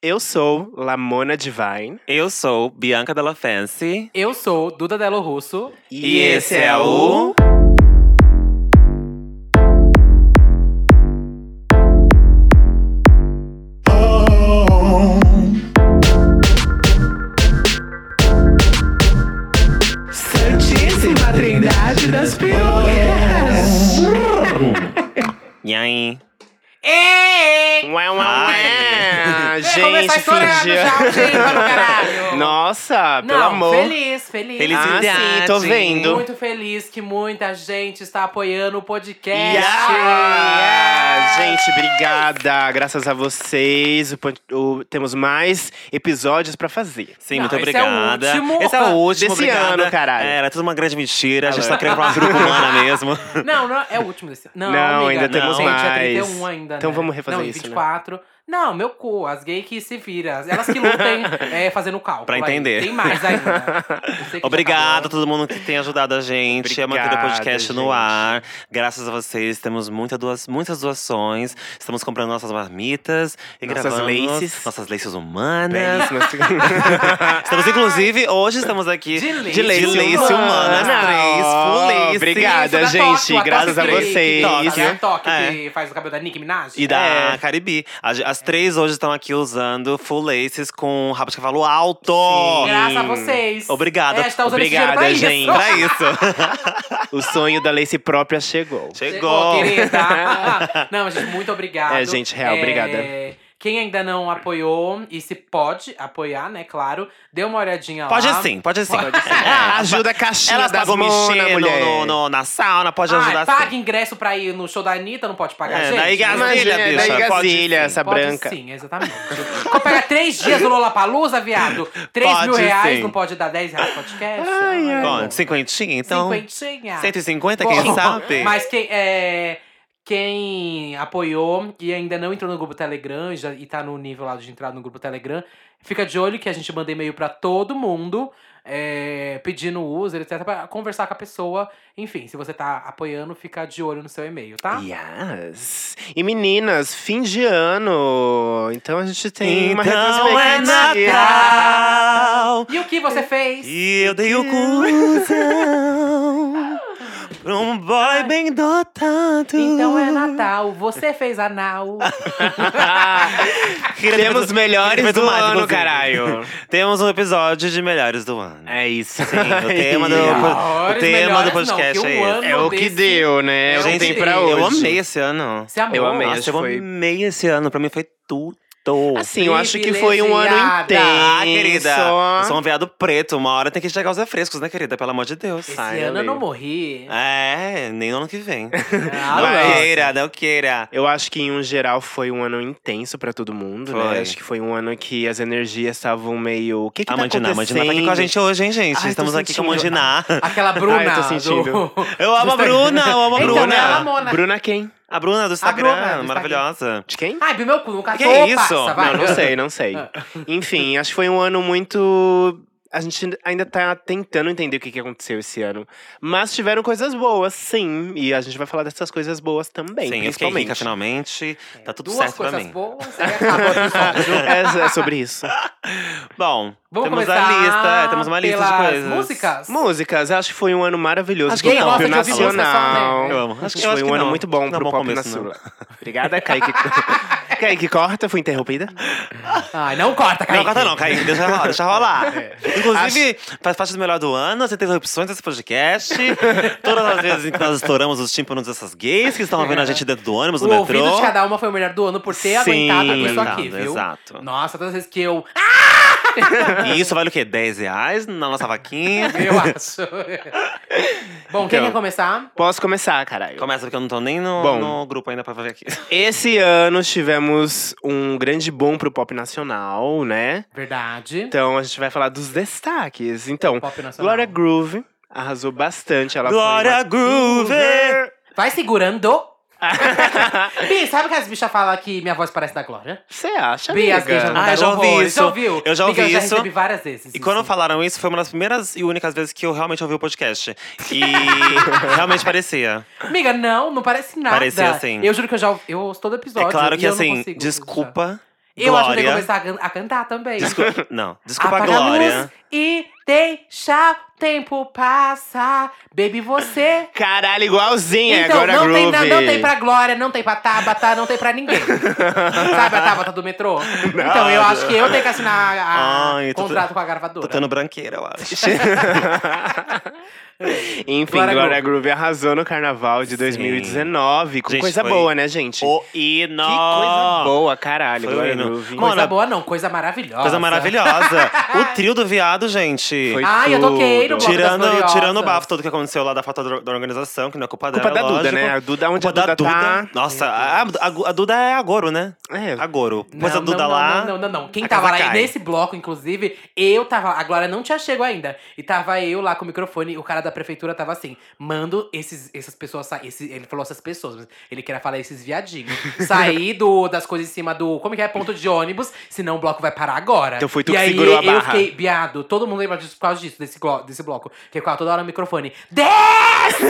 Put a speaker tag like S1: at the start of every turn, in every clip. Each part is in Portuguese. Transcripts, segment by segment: S1: Eu sou Lamona Divine.
S2: Eu sou Bianca Della Fancy.
S3: Eu sou Duda Delo Russo.
S2: E esse é o-
S1: Santíssima Trindade das Perucas!
S2: E aí?
S1: Ué, ué, ué!
S2: Ai.
S1: Gente, fingia. Nossa, pelo
S3: Não,
S1: amor.
S3: feliz, feliz.
S2: Feliz
S1: Ah, sim, tô
S2: Felicidade.
S1: vendo.
S3: Muito feliz que muita gente está apoiando o podcast.
S1: Yeah! Gente, obrigada. Graças a vocês, o pan- o- temos mais episódios pra fazer.
S2: Sim,
S3: Não,
S2: muito
S3: esse é o
S2: obrigada.
S3: último.
S2: Esse é o último,
S1: Desse
S2: obrigada.
S1: ano, caralho.
S2: É, era tudo uma grande mentira. A gente
S1: Alô.
S2: tá criando uma truco humana mesmo.
S3: Não, não, é o último desse ano. Não,
S1: Não,
S3: amiga,
S1: ainda
S2: temos
S3: gente,
S1: mais.
S3: É 31 ainda,
S1: Então
S3: né?
S1: vamos refazer
S3: não,
S1: isso, né?
S3: 24. Não, meu cu, as gays que se viram. Elas que lutem é, fazendo cálculo.
S2: Pra
S3: aí.
S2: entender.
S3: Tem mais ainda. Eu sei que já
S2: Obrigado a
S3: acabou.
S2: todo mundo que tem ajudado a gente a manter o
S1: Obrigado,
S2: podcast no
S1: gente.
S2: ar. Graças a vocês, temos muita doa- muitas doações. Estamos comprando nossas marmitas e
S1: Nossas
S2: gravando
S1: laces.
S2: nossas laces humanas.
S1: Belíssimas.
S2: Estamos, inclusive, hoje estamos aqui
S3: De lace
S2: de lace
S3: humana.
S2: humanas, três, full lace.
S1: Obrigada,
S3: da
S1: gente.
S3: Tóquio,
S1: graças a
S3: Tóquio que-
S1: vocês.
S3: Que, toca, né? a Tóquio
S2: É.
S3: que faz o cabelo da Nicki Minaj.
S2: E da
S1: É.
S2: Caribe. As, as três hoje estão aqui usando full laces com um rabo de cavalo alto.
S3: Graças
S2: Hum.
S3: a vocês.
S2: Obrigado.
S3: É, a gente tá usando
S1: Obrigada,
S3: esse dinheiro
S1: gente.
S3: pra
S2: Pra isso.
S1: O sonho da Lacey própria chegou.
S3: isso.
S2: Chegou.
S3: querida. não, gente, muito obrigado.
S1: É, gente, real, obrigada.
S3: Quem ainda não apoiou, e se pode apoiar, né, claro, dê uma olhadinha
S2: Pode
S3: lá.
S2: sim, pode sim.
S1: É, ajuda a caixinha
S2: Elas
S1: das
S2: pagam
S1: mona,
S2: mexer
S1: né, mulher.
S2: no, no, no, na sauna, pode
S3: Ah,
S2: ajudar
S3: paga
S2: sim.
S3: ingresso pra ir no show da Anitta, não pode pagar,
S2: É,
S3: gente?
S2: daí
S3: Mas-
S2: Gazilha,
S1: Imagina,
S2: bicha,
S1: daí
S2: pode
S1: Gazilha,
S2: sim.
S1: essa
S3: Pode
S1: branca.
S3: Sim, exatamente. Vou pegar três dias no Lollapalooza, viado. Três
S2: Pode
S3: mil reais,
S2: sim.
S3: não pode dar dez reais pro podcast?
S1: Ai, ai.
S2: Bom, cinquentinha, então.
S3: Cinquentinha.
S1: Tá,
S2: 150,
S3: Bom,
S2: quem sabe?
S3: Mas quem, é, quem apoiou e ainda não entrou no grupo Telegram e já, e tá no nível lá de entrar no grupo Telegram, fica de olho que a gente manda e-mail pra todo mundo. é, pedindo user, etc, pra conversar com a pessoa. Enfim, se você tá apoiando, fica de olho no seu e-mail, tá?
S1: Yes. E meninas, fim de ano. Então a gente tem uma
S2: então é
S1: retrospectiva.
S2: Natal.
S3: E o que você fez?
S2: E eu dei o cuzão pra um boy bem dotado.
S3: Então é Natal, você fez anal.
S2: Queria ter
S1: Temos
S2: feito-
S1: melhores
S2: queria ter feito
S1: do
S2: mais,
S1: ano,
S2: inclusive.
S1: caralho.
S2: Temos um episódio de melhores do ano.
S1: É isso.
S2: Sim, o tema do,
S3: Melhores,
S2: o tema do
S3: melhores
S2: podcast
S3: não, que
S2: é
S3: um
S2: esse.
S3: ano
S1: É o que
S3: desse-
S1: deu, né?
S3: é
S1: É
S3: o
S1: o que
S3: que
S1: tem
S3: deu.
S1: pra hoje.
S2: eu amei esse ano.
S3: Você amou?
S1: Eu amei, acho que
S2: Nossa, eu
S1: foi-
S2: amei esse ano. Pra mim foi tudo.
S1: Assim, eu acho que foi um ano intenso.
S3: Privilegiada.
S2: Ah, querida, eu sou um veado preto. Uma hora tem que chegar aos refrescos, né, querida? Pelo amor de Deus.
S3: Esse
S1: Sai,
S3: ano eu
S1: Ale.
S3: não morri.
S2: É, nem no ano que vem.
S3: Ah,
S2: Não
S1: Mas-
S2: queira, não queira.
S1: Eu acho que, em um geral, foi um ano intenso pra todo mundo, né?
S2: Foi.
S1: Acho que foi um ano que as energias estavam meio. O que que
S2: A
S1: tá
S2: Mandiná, a
S1: acontecendo?
S2: Mandiná tá aqui com a gente hoje, hein, gente?
S1: Ai, tô
S2: Estamos aqui com a
S1: sentindo.
S2: Mandiná.
S3: Aquela Bruna.
S1: Ah, eu tô sentindo.
S3: do-
S2: Eu amo a Bruna, eu amo a
S3: Então,
S2: Bruna.
S3: ela é a Mona.
S1: Bruna quem?
S2: A Bruna do Instagram,
S3: Bruna do
S2: maravilhosa.
S1: De quem?
S3: Ai, pro meu cu, nunca
S2: Que
S3: tô,
S2: isso?
S3: Passa, Ah, vai.
S1: é
S3: Ah.
S1: Não, não sei, não sei. Enfim, acho que foi um ano muito. A gente ainda tá tentando entender o que, que aconteceu esse ano. Mas tiveram coisas boas, sim. E a gente vai falar dessas coisas boas também,
S2: Sim, eu fiquei
S1: principalmente.
S2: rica finalmente. Tá tudo
S3: Duas
S2: certo pra
S3: coisas
S2: mim.
S3: boas e acabou o episódio.
S1: é, é sobre isso.
S2: Bom,
S3: Vamos
S2: temos
S3: começar
S2: a lista, é, temos uma lista de
S3: pelas
S2: coisas.
S3: músicas?
S1: Músicas, acho que foi um ano maravilhoso
S2: Acho
S1: pro
S2: que quem
S1: pop
S3: gosta de ouvir música só, né?
S1: nacional.
S2: Eu amo. Acho que- eu
S1: foi
S2: acho
S1: um
S2: que
S1: ano
S2: não.
S1: muito bom
S2: Não é
S1: pro
S2: bom
S1: pop
S2: começo, não.
S1: nacional. Obrigada, Kaique. Kaique, corta, fui interrompida.
S3: Ai, não corta, Kaique.
S2: Não, corta não, Kaique, deixa rolar, deixa rolar. Inclusive, faz parte do melhor do ano, as interrupções desse podcast. Todas as vezes em que nós estouramos os tímpanos dessas gays que estão vendo a gente dentro do ônibus, do
S3: O ouvido
S2: metrô.
S3: de cada uma foi o melhor do ano por ter
S2: Sim,
S3: aguentado isso aqui,
S2: aguentado,
S3: viu?
S2: exato.
S3: Nossa, todas as vezes que eu.
S2: E isso vale o quê? 10 reais na nossa vaquinha?
S3: Eu acho. Bom, quem
S1: Então.
S3: quer começar?
S1: Posso começar, caralho.
S2: Começa porque eu não tô nem no,
S1: Bom.
S2: no grupo ainda pra ver aqui.
S1: Esse ano tivemos um grande boom pro pop nacional, né?
S3: Verdade.
S1: Então a gente vai falar dos destaques. Então,
S3: Pop nacional.
S1: Gloria Groove arrasou bastante. Ela
S2: Glória Groove!
S3: Vai segurando. Bi, sabe que as bichas falam que minha voz parece da Glória?
S1: Você acha,
S3: Bi, as
S1: amiga?
S3: gays assim, já tá-
S2: Ah, eu já ouvi
S3: horrores.
S2: isso.
S3: Já ouviu?
S2: Eu já
S3: Amiga,
S2: ouvi
S3: eu
S2: isso.
S3: Já recebi várias vezes.
S2: E quando
S3: isso.
S2: falaram isso, foi uma das primeiras e únicas vezes que eu realmente ouvi o podcast. E realmente parecia.
S3: Amiga, não, não parece nada.
S2: Parecia assim.
S3: Eu juro que eu já eu ouço todo episódio.
S2: é claro
S3: e
S2: que
S3: eu não
S2: assim,
S3: consigo
S2: desculpa.
S3: Eu acho que tem que
S2: Glória.
S3: começar a, can- a cantar também.
S2: Desculpa, não. Desculpa,
S3: Apaga a luz
S2: Glória.
S3: e deixa o tempo passar. Baby, você.
S1: Caralho, igualzinha,
S3: então,
S1: agora
S3: não,
S1: groove.
S3: tem, na- não, tem pra Glória, não tem pra Tabata, não tem pra ninguém. Sabe a Tabata do metrô? Então, eu acho que eu tenho que assinar a, a
S2: Ai, tô-
S3: contrato com a
S2: Tô
S3: gravadora.
S2: tendo branqueira, eu acho.
S1: Enfim,
S3: Glória
S1: Glória, Groove arrasou no carnaval de 2019. Com
S2: Gente,
S1: coisa
S2: foi
S1: boa, né, gente?
S2: O
S1: Que coisa
S2: hino!
S1: boa, caralho,
S2: Foi
S1: Glória
S2: hino.
S1: Groove.
S3: Coisa
S2: Mano,
S3: boa não, coisa maravilhosa.
S2: Coisa maravilhosa. o trio do viado, gente.
S1: Foi
S3: Ai, eu
S1: tudo.
S3: toquei no bloco das
S2: Tirando,
S3: Gloriosas.
S2: tirando o bafo todo que aconteceu lá da falta da da organização, que não é culpa dela.
S1: Culpa da Duda,
S2: lógico.
S1: né? A Duda, onde
S2: Culpa
S1: a Duda, tá...
S2: Nossa, a, a- a Duda é agora, né?
S1: É,
S2: Agora. Mas a
S3: não,
S2: Duda
S3: não,
S2: lá.
S3: Não, não, não, não. Quem
S2: a
S3: tava
S2: casa
S3: lá
S2: cai.
S3: nesse bloco, inclusive, eu tava. A Glória não tinha chego ainda. E tava eu lá com o microfone, e o cara da prefeitura tava assim: mando esses, essas pessoas sair. Esse, ele falou essas pessoas, mas ele queria falar esses viadinhos. sair do, das coisas em cima do. Como que é? Ponto de ônibus, senão o bloco vai parar agora.
S1: Então foi tu
S3: e
S1: que
S3: aí,
S1: segurou a
S3: Eu
S1: barra.
S3: fiquei, viado, todo mundo lembra disso por causa disso, desse, glo- desse bloco. Que ficava toda hora no microfone. Desce!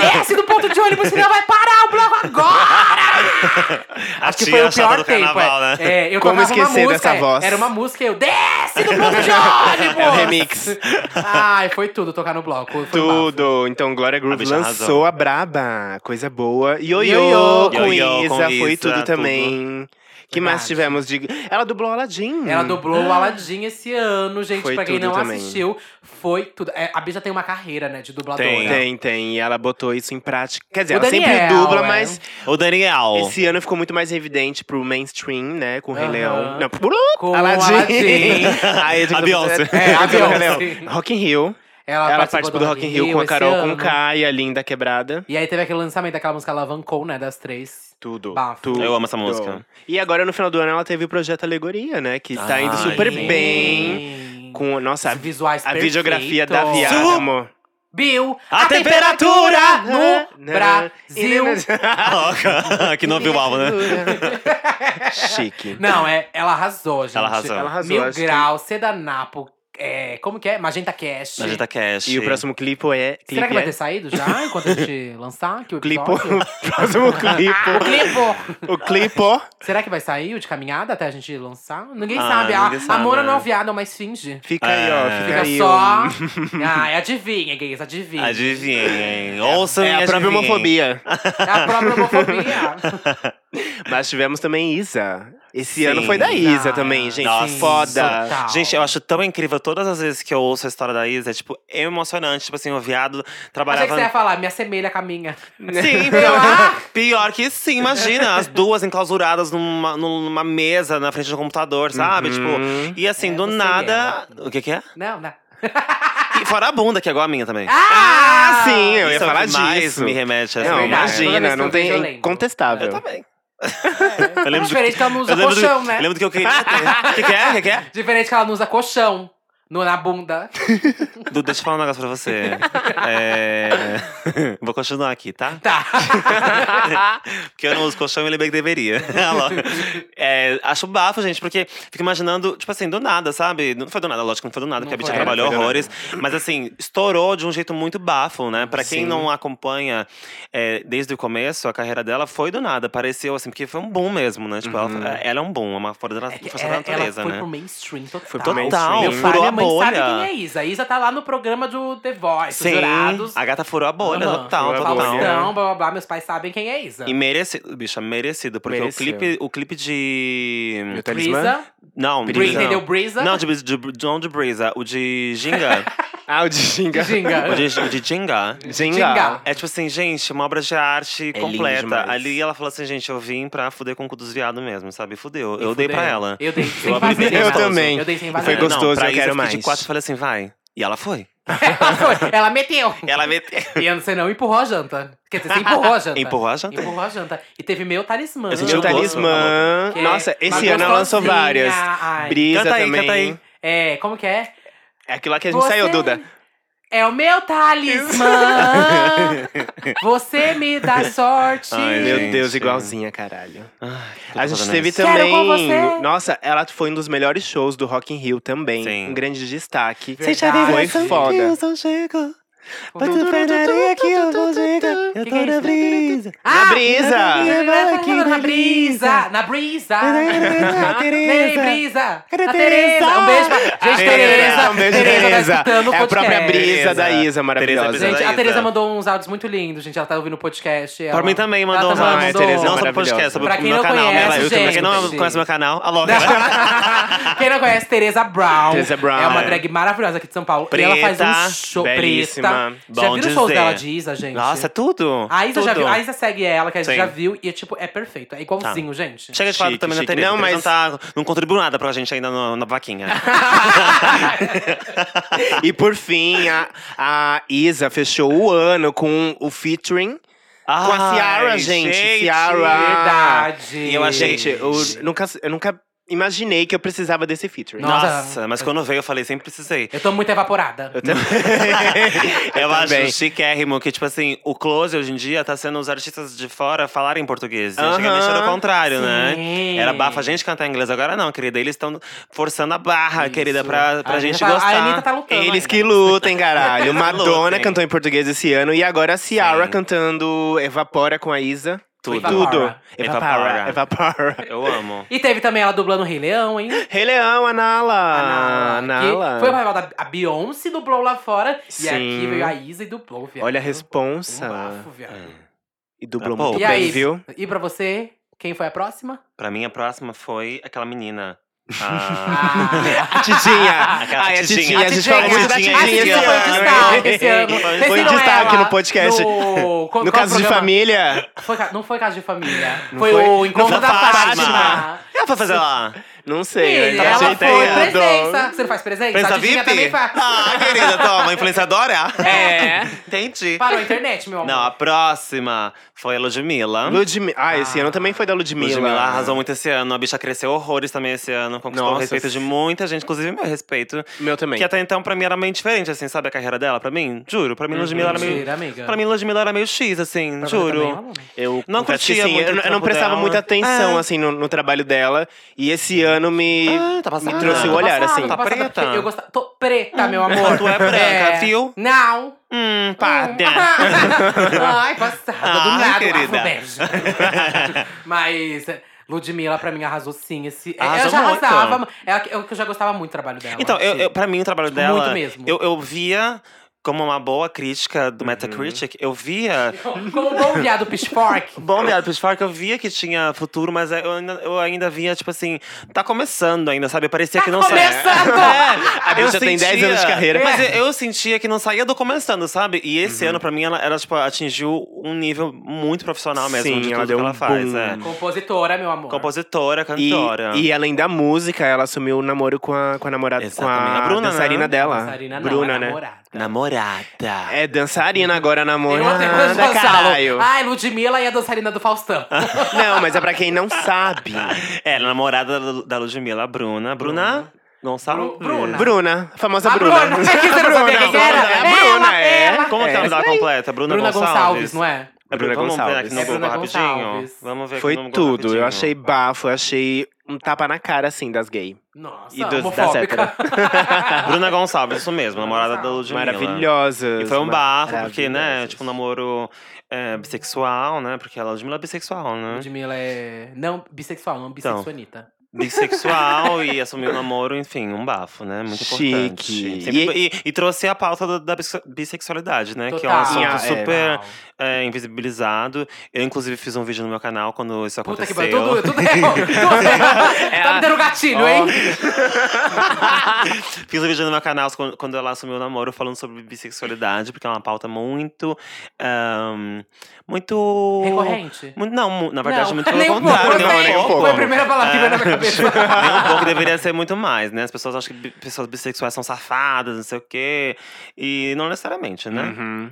S3: Desce do ponto de ônibus, senão vai parar o bloco agora!
S2: A
S3: Acho que
S2: tia
S3: foi o
S2: chata
S3: pior
S2: do
S3: tempo.
S2: carnaval, né?
S3: é. É, eu
S1: Como
S3: tocava uma
S1: esquecer
S3: música,
S1: dessa
S3: é,
S1: voz?
S3: Era uma música, eu desce do bloco de ônibus!
S1: É o remix.
S3: Ai, foi tudo tocar no bloco. Foi um bafo.
S1: Tudo! Então, Glória Groove
S2: bicha
S1: lançou
S2: arrasou.
S1: a braba. Coisa boa.
S3: Ioiô.
S1: Ioiô com
S2: Ioiô com
S1: Isa, foi
S2: Isa,
S1: tudo
S2: tudo.
S1: também. Que mais tivemos
S3: Verdade.
S1: de. Ela dublou Aladdin.
S3: Ela dublou o Aladdin esse ano, gente.
S1: Foi
S3: pra quem
S1: tudo
S3: não
S1: também.
S3: assistiu, foi tudo. É, a Bija tem uma carreira, né, de dubladora.
S2: Tem,
S1: Tem, tem. E ela botou isso em prática. Quer dizer,
S3: O
S1: ela sempre
S3: Daniel,
S1: dubla,
S3: é.
S1: mas
S2: O Daniel.
S1: esse ano ficou muito mais evidente pro mainstream, né? Com o Rei
S3: Aham.
S1: Leão. Não, pro
S3: Com o
S1: Aladdin.
S3: Aladdin.
S1: Aí eu tinha
S2: A
S1: que-
S2: Beyoncé.
S1: É, a
S3: Beyoncé.
S1: Beyoncé. Rock in Rio.
S3: Ela,
S1: Ela,
S3: participou
S1: participou do Rock in Rio com a
S3: esse
S1: Carol com
S3: ano.
S1: K e a Linda Quebrada.
S3: E aí teve aquele lançamento daquela música Alavancou, né, das três.
S1: Tudo.
S3: Bafo.
S1: tudo.
S2: Eu amo essa música.
S1: E agora, no final do ano, ela teve o projeto Alegoria, né? Que tá indo
S2: Ai.
S1: super
S3: Sim.
S1: bem. Com, nossa,
S3: Os
S1: a,
S3: visuais
S1: a videografia da
S3: perfeitos.
S1: viada,
S2: Su-
S1: amor.
S3: Bill,
S2: A
S3: a temperatura no Brasil.
S2: que não viu o álbum, né?
S1: Chique.
S3: Não, é, ela arrasou, gente.
S2: Ela arrasou.
S1: Ela arrasou,
S3: Mil
S1: acho que-
S3: Grau, Sedanapo, é, como que é? Magenta Cash.
S2: Na Jeta Cash.
S1: E o próximo clipe é. Clipe
S3: Será que vai
S1: é?
S3: ter saído já, enquanto a gente lançar? Que o
S1: Clipo.
S3: episódio?
S1: o próximo
S3: Ah,
S1: clipo.
S3: o clipo!
S1: o clipo.
S3: Será que vai sair o de caminhada até a gente lançar? Ninguém
S2: Ah,
S3: sabe.
S2: ninguém
S3: a,
S2: sabe,
S3: a Mona
S2: né?
S3: não é viada, mas finge.
S1: Fica aí, ó.
S2: É.
S1: Fica,
S3: Fica
S1: aí.
S3: só. Ah,
S1: um-
S3: Ai, adivinha, gays, adivinha.
S2: Adivinhem. Ouçam e
S1: É a própria
S2: adivinhem.
S1: homofobia.
S3: É A própria homofobia.
S1: Mas tivemos também Isa. Esse
S2: Sim.
S1: ano foi da Isa
S3: Ah,
S1: também, gente.
S2: Nossa.
S1: Foda.
S3: Total.
S2: Gente, eu acho tão incrível todas as vezes que eu ouço a história da Isa, é tipo, é emocionante. Tipo assim, o viado
S3: Achei que
S2: trabalhava.
S3: você ia falar, me assemelha com a minha.
S2: Sim,
S3: né?
S2: pior, pior que sim, imagina. As duas enclausuradas numa, numa mesa na frente do computador, sabe?
S1: Uhum.
S2: Tipo, e assim,
S3: É,
S2: do
S3: você né?
S2: nada. O que, que é?
S3: Não, não.
S2: E fora a bunda, que é igual a minha também.
S1: Ah, sim, eu
S2: Isso
S1: ia
S2: é o
S1: falar
S2: que mais
S1: disso.
S2: me remete a essa
S1: Não,
S3: verdade.
S2: imagem.
S3: Toda vez
S1: imagina,
S3: que eu
S1: não tem.
S3: vejo, eu
S1: É
S3: lembro.
S1: incontestável.
S2: Eu também. lembro
S3: Eu
S2: de-
S3: É. diferente que ela não Tá usa
S2: Eu lembro, do,
S3: colchão, né?
S2: eu lembro do que eu queria ter. O que, que é? O que, que é?
S3: Diferente que ela não usa colchão no, na bunda.
S2: Du, deixa eu falar um negócio pra você. É... Vou continuar aqui, tá?
S3: Tá.
S2: Porque eu não uso colchão e lembrei que deveria. Logo. é, acho bafo, gente, porque fico imaginando, tipo assim, do nada, sabe? Não foi do nada, lógico que não foi do nada,
S3: Não
S2: porque a Bicha
S3: foi,
S2: trabalhou
S1: não foi do
S2: horrores. Mas assim, estourou de um jeito muito bafo, né? Pra quem
S1: Sim.
S2: não acompanha é, desde o começo, a carreira dela foi do nada. Pareceu assim, porque foi um boom mesmo, né? Tipo,
S1: Uhum.
S2: ela, ela é um boom, é uma força da,
S3: É que
S2: força
S3: ela,
S2: da natureza,
S3: ela foi
S2: né?
S3: pro mainstream total.
S1: Foi pro
S2: Total,
S1: mainstream.
S3: Meu pai e
S2: furou
S3: minha
S2: a
S3: mãe
S2: bolha.
S3: sabe quem é Isa. A Isa tá lá no programa do The Voice,
S2: Sim,
S3: os jurados.
S2: a gata furou a bolha,
S3: Aham.
S2: total,
S1: Furou a
S2: total.
S1: bolha.
S3: Faustão, blá blá blá. Meus pais sabem quem é Isa.
S2: E merecido, bicha, merecido. Porque
S1: Tá. Mereceu.
S2: o clipe, o clipe de.
S1: Meu talismã? Brisa.
S2: Não, de-
S3: Brisa,
S1: Brisa.
S3: entendeu?
S2: não.
S3: Brisa.
S2: Não, de, de, de, não de Brisa, o de Ginga.
S1: Ah, o de Ginga.
S3: Ginga.
S2: o de, o de Ginga.
S1: Ginga.
S2: É tipo assim, gente, uma obra de arte
S1: É lindo
S2: completa.
S1: demais.
S2: Ali ela falou assim, gente, eu vim pra fuder com o cu dos viados mesmo, sabe? Fudeu. Eu
S3: E
S2: dei
S3: fudeu.
S2: pra ela.
S3: Eu dei sem
S2: Eu
S3: fazer.
S2: abri- eu
S3: nada.
S1: também.
S3: Eu dei sem
S1: Foi
S3: fazer.
S2: É,
S3: nada.
S1: gostoso,
S2: não, pra
S1: eu
S2: Isa
S1: quero
S2: eu fiquei
S1: mais.
S2: de quatro e falei assim, vai. E ela foi.
S3: Ela foi. Ela meteu.
S2: Ela meteu.
S3: E você não empurrou a janta. Quer dizer, você empurrou a janta.
S2: Empurrou a janta.
S3: Empurrou a janta. E teve meu talismã.
S2: Eu senti
S1: Meu
S2: o gosto,
S1: talismã.
S3: Que é
S1: Nossa, esse
S3: uma
S1: ano ela lançou
S3: gostosinha.
S1: várias.
S3: Ai.
S1: Brisa
S2: Canta aí,
S1: também.
S2: canta aí.
S3: É, como que é?
S1: É aquilo lá que a gente
S3: Você-
S1: saiu, Duda.
S3: É o meu talismã. Você me dá sorte.
S2: Ai,
S1: Meu
S2: Gente.
S1: Deus, igualzinha, caralho.
S2: Ai, tô
S1: A gente
S2: fazendo
S1: teve
S2: isso.
S3: Quero
S1: também.
S3: com você.
S1: Nossa, ela foi um dos melhores shows do Rock in Rio também.
S2: Sim.
S1: Um grande destaque.
S3: Sente a vibração
S1: Foi foda.
S2: São Chico. Mas tu peraria que eu vou chegar. Eu
S3: Que
S2: tô
S3: que é
S2: na
S3: isso?
S2: brisa.
S1: Na brisa!
S3: Ah, Na brisa! Na brisa! Ei, brisa! Na Tereza! Um beijo pra. Gente, Tereza!
S1: Ah, Um beijo,
S3: Tereza! tá
S1: Tereza.
S3: escutando o
S1: É a própria
S3: podcast.
S1: brisa da Isa, maravilhosa.
S2: Tereza,
S3: Gente,
S2: Tereza.
S3: a Tereza mandou uns áudios muito lindos, gente. Ela tá ouvindo o podcast. Ela...
S2: Pra mim também mandou um
S3: Ela tá também
S1: Ah,
S2: Ai,
S1: mandou.
S2: Tereza, não
S1: Maravilhosa.
S2: sobre o podcast, sobre
S3: Pra
S2: o
S3: quem
S2: meu
S3: não
S2: canal,
S3: conhece,
S2: minha live. Pra quem não
S3: gente.
S2: conhece meu canal, a louca.
S3: Quem não conhece, Tereza Brown.
S1: Tereza Brown.
S3: É uma drag maravilhosa aqui de São Paulo. e ela
S2: Preta,
S3: faz um show
S1: belíssima.
S3: preta. Já
S2: Bom
S3: viram os shows
S2: dizer.
S3: dela de Isa, gente?
S2: Nossa, é tudo.
S3: A Isa, já
S2: tudo.
S3: viu, a Isa segue ela, que a gente
S2: Sim. Tá.
S3: já viu, e é tipo, é perfeito. É igualzinho, gente.
S2: Chega de falar
S1: Chique,
S2: também da
S1: chique.
S2: Tereza.
S1: Não,
S2: Não, mas não,
S1: mas-
S2: tá, não contribuiu nada pra gente ainda no- na vaquinha.
S1: E por fim, a, a Isa fechou o ano com o featuring com a Ciara,
S2: Ai,
S1: gente. Ciara.
S3: Verdade.
S2: E eu achei-
S1: Gente, eu nunca, eu nunca imaginei que eu precisava desse featuring.
S3: Nossa.
S2: Nossa, mas quando veio eu falei, sempre precisei.
S3: Eu tô muito evaporada.
S2: Eu,
S1: também.
S2: acho chiquérrimo que, tipo assim, o close hoje em dia tá sendo os artistas de fora falarem português.
S1: Aham.
S2: Antigamente era o contrário,
S3: Sim.
S2: né? Era bafa a gente cantar inglês. Agora não, querida. Eles estão forçando a barra, querida, pra, pra
S3: A
S2: gente
S3: Anitta tá-
S2: gostar.
S3: A Anitta tá lutando.
S1: Eles
S3: ainda.
S1: que lutem, caralho. Madonna
S2: Lutem.
S1: cantou em português esse ano e agora a Ciara
S2: Sim.
S1: cantando Evapora com a Isa.
S2: Tudo.
S1: Tudo. Evapora.
S2: Evapora.
S1: Evapora.
S2: Eu amo.
S3: E teve também ela dublando o Rei Leão, hein?
S1: Rei Leão, Anala.
S2: Ah,
S3: A Nala, que
S1: Anala.
S3: Foi o papel da a Beyoncé dublou lá fora. E é
S1: Sim.
S3: aqui veio a Isa e dublou, viado.
S1: Olha a
S3: Um
S1: responsa.
S3: bafo, viado.
S1: E dublou
S2: Tá
S1: muito
S2: bom.
S3: E
S1: bem,
S3: aí,
S1: viu?
S3: e pra você, quem foi a próxima?
S2: Pra mim, a próxima foi aquela menina. Ah,
S3: Ah,
S1: A Titinha.
S2: Aquela
S1: Ai, a
S2: Titinha.
S1: Titinha. A
S2: A
S1: gente
S2: Titinha.
S1: falou muito da
S2: A
S1: Titinha
S2: Titinha
S3: a
S1: esse
S3: Titinha assim,
S1: ano.
S3: foi destaque esse
S1: é
S3: ano. Vocês
S1: Foi
S3: viram
S1: destaque
S3: ela
S1: no podcast.
S3: No, qual-
S1: No
S3: qual
S1: caso de
S3: programa?
S1: família,
S3: Foi ca- não foi caso de família.
S1: Não
S3: Foi,
S1: foi?
S3: o encontro
S2: Não,
S3: da
S2: Fátima.
S3: Fátima.
S2: ela foi fazer lá.
S1: não sei.
S3: Filha,
S1: eu
S3: ela
S1: achei
S3: foi
S1: tudo.
S3: presença. Você não faz presença?
S2: Pensa
S3: a Titinha
S2: VIP?
S3: também faz.
S2: Ah, querida, toma. Influenciadora?
S3: É.
S2: Entendi.
S3: Parou a internet, meu amor.
S2: Não, a próxima foi a Ludmilla.
S1: Ludmilla. Ah, esse ano também foi da Ludmilla.
S2: Ludmilla arrasou muito esse ano. A bicha cresceu horrores também esse ano. Conquistou
S1: Nossa.
S2: o respeito de muita gente, inclusive meu respeito.
S1: Meu também.
S2: Que até então, pra mim, era meio diferente, assim, sabe? A carreira dela, pra mim. Juro, pra mim, Ludmilla era meio…
S3: Mentira, Uhum. amiga.
S2: Pra mim, Ludmilla era meio X, assim,
S3: Pra você também, né?
S2: juro.
S3: amor?
S1: Eu
S2: Não
S1: confesso que assim,
S2: curtia muito
S1: eu, não- eu
S2: o
S1: não
S2: trampo
S1: prestava
S2: dela.
S1: muita atenção,
S2: É.
S1: assim, no, no trabalho dela. E esse ano me,
S2: Ah, tá passada.
S1: me trouxe o
S3: Tô
S1: olhar,
S3: passada,
S1: assim.
S3: tô passada,
S2: preta?
S3: porque Eu gostava. Tô preta, meu amor.
S2: Tu é branca, viu?
S3: Não.
S2: Hum, pá,
S3: Hum.
S2: dê.
S3: Ai, passada. do
S2: É. Ai,
S3: nada, um
S2: querida.
S3: afrobege. Mas eh, Ludmilla, pra mim, arrasou sim. Esse... Ela
S2: Arrasou
S3: já
S2: muito.
S3: arrasava. Ela, eu, que eu já gostava muito do trabalho dela.
S2: Então, eu,
S3: Sim.
S2: eu, pra mim, o trabalho
S3: Tipo,
S2: dela.
S3: muito mesmo.
S2: Eu, eu via como uma boa
S1: Uhum.
S2: crítica do Metacritic, eu via.
S3: Como um bom viado pitchfork.
S2: Bom, Beato Pitchfork, eu via que tinha futuro, mas é, eu ainda, eu ainda via, tipo assim, tá começando ainda, sabe? Parecia
S3: Tá
S2: que não
S3: começando!
S2: É,
S1: A
S2: eu
S1: bicha tem 10
S2: sentia-
S1: anos de carreira. É. Uhum.
S2: Mas eu, eu sentia que não saía do começando, sabe? E esse ano, pra mim, ela, ela, tipo, atingiu um nível muito profissional mesmo
S1: Sim,
S2: de tudo
S1: ela deu
S2: que ela
S1: um
S2: faz.
S1: boom.
S2: é.
S3: Compositora, meu amor.
S2: Compositora,
S1: E,
S2: cantora.
S1: e além da música, ela assumiu o namoro com a, com a namorada, com
S2: Exatamente.
S1: a,
S2: A Bruna, né?
S1: dançarina dela.
S3: Dançarina não,
S1: Bruna,
S3: é
S1: né?
S3: namorada.
S2: Namorada.
S1: É dançarina agora,
S3: Tem outra
S1: namorada,
S3: coisa do
S1: caralho.
S3: Gonçalo. Ai, Ludmilla e a dançarina do Faustão.
S1: Não, mas é pra quem não sabe.
S2: É, ela é namorada da Lu- da Ludmilla, a Bruna. Bruna É. Gonçalo?
S3: Bru- Bruna.
S1: Bruna, a famosa
S3: A
S1: Bruna.
S3: Bruna, que você não sabia quem era?
S1: É a
S3: Ela,
S1: Bruna, é.
S3: ela.
S2: Como é que é o nome dela completa? Bruna,
S3: Bruna Gonçalves, não é?
S2: É Bruna
S1: Bruna
S2: Vamos ver aqui
S1: Gonçalves.
S2: no
S1: É
S2: Google
S3: Bruna
S2: rapidinho.
S3: Gonçalves.
S2: Vamos ver aqui
S1: Foi
S2: no Google
S1: tudo. Eu
S2: rapidinho.
S1: achei bafo, eu achei um tapa na cara, assim, das gays.
S3: Nossa,
S1: E dos- da
S3: homofóbica.
S2: Bruna Gonçalves, isso mesmo,
S3: Bruna
S2: namorada da
S3: Gonçalves.
S2: Ludmilla.
S1: Maravilhosas.
S2: E foi um bafo,
S1: maravilhosas.
S2: porque, né, tipo, um namoro é, bissexual, né? Porque a Ludmilla é bissexual, né?
S3: Ludmilla é... Não, bissexual, não bissexuanita.
S2: Bissexual e assumiu o namoro, enfim, um bafo, né? Muito
S1: Chique.
S2: importante. Sempre- e, e trouxe a pauta da, da bisse- bissexualidade, né? Que é um assunto
S1: Ah, é,
S2: super é, invisibilizado. Eu, inclusive, fiz um vídeo no meu canal quando isso
S3: Puta
S2: aconteceu.
S3: que pariu, tudo, tudo é tudo é- Tá me dando gatilho, hein?
S2: Fiz um vídeo no meu canal quando- quando ela assumiu o namoro falando sobre bissexualidade, porque é uma pauta muito. ahn, muito.
S3: É Recorrente.
S2: Muito- não, mu- na verdade, é
S3: Não,
S2: muito pelo
S3: nem um pouco,
S2: contrário. né,
S1: nem um pouco.
S3: Foi a primeira palavra que veio na minha cabeça.
S2: Nem um pouco deveria ser muito mais, né? As pessoas acham que bi- pessoas bissexuais são safadas, não sei o quê. E não necessariamente, né?
S3: Hum.
S1: Uhum.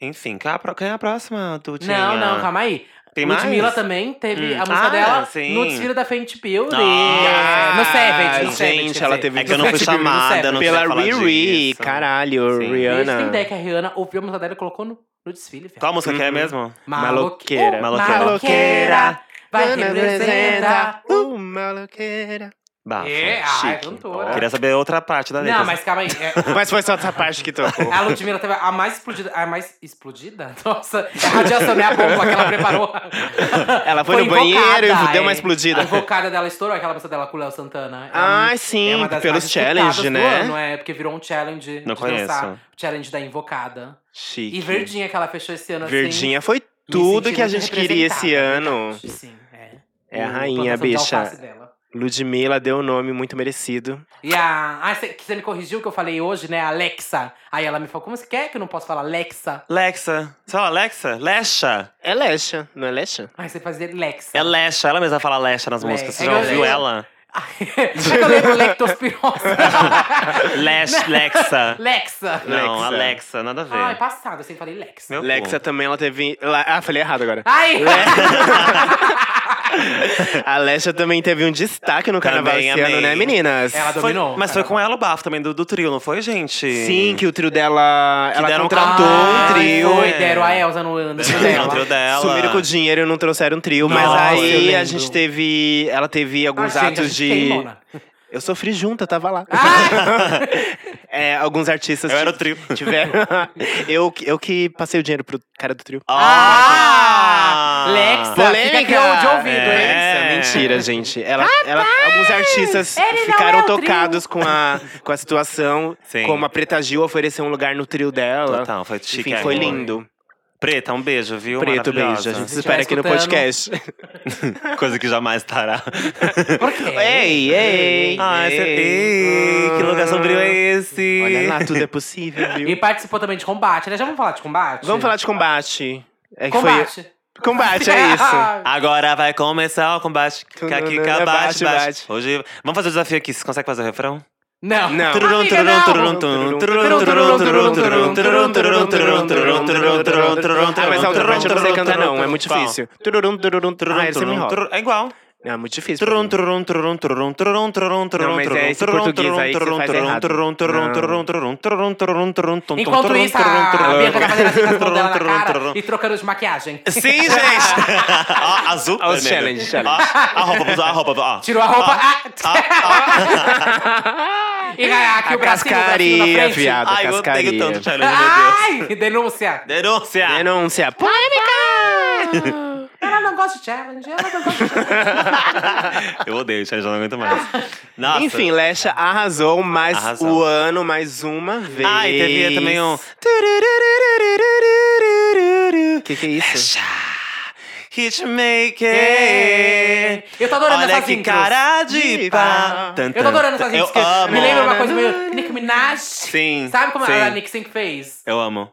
S2: Enfim, quem é a pró- quem é a próxima, Tutinha?
S3: Não, não, calma aí.
S2: Tem mais?
S3: Ludmilla também teve
S2: Hum.
S3: a música
S2: Ah,
S3: dela
S2: sim.
S3: no desfile da Fenty Beauty.
S2: Ah,
S3: no Seventh, no Seventh,
S1: gente,
S3: quer
S1: ela
S3: dizer.
S1: teve-
S2: É que eu não fui
S3: No Seventh, no
S2: chamada, eu não
S3: Seventh.
S1: Pela
S2: sei falar
S1: Riri,
S2: disso.
S1: caralho,
S2: Sim.
S3: Eles têm ideia
S1: Rihanna.
S3: que a Rihanna ouviu a música dela e colocou no, no desfile, velho.
S2: Qual a música que é mesmo?
S1: Maloqueira.
S3: Uh,
S2: Maloqueira.
S3: Maloqueira. Vai representar.
S1: Uh, maloqueira.
S2: Bafo.
S3: É, ah, é
S1: Chique.
S3: cantora.
S2: Queria saber outra parte da letra.
S3: Não, mas calma aí. é-
S1: Mas foi só essa parte que tocou.
S3: a Ludmilla teve a mais explodida. A mais explodida? Nossa, é a radiação, né? A bomba que ela preparou. é.
S1: Ela foi, no banheiro e deu uma explodida.
S3: A invocada dela estourou aquela música dela com o Léo Santana.
S1: Ah,
S3: É
S1: sim,
S3: uma das
S1: pelos
S3: mais
S1: challenge,
S3: escutadas
S1: né?
S3: Do ano, é, porque virou um challenge
S2: Não
S3: de
S2: conheço.
S3: dançar. Challenge da invocada.
S1: Chique.
S3: E Verdinha que ela fechou esse ano assim.
S1: Verdinha foi
S3: me
S1: tudo que a
S3: sentindo
S1: gente queria esse
S3: representada,
S1: ano.
S3: verdade. Sim, é.
S1: É a
S3: E
S1: rainha,
S3: plantação de
S1: bicha.
S3: alface dela.
S1: Ludmilla deu um nome muito merecido.
S3: E a. Ah, você me corrigiu o que eu falei hoje, né? Alexa. Aí ela me falou: como você quer que eu não posso falar Alexa?
S2: Lexa. Você fala Lexa? Lexa.
S1: É Lesha, não é Lesha?
S3: Aí você fazia Lexa.
S2: É Lexa. Ela mesma fala Lexa nas
S3: Lexa.
S2: músicas. Você
S3: É
S2: já
S3: que eu-
S2: ouviu
S3: eu-
S2: ela?
S3: Só que eu lembro Lectospirose.
S2: Lex, Lexa.
S3: Lexa.
S2: Não,
S1: Lexa.
S2: Alexa, nada a ver.
S3: Ai, passado, eu sempre falei Lexa.
S2: Meu
S1: Lexa
S2: cu.
S1: também, ela teve. lá- Ah, falei errado agora.
S3: Ai!
S1: A Lesha também teve um destaque no carnaval
S2: Também
S1: esse ano,
S2: amei.
S1: né, meninas?
S3: Ela
S2: Foi-
S3: dominou.
S2: mas foi
S3: cara.
S2: com ela o bafo também do, do trio, não foi, gente?
S1: Sim, que o trio dela.
S2: Que
S1: ela
S2: deram um
S1: contratou
S3: Ai,
S1: um trio.
S3: Foi, deram a Elsa no Anderson
S2: Sim, o trio
S3: dela.
S2: dela.
S1: Sumiram com o dinheiro e não trouxeram um trio. mas
S2: Nossa, eu
S1: aí
S3: lembro.
S1: a gente teve. Ela teve alguns
S3: Ah, gente,
S1: atos de.
S3: queimona.
S1: Eu sofri junto, eu tava lá.
S3: Ah!
S1: É, alguns artistas.
S2: Eu era o
S1: ti-
S2: trio.
S1: Tiveram. eu, que- eu que passei o dinheiro pro cara do trio.
S3: Ah! Lexa,
S1: Polêmica!
S3: fica criou de ouvido,
S2: É.
S3: hein?
S1: Essa, mentira, gente. Ela, ela- alguns artistas
S3: ele não
S1: ficaram
S3: é o trio.
S1: tocados com a, com a situação.
S2: Sim.
S1: Como a Preta Gil ofereceu um lugar no trio dela.
S2: Total, foi chique.
S1: Enfim, foi
S2: amor.
S1: lindo.
S2: Preta, um beijo, viu?
S1: Preto, beijo.
S2: Maravilhosa.
S1: A gente se
S3: Se tiver
S1: espera aqui no
S3: escutando.
S1: podcast.
S2: Coisa que jamais estará.
S3: Por quê?
S2: É.
S1: Ei, ei! Ah.
S2: Ai, você... Ei, Ah, que lugar sombrio é esse?
S1: Olha lá, tudo é possível,
S3: E
S1: viu?
S3: participou também de combate, né? Já vamos falar de combate?
S1: Vamos falar de combate. É que
S3: combate.
S1: Foi... Combate, é isso.
S2: Agora vai começar o combate. Caquica, é bate,
S1: Bate,
S2: bate.
S1: bate.
S2: Hoje, vamos fazer o desafio aqui. Você consegue fazer o refrão?
S3: Não.
S1: Não.
S2: Tururum,
S3: Amiga,
S2: tururum,
S3: não.
S2: tururum, tururum, tururum, tururum, tururum, tururum, tururum, tururum, tururum, tururum, tururum, tururum, tururum,
S1: Ah, mas a outra
S2: tururum,
S1: parte eu não sei
S2: tururum,
S1: cantar, não. É
S2: tururum,
S1: muito
S2: tururum.
S1: difícil. Tururum, tururum, tururum.
S2: Tururum,
S1: Ah, esse me
S2: tururum,
S1: enrola.
S3: eh,
S2: tururum. É igual.
S1: É muito difícil. pra
S2: Turum,
S1: mim.
S2: turum, turum, turum, turum, turum, turum,
S1: Não, mas é esse
S2: turum,
S1: português
S2: turum,
S1: aí que você
S2: turum,
S3: esatto.
S1: faz
S2: turum,
S1: errado.
S2: turum, turum,
S1: Não.
S2: turum, turum, turum, turum, turum, turum,
S3: Enquanto
S2: turum,
S3: isso,
S2: turum,
S3: a
S2: turum,
S3: Bianca tá fazendo assim com as mãos
S2: turum,
S3: dela na
S2: turum,
S3: cara
S2: turum.
S3: e trocando de maquiagem.
S2: Sim, gente!
S3: Ah,
S2: Ó, azul.
S1: Ó, os
S2: vermelho.
S1: Ah, challenge, challenge.
S2: Ó, A roupa, a roupa, ó.
S3: Tirou a roupa. Ah, e ah, aqui
S1: A
S3: o bracinho, o bracinho na
S1: cascaria,
S3: frente.
S1: viado.
S2: Ai, eu odeio
S1: cascaria.
S2: tanto
S3: cioè,
S2: challenge, meu Deus.
S3: Ai, denúncia.
S2: Denúncia!
S1: Denúncia. Polêmica!
S3: Ela não gosta de challenge, ela não gosta de challenge.
S2: Eu odeio
S3: cioè,
S2: challenge, eu não aguento mais. Nossa.
S1: Enfim, Lesha arrasou mais
S2: Arrasou.
S1: o ano mais uma vez.
S2: Ai, teve também um.
S1: Que que é isso?
S2: Hitmaker!
S3: Eu tô adorando
S2: É. Olha
S3: essas
S2: que
S3: intros.
S2: cara de
S1: De
S2: pá!
S1: pá.
S2: Tan,
S3: Eu
S2: tan,
S3: tô adorando essas
S2: tan.
S3: gente que
S2: Eu amo.
S3: me lembra uma coisa meio Nick Minaj.
S2: Sim,
S3: Sabe como
S2: sim.
S3: a Nick sempre fez?
S2: Eu amo.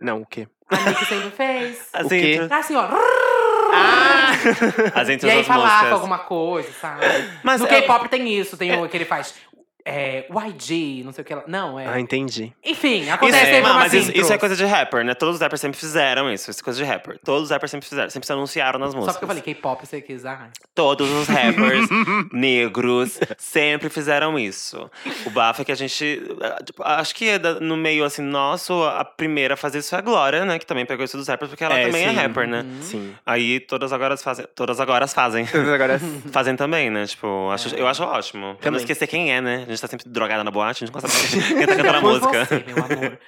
S1: Não, o quê?
S3: A Nick sempre fez.
S2: As
S1: O quê?
S2: intros,
S3: Tá assim, ó.
S2: Ah, as
S3: E
S2: intros
S3: aí
S2: das
S3: falava
S2: músicas.
S3: alguma coisa, sabe?
S2: Mas
S3: no
S2: é-
S3: K-pop tem isso, tem o que ele faz. É, YG, não sei o que lá. Não, é.
S1: Ah, entendi.
S3: Enfim,
S2: Isso,
S3: acontece
S2: é,
S3: sempre
S2: não,
S3: umas
S2: mas isso,
S3: intros.
S2: isso é coisa de rapper, né? Todos os rappers sempre fizeram isso. Isso é coisa de rapper. Todos os rappers sempre fizeram. Sempre se anunciaram nas músicas.
S3: Só porque eu falei K-pop, você quis. Ah,
S2: Todos os rappers negros sempre fizeram isso. O bafo é que a gente. ah, tipo, Acho que é da- no meio assim nosso, a primeira a fazer isso é a Glória, né? Que também pegou isso dos rappers, porque ela
S1: É,
S2: também é
S1: sim.
S2: rapper, né?
S3: Uhum.
S1: Sim.
S2: Aí todas agora as fazem. Todas agora as fazem.
S1: Agora
S2: Fazem também, né? Tipo, acho- eu acho ótimo. Pra não
S1: É. Também.
S2: esquecer quem é, né? A gente tá sempre drogada na boate, a gente não consegue quem tá cantando a
S3: Por
S2: música.
S3: Você, meu amor.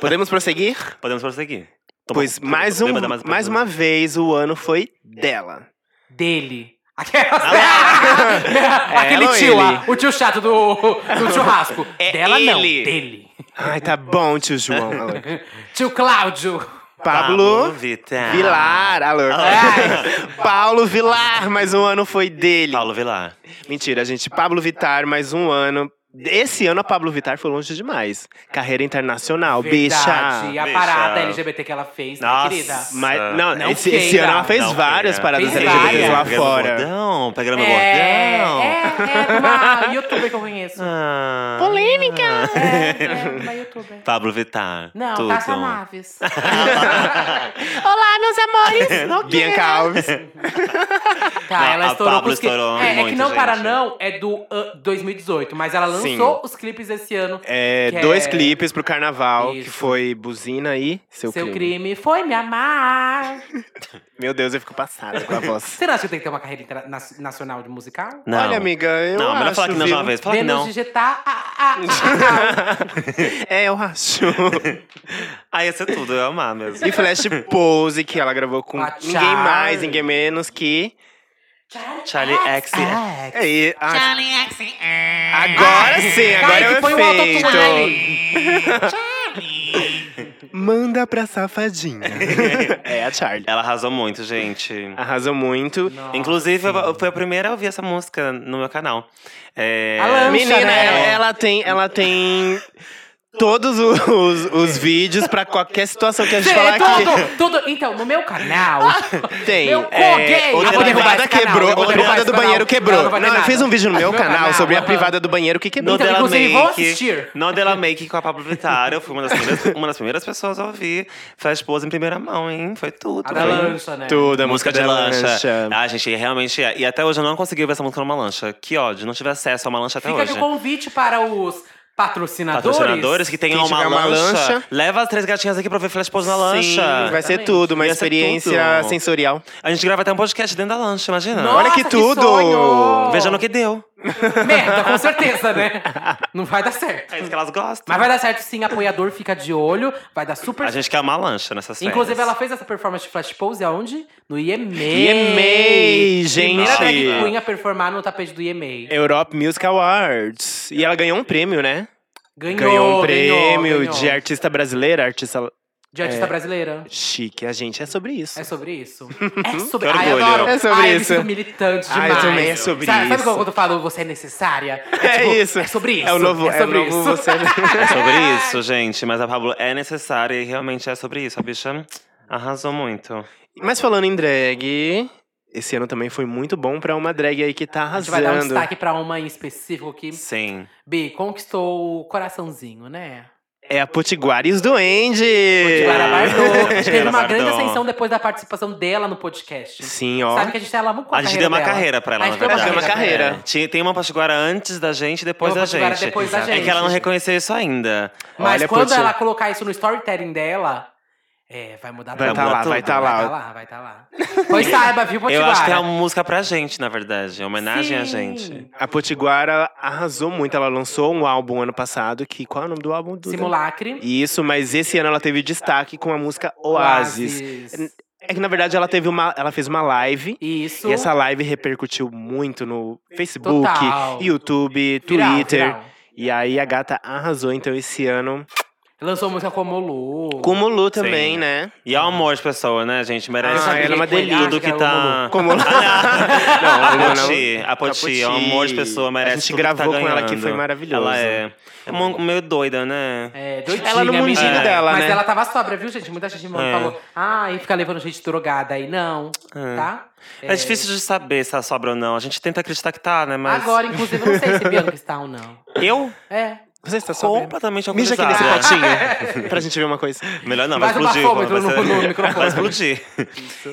S1: podemos prosseguir?
S2: Podemos prosseguir. Tô
S1: Pois
S2: bom, tô
S1: mais, um,
S2: bêbada, mas-
S1: mais uma vez o ano foi dela.
S3: Dele. Aquelas-
S1: É
S3: Aquele
S1: ela ou
S3: tio,
S1: ele?
S3: ah, o tio chato do, do churrasco.
S2: É
S3: Dela não,
S2: ele.
S3: dele.
S1: Ai, tá bom, tio João. alô.
S3: Tio Cláudio.
S1: Pablo
S2: Vittar.
S1: Vilar, alô.
S3: Ai.
S1: Paulo Vilar, mais um ano foi dele.
S2: Paulo Vilar.
S1: Mentira, gente. Pablo Vitar, mais um ano. Esse ano a Pablo Vitar foi longe demais. Carreira internacional,
S3: Verdade. E
S1: bicha.
S3: a
S2: Ah, Bicha.
S3: parada LGBT que ela fez, né,
S2: Nossa.
S3: querida?
S1: Mas, não,
S3: Não
S1: esse, esse
S3: queira.
S1: ano ela fez
S2: Não é.
S1: várias
S2: queira.
S1: paradas
S3: Fez
S1: LGBTs lá
S3: várias.
S1: fora.
S2: Bordão, pegando meu
S3: é,
S2: bordão.
S3: é, é de uma youtuber que eu conheço.
S2: Ah. Polêmica!
S3: É, é uma youtuber.
S2: Pablo Vittar.
S3: Não,
S2: tudo. Tá,
S3: Tasha Naves.
S1: Olá, meus amores! Bianca Alves.
S3: Tá,
S2: Não,
S3: ela
S2: a
S3: estourou
S2: Pabllo
S3: com os que...
S2: estourou
S3: é, é que
S2: muito,
S3: Não
S2: gente.
S3: Para Não é do ah, 2018, mas ela lançou os clipes esse ano.
S1: É,
S3: Que
S1: dois
S3: é-
S1: clipes pro carnaval, que
S3: Isso.
S1: foi Buzina e Seu,
S3: Seu
S1: crime.
S3: crime foi me amar.
S1: Meu Deus, eu fico passada com a voz.
S3: Você não acha que eu tenho que ter uma carreira interna- nas- nacional de musical?
S2: Não.
S1: Olha, amiga, eu
S2: não,
S1: acho,
S2: melhor falar que não de
S1: viu?
S2: uma vez. Fala que
S3: Menos
S2: não.
S3: digitar. ah, ah, ah, ah, ah.
S2: né?
S1: é, eu acho.
S2: Ah, ia ser tudo, eu ia amar mesmo.
S1: E Flash Pose, que ela gravou com
S3: Com a
S1: ninguém mais,
S3: Charli.
S1: ninguém menos que.
S2: Charlie X.
S3: Ah,
S1: E, ah,
S4: Charlie X. é.
S1: agora sim, agora
S3: Kaique,
S1: é
S3: põe
S1: o
S3: um autotune
S1: efeito.
S3: aí.
S4: Charlie.
S1: Manda pra safadinha. é a Charlie.
S2: Ela arrasou muito, gente.
S1: Arrasou muito.
S3: Nossa.
S2: Inclusive, eu- foi a primeira a ouvir essa música no meu canal. É...
S3: A Lancha,
S1: Menina,
S3: né?
S1: ela, ela tem, ela tem todos os, os vídeos pra qualquer situação que a gente
S3: Sim,
S4: é
S1: falar aqui.
S3: tudo, tudo. Então, no meu canal.
S1: Tem.
S3: Meu
S1: É,
S3: coguei!
S2: outra
S1: a
S2: vou derrubar
S1: privada quebrou, a privada do banheiro quebrou. Não, eu fiz um vídeo no meu canal sobre a privada do banheiro que quebrou.
S3: Então,
S2: Nodela
S3: inclusive, vou
S2: Make.
S3: assistir.
S2: Nodela Make com a Pablo Vittar. Eu fui uma das primeiras, uma das primeiras pessoas a ouvir Flash Pose em primeira mão, hein? Foi tudo.
S3: A da
S2: foi.
S3: lancha, né?
S1: Tudo, a
S2: Música de
S1: da
S2: lancha. Ah, gente, realmente é. E até hoje eu não consegui ver essa música numa lancha. Que ódio, não tive acesso a uma lancha até
S3: Fica aqui
S2: hoje.
S3: o convite para os patrocinadores.
S2: Patrocinadores que tenham
S1: Quem
S2: uma,
S1: tiver uma
S2: lancha,
S1: lancha.
S2: Leva as três gatinhas aqui pra ver Flash Pose na lancha.
S1: Sim, vai ser
S3: Exatamente.
S1: tudo, uma
S2: Ia ser
S1: experiência
S2: tudo.
S1: sensorial.
S2: A gente grava até um podcast dentro da lancha, imagina.
S3: Nossa,
S1: Olha que tudo!
S3: sonho!
S2: Veja no que deu.
S3: Merda, com certeza, né? Não vai dar certo.
S2: É isso que elas gostam.
S3: Mas vai dar certo sim, apoiador fica de olho, vai dar super
S2: A gente quer uma lancha nessas férias.
S3: Inclusive, ela fez essa performance de Flash Pose aonde? No IMA.
S1: IMA, gente.
S3: Primeira drag queen a performar no tapete do IMA.
S1: Europe Music Awards. E ela ganhou um prêmio, né?
S3: Ganhou,
S1: ganhou um prêmio
S3: ganhou, ganhou.
S1: de artista brasileira, artista
S3: De artista
S1: é.
S3: brasileira.
S1: chique. A gente é sobre isso.
S3: É sobre isso. É sobre,
S2: Que
S3: Ai, eu
S2: orgulho.
S3: adoro.
S1: É sobre
S3: Ai, eu me
S1: isso.
S3: sinto militante
S1: Ai,
S3: demais.
S1: eu também é sobre
S3: sabe, Sabe
S1: isso.
S3: quando eu falo você é necessária?
S1: É
S3: tipo,
S1: isso.
S3: É sobre isso.
S1: É o novo, é o
S3: sobre
S1: novo
S3: isso.
S1: você.
S2: É sobre isso, gente. Mas a Pablo é necessária e realmente é sobre isso. A bicha arrasou muito.
S1: Mas falando em drag, esse ano também foi muito bom pra uma drag aí que tá
S3: A gente vai dar um
S1: arrasando.
S3: destaque pra uma em específico que,
S2: Sim.
S3: Bi, conquistou o coraçãozinho, né?
S1: É a Potiguaris os Duende!
S3: De Guarabardô.
S2: É.
S3: Teve uma grande
S2: Guarabardô.
S3: ascensão depois da participação dela no podcast.
S1: Sim, ó.
S3: Sabe que a gente alavancou
S2: A gente deu uma
S3: dela.
S2: carreira pra ela,
S3: A
S2: na
S3: gente deu uma
S2: verdade.
S1: carreira. Deu uma carreira.
S2: É. Tinha- Tem uma Potiguara antes da gente e depois
S3: Tem
S2: da
S3: uma Potiguara
S2: gente.
S3: depois da
S2: É
S3: gente.
S2: que ela não reconheceu isso ainda.
S3: Mas
S1: Olha,
S3: quando
S1: Putin.
S3: ela colocar isso no storytelling dela, é, vai mudar
S1: Vai
S3: tudo.
S1: tá lá,
S3: tudo.
S1: vai tá lá.
S3: Vai tá lá, vai tá lá. Pois saiba, viu,
S2: Eu
S3: Potiguara?
S2: acho que é
S1: né?
S2: uma música pra gente, na verdade. É uma homenagem à
S3: Sim.
S2: gente.
S1: A Potiguara arrasou muito. Ela lançou um álbum ano passado que. Qual é o nome do álbum? Duda?
S3: Simulacre.
S1: Isso, mas esse ano ela teve destaque com a música Oasis. É que na verdade ela teve uma. Ela fez uma live.
S3: Isso.
S1: E essa live repercutiu muito no Facebook,
S3: Total.
S1: YouTube,
S3: Viral,
S1: Twitter.
S3: viral.
S1: E aí a gata arrasou, então, esse ano.
S3: Lançou música como Lu.
S1: Como Lu também,
S2: Sim.
S1: né?
S2: E é um amor de pessoa, né, gente? Merece
S1: Ah, ela é uma delícia.
S2: tudo que tá.
S1: Como Lu.
S2: Ah, a
S1: Não, Lu não.
S2: Poti, a Poti, é um amor de pessoa, merece
S1: A gente
S2: tudo
S1: gravou com
S2: que tá
S1: ela
S2: ganhando.
S1: que foi maravilhoso.
S2: Ela é, é mo- meio doida, né?
S3: É, doidinha,
S1: Ela no mundinho
S3: menina.
S1: dela,
S3: Mas
S1: né?
S3: ela tava sobra, viu, gente? Muita gente
S2: É.
S3: falou, ah, e fica levando gente drogada aí. Não,
S2: É.
S3: tá?
S2: É. difícil de saber se ela sobra ou não. A gente tenta acreditar que tá, né? Mas
S3: É, Agora, inclusive, eu não sei se Bianca está ou não.
S2: eu
S3: É.
S1: Você está sobre?
S2: completamente
S1: Mija aqui
S2: alcoolizada.
S1: nesse potinho pra gente ver uma coisa.
S2: Melhor não, vai
S3: Faz um
S2: explodir.
S3: bafômetro
S2: vai
S3: no- no microfone.
S2: Vai explodir.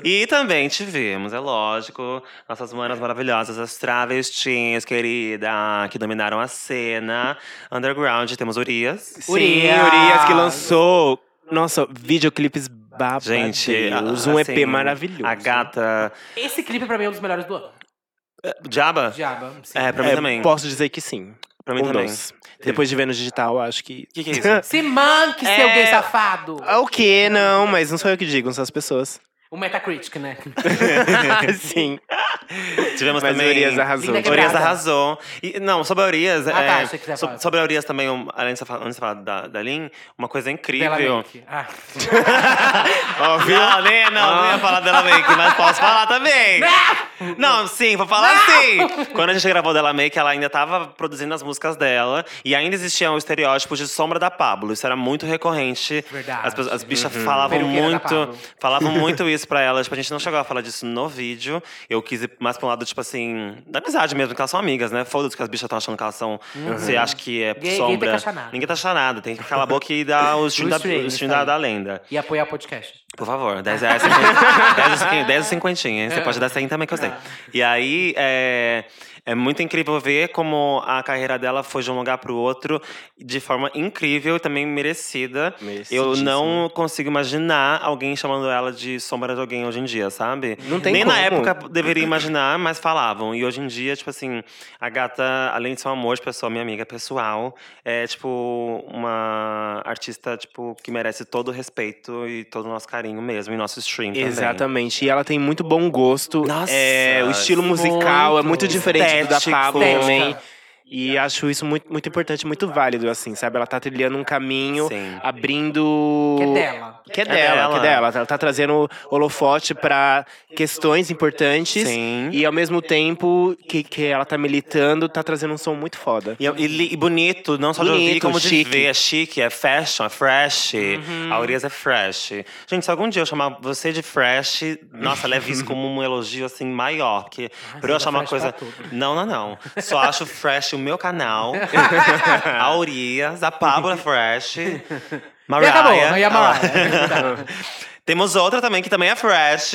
S2: E também tivemos, é lógico, nossas manas maravilhosas, as travestinhas, querida, que dominaram a cena. Underground, temos Urias.
S1: Sim,
S3: Urias.
S1: Urias que lançou. Nossa, videoclipes babadeiros.
S2: Gente, a-
S1: um
S2: assim,
S1: EP maravilhoso.
S2: A gata.
S3: Esse clipe, pra mim, é um dos melhores do ano.
S2: Diaba?
S3: Diaba. sim.
S2: É, pra mim
S1: É,
S2: também. O
S1: Posso dizer que sim.
S2: Pra mim
S1: Um
S2: também.
S1: dos. Depois de ver no digital, acho que.
S2: que, que é isso?
S3: Se manque, seu
S1: É.
S3: gay safado!
S1: Ah, O quê? Não, mas não sou eu que digo, são as pessoas.
S3: O Metacritic, né?
S1: sim.
S2: Tivemos
S1: Mas
S2: também.
S1: Urias arrasou.
S3: Linda
S2: Urias
S3: Quebrada.
S2: arrasou. E, não, sobre a Urias.
S3: Ah,
S2: é,
S3: tá, achei que você
S2: so-
S3: ia falar.
S2: sobre a Urias também, um, além de você falar, antes de você falar da, da Lin, uma coisa
S3: Bela
S2: incrível.
S3: Make. Ah.
S2: Ó, viu? Não, nem, não, não ia falar dela make, mas posso falar também. Não, sim, vou falar sim. Quando a gente gravou dela make, ela ainda tava produzindo as músicas dela e ainda existia o estereótipo de sombra da Pablo. Isso era muito recorrente.
S3: Verdade. Uhum.
S2: As, pessoas- as bichas falavam
S3: Peruqueira da
S2: muito,
S3: Pablo.
S2: falavam muito isso pra ela. Tipo, a gente não chegou a falar disso no vídeo. Eu quis ir mais pra um lado, tipo assim, da amizade mesmo, que elas são amigas, né? Foda-se que as bichas estão achando que elas são. Você acha que é
S3: Uhum. Ninguém- ninguém
S2: sombra.
S3: tem que achar nada.
S2: Ninguém tá achando nada. Tem que calar a boca e dar os stream da,
S3: stream,
S2: o stream
S3: isso
S2: da,
S3: aí.
S2: da lenda.
S3: E apoiar o podcast.
S2: Por favor, 10 reais. 10 10 cinquentinha. Você
S3: É.
S2: pode dar 100 também que eu sei.
S3: Ah.
S2: E aí, é, é muito incrível ver como a carreira dela foi de um lugar pro outro de forma incrível e também merecida. Eu não consigo imaginar alguém chamando ela de sombra de alguém hoje em dia, sabe?
S1: Não tem
S2: Nem na
S1: como.
S2: época deveria imaginar, mas falavam. E hoje em dia, tipo assim, a gata, além de ser um amor de pessoa, minha amiga pessoal, é tipo uma artista tipo que merece todo o respeito e todo o nosso carinho mesmo, e nosso stream também.
S1: Exatamente. E ela tem muito bom gosto.
S2: Nossa,
S1: é, o estilo musical é muito
S3: muito.
S1: diferente do da
S2: Estético. né?
S1: Pablo
S3: Estética.
S1: também. E acho isso muito, muito importante, muito válido, assim, sabe? Ela tá trilhando um caminho,
S2: Sim.
S1: abrindo.
S3: Que é dela.
S1: Que é
S2: É
S1: dela, que é
S2: dela.
S1: dela. Ela tá trazendo holofote pra questões importantes.
S2: Sim.
S1: E ao mesmo tempo que, que ela tá militando, tá trazendo um som muito foda.
S2: E, e li- e bonito, não só de ouvir,
S1: Bonito,
S2: como
S1: chique.
S2: de ver. É chique, é fashion, é fresh.
S3: Uhum.
S2: A Urias é fresh. Gente, se algum dia eu chamar você de fresh, nossa, leve isso como um elogio, assim, maior. Porque pra eu
S3: dá
S2: achar uma
S3: fresh
S2: coisa…
S3: pra tudo.
S2: Não, não, não. Só acho fresh o meu canal. a Urias, a Pablo fresh. Mariah.
S3: acabou, e a Mariah.
S2: Ah. Temos outra também, que também é fresh.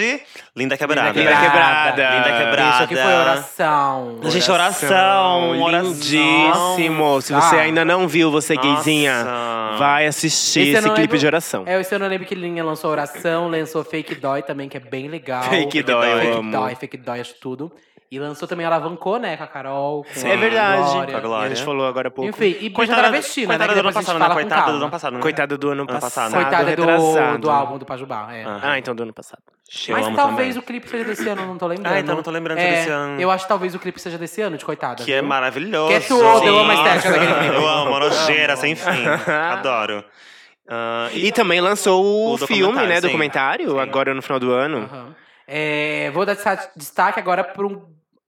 S2: Linda Quebrada.
S1: Linda Quebrada.
S2: Linda Quebrada.
S3: Isso aqui foi oração.
S2: Gente, oração, oração.
S1: Lindíssimo. um Se você
S3: Ah.
S1: ainda não viu, você
S2: Nossa.
S1: gayzinha, vai assistir
S3: Esse
S1: esse,
S3: eu não
S1: clipe
S3: lembro-
S1: de oração.
S3: É, esse ano eu lembro que Linha lançou Oração, lançou Fake Dói também, que é bem legal.
S1: Fake Dói, eu
S3: Fake
S1: amo.
S3: Dói, Fake Dói, acho tudo. E lançou também Alavancou, né, com a Carol. Com
S1: É
S3: a
S1: verdade.
S3: Glória.
S2: Com a Glória.
S1: A gente falou agora há pouco.
S3: Enfim,
S2: né?
S3: e Beijo da Travesti, né?
S2: Coitada do
S3: que
S2: ano
S3: depois a
S2: passado,
S3: gente
S2: né?
S3: fala com
S2: Coitada do
S3: calma.
S2: ano passado, né?
S1: Coitada do ano
S2: Ano
S1: passado.
S2: passado.
S3: Coitada do,
S1: retrasado.
S3: do álbum do Pajubá, é.
S2: Ah.
S1: Ah, então do ano passado.
S2: Eu
S3: Mas
S2: amo
S3: talvez
S2: também.
S3: o clipe seja desse ano, eu não tô lembrando.
S2: Ah, então não tô lembrando se é
S3: é,
S2: desse ano.
S3: Eu acho que talvez o clipe seja desse ano, de coitada.
S2: Que é
S3: viu?
S2: maravilhoso.
S3: Que é tudo, eu amo a estética daquele
S2: Nossa,
S3: clipe.
S2: Eu amo, nojeira,
S3: Amo,
S2: sem
S3: amo.
S2: fim. Adoro. Ah, e-
S1: E também lançou o,
S2: O
S1: filme, né?
S2: documentário, sim.
S1: Documentário, agora no final do ano.
S3: Aham. É, vou dar desta- destaque agora para um.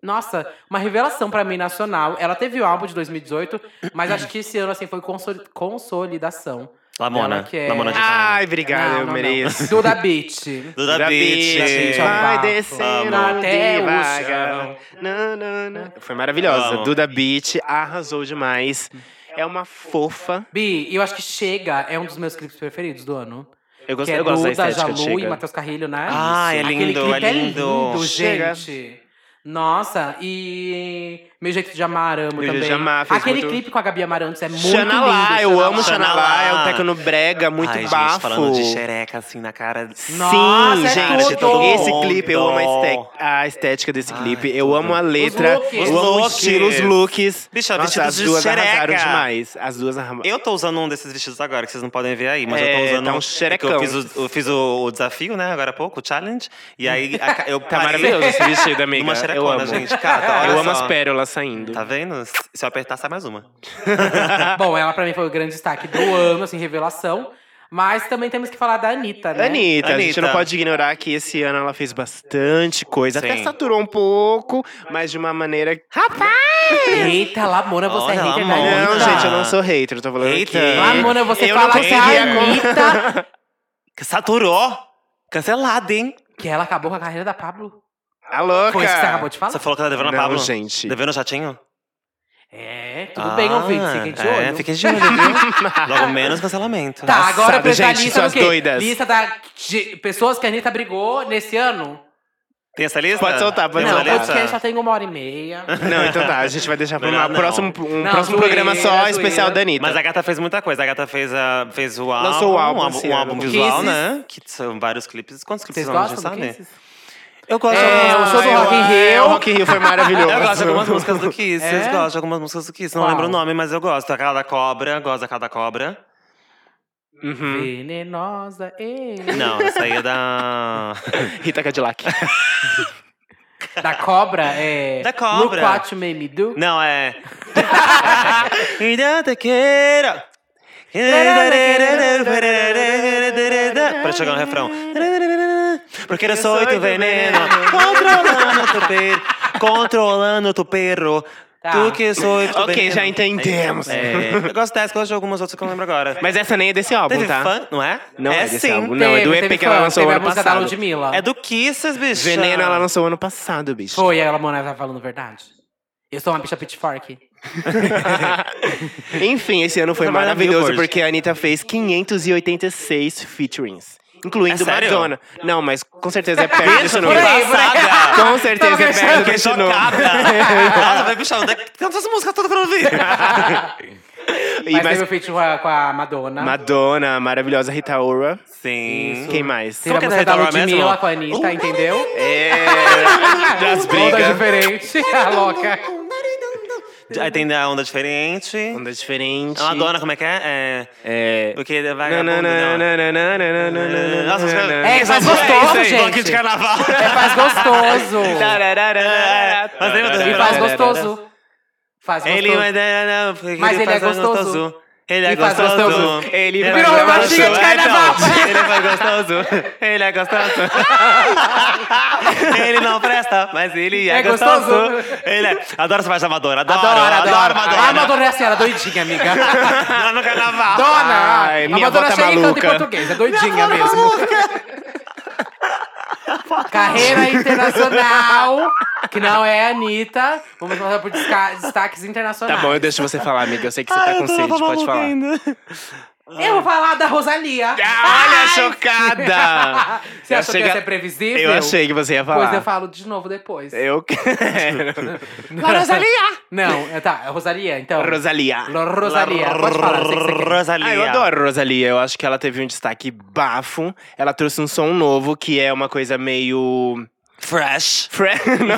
S3: Nossa, uma revelação pra mim nacional. Ela teve o álbum de 2018, mas acho que esse ano assim foi consoli- consolidação.
S2: Lamona.
S3: Ela que é-
S2: Lamona de
S1: Ai, obrigada,
S3: Não,
S1: eu
S3: não, não.
S1: mereço.
S3: Duda Beat.
S2: Duda Beach.
S3: Beat.
S1: Vai
S3: Bafo.
S1: descendo
S2: Amo.
S1: até
S3: Até o
S1: devagar.
S3: chão.
S1: Não, não, não. Foi maravilhosa.
S2: Amo.
S1: Duda Beat arrasou demais. É uma fofa.
S3: Bi, eu acho que Chega é um dos meus clipes preferidos do ano.
S1: Eu gosto,
S3: que é
S1: eu gosto da
S3: Duda,
S1: estética
S3: Jalu e
S1: chega.
S3: Matheus Carrilho, né?
S2: Ah, é
S3: Aquele
S2: lindo,
S3: clipe
S2: é
S3: é lindo,
S2: lindo.
S1: Chega.
S3: gente. Nossa, e Meu Jeito de Amar, amo
S1: Meu Jeito
S3: também.
S1: de Amar, fez
S3: Aquele
S1: muito-
S3: clipe com a Gabi Amarantos é muito
S1: Xanalá,
S3: lindo.
S1: eu amo
S2: Xanalá.
S1: Xanalá. É um tecno brega, muito
S2: Ai, gente,
S1: bafo.
S2: falando de xereca, assim, na cara.
S3: Nossa,
S1: Sim,
S3: é
S1: gente,
S3: tudo!
S1: esse clipe, eu amo a, este-
S2: Tudo!
S1: a estética desse
S2: Ai,
S1: clipe. eu
S2: tudo.
S1: amo a letra,
S3: Os looks!
S1: eu amo
S2: Os
S1: o estilo, os looks.
S2: Bicha,
S1: Nossa,
S2: vestidos
S1: as
S2: de
S1: duas arrasaram
S2: xereca.
S1: demais. As duas arrasaram.
S2: Eu tô usando um desses vestidos agora, que vocês não podem ver aí, mas eu
S1: É,
S2: tô usando
S1: tá um
S2: que
S1: xerecão.
S2: Eu fiz, o, eu fiz o, o desafio, né, agora há pouco, o challenge. E aí a ca- eu
S1: Tá
S2: parei
S1: maravilhoso esse vestido, amiga.
S2: numa
S1: eu
S2: xerecona,
S1: amo.
S2: gente. Cata, olha
S1: Eu amo
S2: só.
S1: as pérolas saindo.
S3: Né?
S2: Tá vendo? Se- Se eu apertar, sai mais uma.
S3: Bom, ela pra mim foi o grande destaque do ano, assim, revelação. Mas também temos que falar da Anitta, né?
S1: Anitta, a gente
S2: Anitta.
S1: não pode ignorar que esse ano ela fez bastante coisa. Até
S2: Sim.
S1: saturou um pouco, mas de uma maneira.
S3: Eita, Lamona, você
S2: Olha,
S3: é hater da
S2: Lamona.
S3: Anitta.
S1: Não, gente, eu não sou hater, eu tô falando
S2: Hater.
S1: que.
S3: Lamona, você
S1: eu
S3: fala
S1: não
S3: que é a
S1: conseguiria com-
S3: Anitta...
S2: Saturou! Cancelada, hein?
S3: que ela acabou com a carreira da Pablo.
S1: A louca!
S3: Foi isso que você acabou de falar?
S2: Você falou que tá devendo a
S1: Não,
S2: Pablo?
S1: gente.
S2: Devendo chatinho? Ah,
S3: É, tudo bem, ouvinte, fiquem de
S1: Ah,
S3: olho.
S2: É, fiquem de olho, viu? Logo menos cancelamento.
S3: Tá,
S1: Passado,
S3: agora apresentar a
S1: gente,
S3: lista
S1: suas
S3: do quê?
S1: doidas.
S3: Lista da, de pessoas que a Anitta brigou nesse ano?
S2: Tem essa lista?
S1: Pode soltar, pode
S2: Tem essa
S3: não, o
S1: soltar.
S2: lista?
S3: podcast já tem uma hora e meia.
S1: Não, então tá, a gente vai deixar pra
S2: Melhor
S1: uma
S2: não.
S1: próximo, um
S3: Não,
S1: próximo
S3: zoeira,
S1: programa só
S3: zoeira.
S1: especial da
S3: tá
S1: Anitta.
S2: Mas a gata fez muita coisa. A gata fez, a, fez o álbum.
S1: Lançou o álbum
S2: um
S1: esse
S2: álbum, um álbum
S1: ano.
S2: visual,
S3: Kisses.
S2: né? Que são vários clipes. Quantos clipes
S3: Vocês
S2: são, a gente
S3: gostam
S1: né?
S3: do
S2: sabe?
S3: Kisses?
S2: Eu gosto.
S3: É,
S2: de
S3: o show do
S1: Ai,
S3: Rock in
S1: ai,
S3: Rio.
S1: é, O Rock in Rio foi maravilhoso.
S2: Eu gosto de algumas músicas do Kiss.
S3: É?
S2: Eu gosto de algumas músicas do Kiss. Não
S3: Qual?
S2: lembro o nome, mas eu gosto. Aquela da cobra, gosto daquela da cobra.
S1: Uhum.
S3: Venenosa, ei.
S2: Não, essa aí é da.
S1: Rita Cadillac.
S3: Da cobra, é...
S2: Da cobra.
S3: Look what you made me do.
S2: Não, é. Pra chegar no refrão. Porque eu sou teu veneno, controlando teu perro, controlando teu perro.
S3: Tá.
S2: Tu que sou teu
S1: ok,
S2: veneno.
S1: já entendemos.
S2: É, eu gosto dessa, gosto de algumas outras que eu não lembro agora.
S1: Mas essa nem é desse álbum,
S2: teve
S1: tá?
S2: fã, não é?
S1: Não é,
S2: é
S1: desse
S2: sim.
S1: álbum. Não, é do
S3: Teve-
S1: EP que
S3: teve
S1: ela
S3: fã,
S1: lançou
S3: teve a
S1: ano
S3: música da
S1: passado.
S3: Ludmilla.
S2: É do Kisses, bicho.
S1: Veneno ela lançou ano passado, bicho.
S3: Foi, a Lamona tá falando verdade. Eu sou uma bicha pitchfork.
S1: É Enfim, esse ano foi
S2: Trabalhar no
S1: maravilhoso
S2: Billboard.
S1: porque a Anitta fez 586 featurings. incluindo
S2: É sério?
S1: Madonna. Não, mas com certeza é perto desse
S2: Por
S1: número.
S2: aí, por aí.
S1: Com certeza
S3: Tava
S1: é perto
S2: Fiquei
S1: desse número.
S2: chocada. Nossa, vai puxar. onde é que- Canta essa música toda pra eu ouvir.
S1: E
S3: Mas,
S1: mais-
S3: teve o feat com a, com a Madonna.
S1: Madonna, maravilhosa Rita Ora.
S2: Sim.
S1: Quem mais?
S3: Teve a
S2: Como que é
S3: música da
S2: da Rita Ora
S3: Ludmilla
S2: mesmo?
S3: com a Anitta, entendeu?
S1: É. Das
S3: Toda
S1: Uh! brigas.
S3: diferente, a louca.
S2: Aí tem a onda diferente.
S1: Onda diferente.
S2: A Madonna, como é que é?
S1: É.
S2: É. O que vai. né? Nossa, essa-
S1: É
S3: É, faz
S2: isso aí,
S3: gostoso,
S2: isso aí,
S3: gente.
S2: bloquinho de carnaval.
S3: É, faz gostoso.
S2: É, Mas lembra do-
S3: E faz gostoso. Faz gostoso.
S2: Ele vai. não, não, não,
S3: Mas ele é
S2: faz
S3: gostoso.
S2: Ele é
S3: E faz
S2: gostoso.
S3: gostoso.
S1: Ele
S2: é
S1: virou
S3: uma
S2: gostoso.
S3: baixinha de carnaval.
S2: Então, Ele é gostoso. Ele é gostoso. ele não presta, mas ele é,
S3: É gostoso.
S2: Ele é. Adoro essa parte da Madonna. Adoro,
S3: Adoro, adoro.
S2: Madonna.
S3: A Madonna é assim, ela é doidinha, amiga.
S2: Ela no carnaval.
S3: Dona!
S1: Ai,
S3: a
S1: minha
S3: Madonna
S1: avó tá
S3: chega e canta
S1: maluca. tá
S3: em português, é doidinha mesmo. Carreira internacional, que não é a Anitta. Vamos passar por desca- destaques internacionais.
S1: Tá bom, eu deixo você falar, amiga. Eu sei que você
S2: Ai,
S1: tá
S2: eu
S1: com
S2: tô
S1: sede, pode
S2: maluca
S1: falar.
S2: ainda.
S3: Eu vou falar da Rosalia.
S1: Ah, olha,
S3: Ai!
S1: chocada!
S3: Você
S1: Eu
S3: achou que
S1: achei
S3: ia
S1: que-
S3: ser previsível?
S1: Eu achei que você ia falar.
S3: Pois eu falo de novo depois.
S1: Eu quero.
S3: La Rosalia! Não, é, tá, a Rosalia, então.
S1: Rosalia.
S3: La Rosalia. Pode falar, sei que você quer.
S2: Rosalia.
S1: Ah, eu adoro Rosalia. Eu acho que ela teve um destaque bafo. Ela trouxe um som novo, que é uma coisa meio.
S2: Fresh.
S1: Fresh. Não.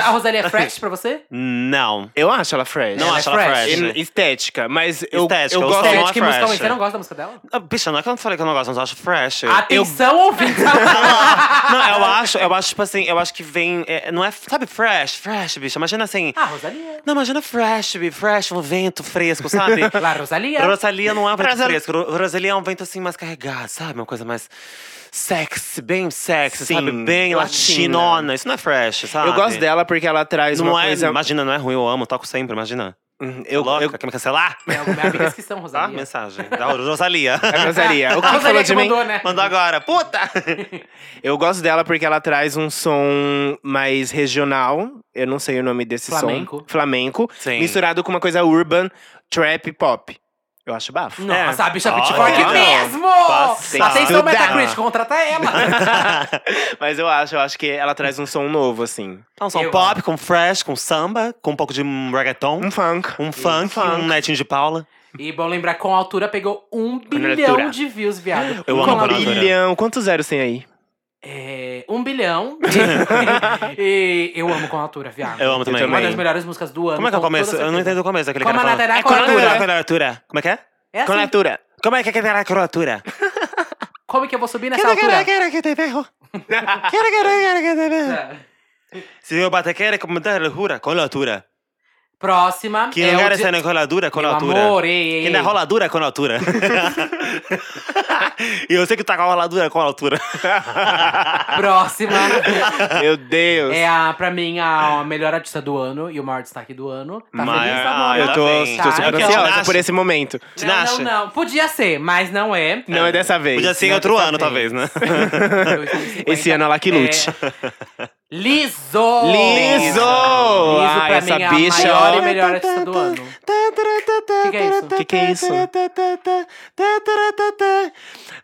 S3: A, a Rosalia é fresh pra você?
S2: Não.
S1: Eu acho ela fresh.
S2: Não
S3: Ela
S2: acho
S3: é
S2: ela
S3: fresh.
S2: fresh.
S1: E- Estética, mas eu,
S2: Estética,
S1: eu
S2: o
S1: gosto.
S2: som
S3: Gente,
S2: é
S3: que música
S2: fresh.
S3: ruim. Você não gosta da música dela?
S2: Ah, Bicha, não é que eu não falei que eu não gosto, mas eu acho fresh.
S1: Ah,
S3: Atenção, ouvintes!
S2: Não, eu acho, eu acho, tipo assim, eu acho que vem. é, não é. Sabe, fresh, fresh, bicha. Imagina assim.
S3: Ah, Rosalia.
S2: Não, imagina fresh, bi, fresh, um vento fresco, sabe?
S3: La Rosalia.
S2: Rosalia não é um vento
S1: Rosal-
S2: fresco. Ro- Rosalia é um vento assim mais carregado, sabe? Uma coisa mais sexy, bem sexy,
S1: Sim,
S2: sabe? Bem
S1: latina.
S2: latinona. Isso não é fresh, sabe?
S1: Eu gosto dela porque ela traz
S2: Não
S1: uma
S2: é,
S1: coisa. Hum,
S2: Imagina, não é ruim, eu amo, toco sempre, imagina.
S1: Eu,
S2: Louca,
S1: eu,
S2: quer me cancelar?
S3: Tem algumas amigas é que são
S2: Tá?
S3: Rosalia.
S2: Mensagem. Da Rosalia.
S1: a Rosalia. O que
S3: A
S1: que falou
S3: Rosalia
S1: de
S3: que
S1: mim?
S3: mandou, né?
S2: Mandou agora. Puta!
S1: Eu gosto dela porque ela traz um som mais regional. Eu não sei o nome desse
S3: Flamenco.
S1: som. Flamenco.
S2: Sim.
S1: Misturado com uma coisa urban, trap e pop. Eu acho bafo.
S3: Nossa, a bicha
S2: Ó,
S3: pitchfork
S2: ó.
S3: mesmo!
S2: Passada.
S3: Atenção,
S1: Estudar.
S3: Metacritic, contrata ela!
S1: É. Mas eu acho, eu acho que ela traz um som novo, assim.
S2: Então, são
S3: Eu Hum.
S2: pop, com fresh, com samba, com um pouco de um reggaeton,
S1: Um funk.
S2: um funk, um netinho de Paula.
S3: e bom lembrar, com a altura pegou um bilhão de views, viado.
S2: Eu
S3: com
S2: amo
S1: um
S2: Bonadura.
S1: bilhão. Quantos zeros tem aí?
S3: É, um bilhão. e eu amo com a altura, viado.
S2: Eu amo também.
S3: Uma
S1: também.
S3: das melhores músicas do ano.
S2: Como é que é o
S3: com
S2: começo?
S3: toda
S2: Eu não
S3: certeza.
S2: entendo o começo daquele
S3: Como
S2: cara
S3: a
S2: falando.
S3: Natará,
S2: É
S3: como a
S2: coloratura,
S3: Natará.
S2: coloratura. Como é que é?
S3: É assim,
S1: Conatura.
S2: Como é que é que tem a coloratura?
S3: como que eu vou subir nessa
S2: tá,
S3: altura?
S2: que te ferro. Quero, quero, quero que te
S3: É.
S2: ferro. Se eu bater, quero comentar loucura, coloratura.
S3: Próxima
S2: Que
S3: é
S2: lugar
S3: o...
S2: está
S3: di-
S2: na coloratura,
S3: Meu
S2: coloratura.
S3: amor, ei, ei.
S2: Que na roladura, coloratura. E eu sei que tá com a roladura, coloratura.
S3: Próxima
S1: Meu Deus.
S3: é, a, pra mim, a melhor artista do ano e o maior destaque do ano. Tá
S2: Mas-
S3: feliz, amor?
S1: ah, eu tô,
S2: Parabéns.
S1: tô super
S3: Tá.
S1: ansiosa
S2: Tinashe.
S1: por esse momento.
S2: Te
S3: Não, não,
S2: nasce?
S3: não. Podia ser, mas não é.
S1: Não é dessa vez.
S2: Podia ser em
S3: Não,
S2: outro
S3: dessa
S2: ano,
S3: vez.
S2: talvez, né?
S1: Esse ano ela que lute.
S3: É. Liso!
S1: Liso!
S3: Liso, pra
S1: Ai,
S3: mim,
S1: Ah, essa
S3: é a
S1: bicha,
S3: maior e
S1: ó.
S3: melhor artista do
S2: O
S3: ano. que é isso?
S1: Que que é isso?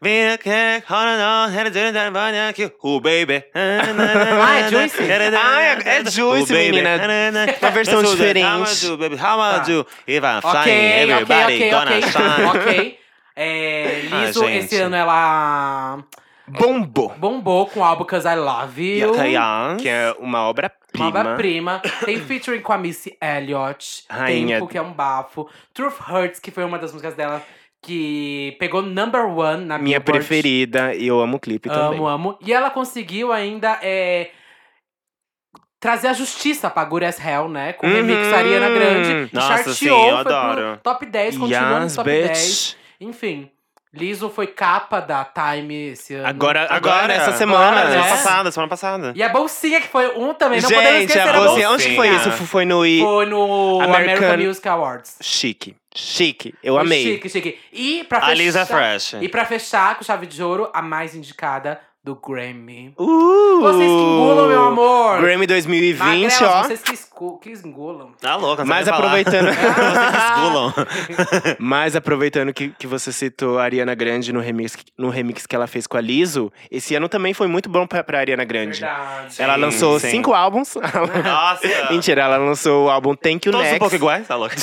S2: O baby.
S3: Ah, é Juicy?
S1: Ah, é- é Juicy, menina. Uma versão diferente.
S2: How
S3: Tá.
S2: about you? If I'm flying,
S3: Ok, ok,
S2: everybody
S3: ok,
S2: gonna
S3: ok.
S2: shine.
S3: ok. É, Liso,
S2: Ah, gente.
S3: esse ano ela
S1: Bombo.
S3: bombou com o álbum Cause I Love You.
S2: Yakayan.
S1: Que é uma obra-prima.
S3: Uma prima. Tem featuring com a Missy Elliott.
S1: Rainha.
S3: Tempo, que é um bafo. Truth Hurts, que foi uma das músicas dela que pegou number one na
S1: Minha
S3: Billboard.
S1: preferida. E eu amo o clipe também.
S3: Amo, amo. E ela conseguiu ainda é, trazer a justiça pra Good as Hell, né? Com o remix
S1: Uhum.
S3: da Ariana Grande. E
S2: Nossa,
S3: charteou,
S2: sim, eu
S3: foi
S2: adoro.
S3: pro top 10, continuou
S1: Yes,
S3: no top
S1: bitch.
S3: 10. Enfim, Liso foi capa da Time esse ano.
S1: Agora, agora,
S2: Agora,
S1: essa
S2: agora,
S1: semana.
S3: né?
S2: Semana
S3: É.
S2: passada, semana passada.
S3: E a Bolsinha, que foi um também, não podemos
S1: Gente,
S3: esquecer
S1: a
S3: a
S1: bolsinha.
S3: Bolsinha.
S1: Onde foi isso?
S2: bolsinha.
S1: Foi no... I...
S3: Foi no
S1: American-
S3: American Music Awards.
S1: Chique. Chique. Eu
S3: Foi
S1: amei.
S3: Chique, chique. E pra
S2: A Lisa
S3: fechar,
S2: Fresh.
S3: E pra fechar com chave de ouro, a mais indicada do Grammy.
S1: Uh!
S3: Vocês que engulam, meu amor!
S1: Grammy 2020,
S3: Magrelas,
S1: ó.
S3: Vocês que, escu- que engulam.
S2: Tá louca, não
S1: Mas
S2: sabe falar.
S1: aproveitando,
S2: Vocês que esgulam.
S3: É
S1: mas aproveitando que, que você citou a Ariana Grande no remix, no remix que ela fez com a Liso, esse ano também foi muito bom pra, pra Ariana Grande.
S3: Verdade.
S1: Ela
S2: Sim,
S1: lançou
S2: sim.
S1: cinco álbuns.
S2: Nossa.
S1: Mentira, ela lançou o álbum Thank You
S2: Todos um
S1: Next.
S2: pouco iguais, tá louca.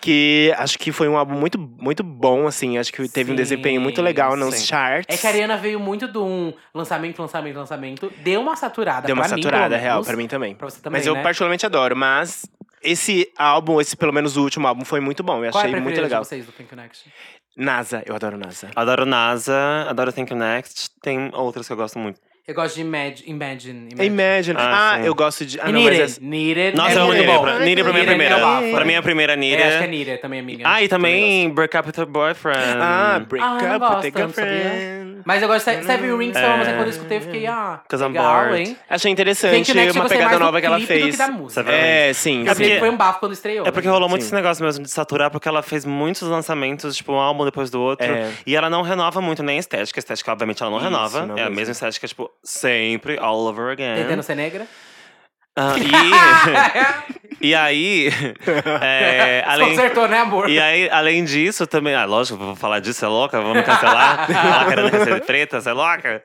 S1: que acho que foi um álbum muito, muito bom, assim. Acho que teve um
S3: Sim,
S1: desempenho muito legal nos
S2: sim.
S1: charts.
S3: É que a Ariana veio muito de um lançamento, lançamento, lançamento. Deu uma saturada.
S1: Deu uma
S3: pra mim,
S1: saturada, é
S3: pelo
S1: real,
S3: menos.
S1: pra mim também.
S3: Pra você também,
S1: mas eu
S3: né?
S1: particularmente adoro, mas esse álbum, esse pelo menos o último álbum, foi muito bom. Eu
S3: Qual é a
S1: achei muito
S3: preferida
S1: legal.
S3: de vocês do Pink Connection?
S1: NASA, eu adoro NASA.
S2: Adoro NASA, adoro Thank You Next. Tem outras que eu gosto muito.
S3: Eu gosto de Imagine. Imagine.
S1: Imagine.
S2: Ah,
S1: Ah,
S2: sim.
S1: eu gosto de. Ah,
S3: E
S1: não, mas
S3: Needed.
S1: essa-
S3: Needed.
S2: Nossa,
S1: É
S2: é eu amo
S1: muito
S2: Nira.
S1: bom.
S2: Pra- Nira pra mim é a
S3: Nira é
S2: primeira.
S3: meu bafo.
S2: Pra mim é a primeira, Nira.
S3: É, acho que é Needed também, amiga.
S2: Ah, e também Break Up With Your Boyfriend.
S1: Ah, break
S3: Ah, eu não
S1: up
S3: gosto
S1: with a
S3: tanto, sabia?
S1: girlfriend.
S3: Mas eu gosto de Se- Seven Rings, foi uma
S2: É.
S3: música que quando eu escutei, eu fiquei, ah,
S2: 'Cause I'm
S3: legal,
S2: bored.
S3: hein?
S1: Achei
S3: Pink
S1: interessante
S3: Next, eu
S1: uma
S3: gostei
S1: pegada
S3: é mais do
S1: nova que ela
S3: clipe do que
S1: fez.
S3: da música.
S1: É, sim.
S2: É
S3: O
S1: sim.
S3: clipe
S2: porque-
S3: foi um bafo quando estreou.
S2: É porque
S3: né?
S2: rolou muito
S1: Sim.
S2: esse negócio mesmo de saturar, porque ela fez muitos lançamentos, tipo, um álbum depois do outro.
S1: É.
S2: E ela não renova muito nem a estética. A estética, obviamente, ela não
S1: Isso,
S2: renova.
S1: não
S2: é a
S1: mesmo.
S2: mesma estética, tipo, sempre, all over again.
S3: Tentando ser é negra.
S2: Ah, e, e aí. é, além,
S3: Consertou, né, amor?
S2: E é- aí, além disso, também. Ah, lógico, vou falar disso, é louca? Vamos cancelar? ela querendo ser preta, você é louca?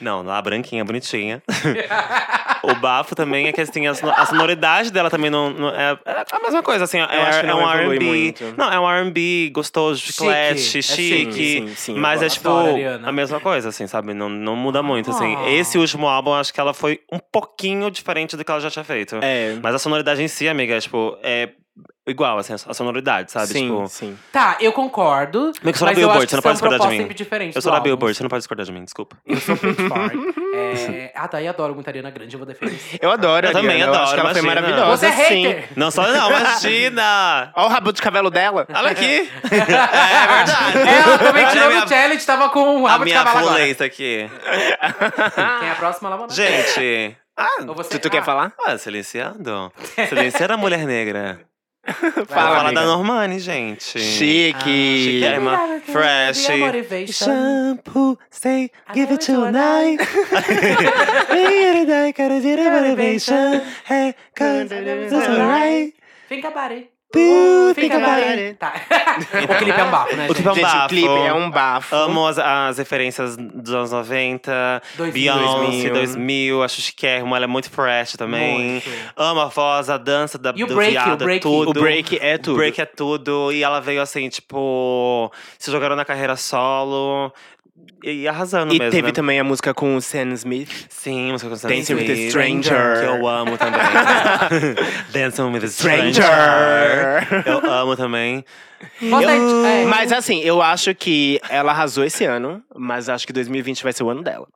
S2: Não, lá branquinha, bonitinha. o bafo também é que assim, a, sono- a sonoridade dela também não. não- é, é a mesma coisa, assim, é,
S1: acho que
S2: é
S1: não
S2: um
S1: evolui
S2: RB.
S1: muito.
S2: Não, é um RB gostoso,
S3: Chique,
S2: chiclete,
S3: é
S2: chique.
S1: chique. Sim, sim, eu
S2: mas é
S1: gosto.
S2: tipo
S3: Adoro, Ariana.
S2: a mesma coisa, assim, sabe? Não, não muda muito, assim.
S3: Ah.
S2: Esse último álbum, acho que ela foi um pouquinho diferente do que ela já tinha feito.
S1: É.
S2: Mas a sonoridade em si, amiga, é tipo, é igual, assim, a sonoridade, sabe?
S1: Sim,
S2: Tipo,
S1: sim.
S3: Tá, eu concordo.
S2: Como é que eu sou da
S3: mas eu
S2: Billboard?
S3: acho que
S2: Você não pode
S3: são
S2: discordar de
S3: propostas
S2: mim.
S3: sempre diferentes
S2: eu sou da
S3: do álbum.
S2: Billboard, você não pode discordar de mim, desculpa.
S3: Eu sou muito forte. É... Ah, daí adoro muito a Ariana Grande, eu vou defender.
S1: Eu adoro,
S2: Eu
S1: a
S2: também
S1: Ariana, Eu acho
S2: adoro,
S1: que ela foi
S2: imagina.
S1: maravilhosa.
S3: Você é
S1: sim.
S3: hater!
S2: Não só não, imagina!
S1: Olha o rabo de cavalo dela.
S2: Olha aqui! é verdade!
S3: Ela também
S2: Olha
S3: tirou
S2: a
S3: no challenge, tava com um
S2: minha, a
S3: rabo de
S2: minha
S3: cavalo agora.
S2: fuleta aqui.
S3: Quem é a próxima, Lamona?
S2: Gente...
S3: Ou
S2: Ah,
S3: você-
S1: Tu, tu
S3: Ah,
S1: quer falar?
S2: ah, silenciado. Silenciado a mulher negra.
S1: Fala,
S2: Fala
S1: amiga.
S2: da Normani, gente.
S1: Chique.
S2: Ah, chiquérrima. Fresh.
S3: Be a motivation.
S2: Shampoo, stay,
S3: I
S2: give it
S3: love you
S2: tonight. Make it a gotta get a motivation. Hey, cause it's alright.
S3: Think about it.
S2: Ooh,
S1: think about it.
S3: Tá. o clipe é um bafo, né,
S2: O clipe é um
S1: Gente,
S2: bafo.
S1: o clipe é um bafo.
S2: Amo as, as referências dos anos 90,
S3: 2000.
S2: Beyoncé
S1: 2000.
S2: 2000, acho chiquérrimo, ela é muito fresh também.
S3: Muito.
S2: Amo a voz, a dança da,
S3: E o
S2: do
S3: break,
S2: viado,
S3: o break.
S2: tudo.
S1: O break é
S2: O
S1: tudo.
S2: break é tudo. E ela veio assim, tipo, se jogaram na carreira solo e, e arrasando
S1: E
S2: mesmo.
S1: teve
S2: né?
S1: também a música com o Sam Smith.
S2: Sim, música com Sam
S1: Dancing with a
S2: Smith,
S1: Stranger.
S2: Que eu amo também. Dancing with a Stranger.
S1: Stranger!
S2: Eu amo também.
S3: Posso dar- é,
S1: Mas assim, eu acho que ela arrasou esse ano, mas acho que 2020 vai ser o ano dela.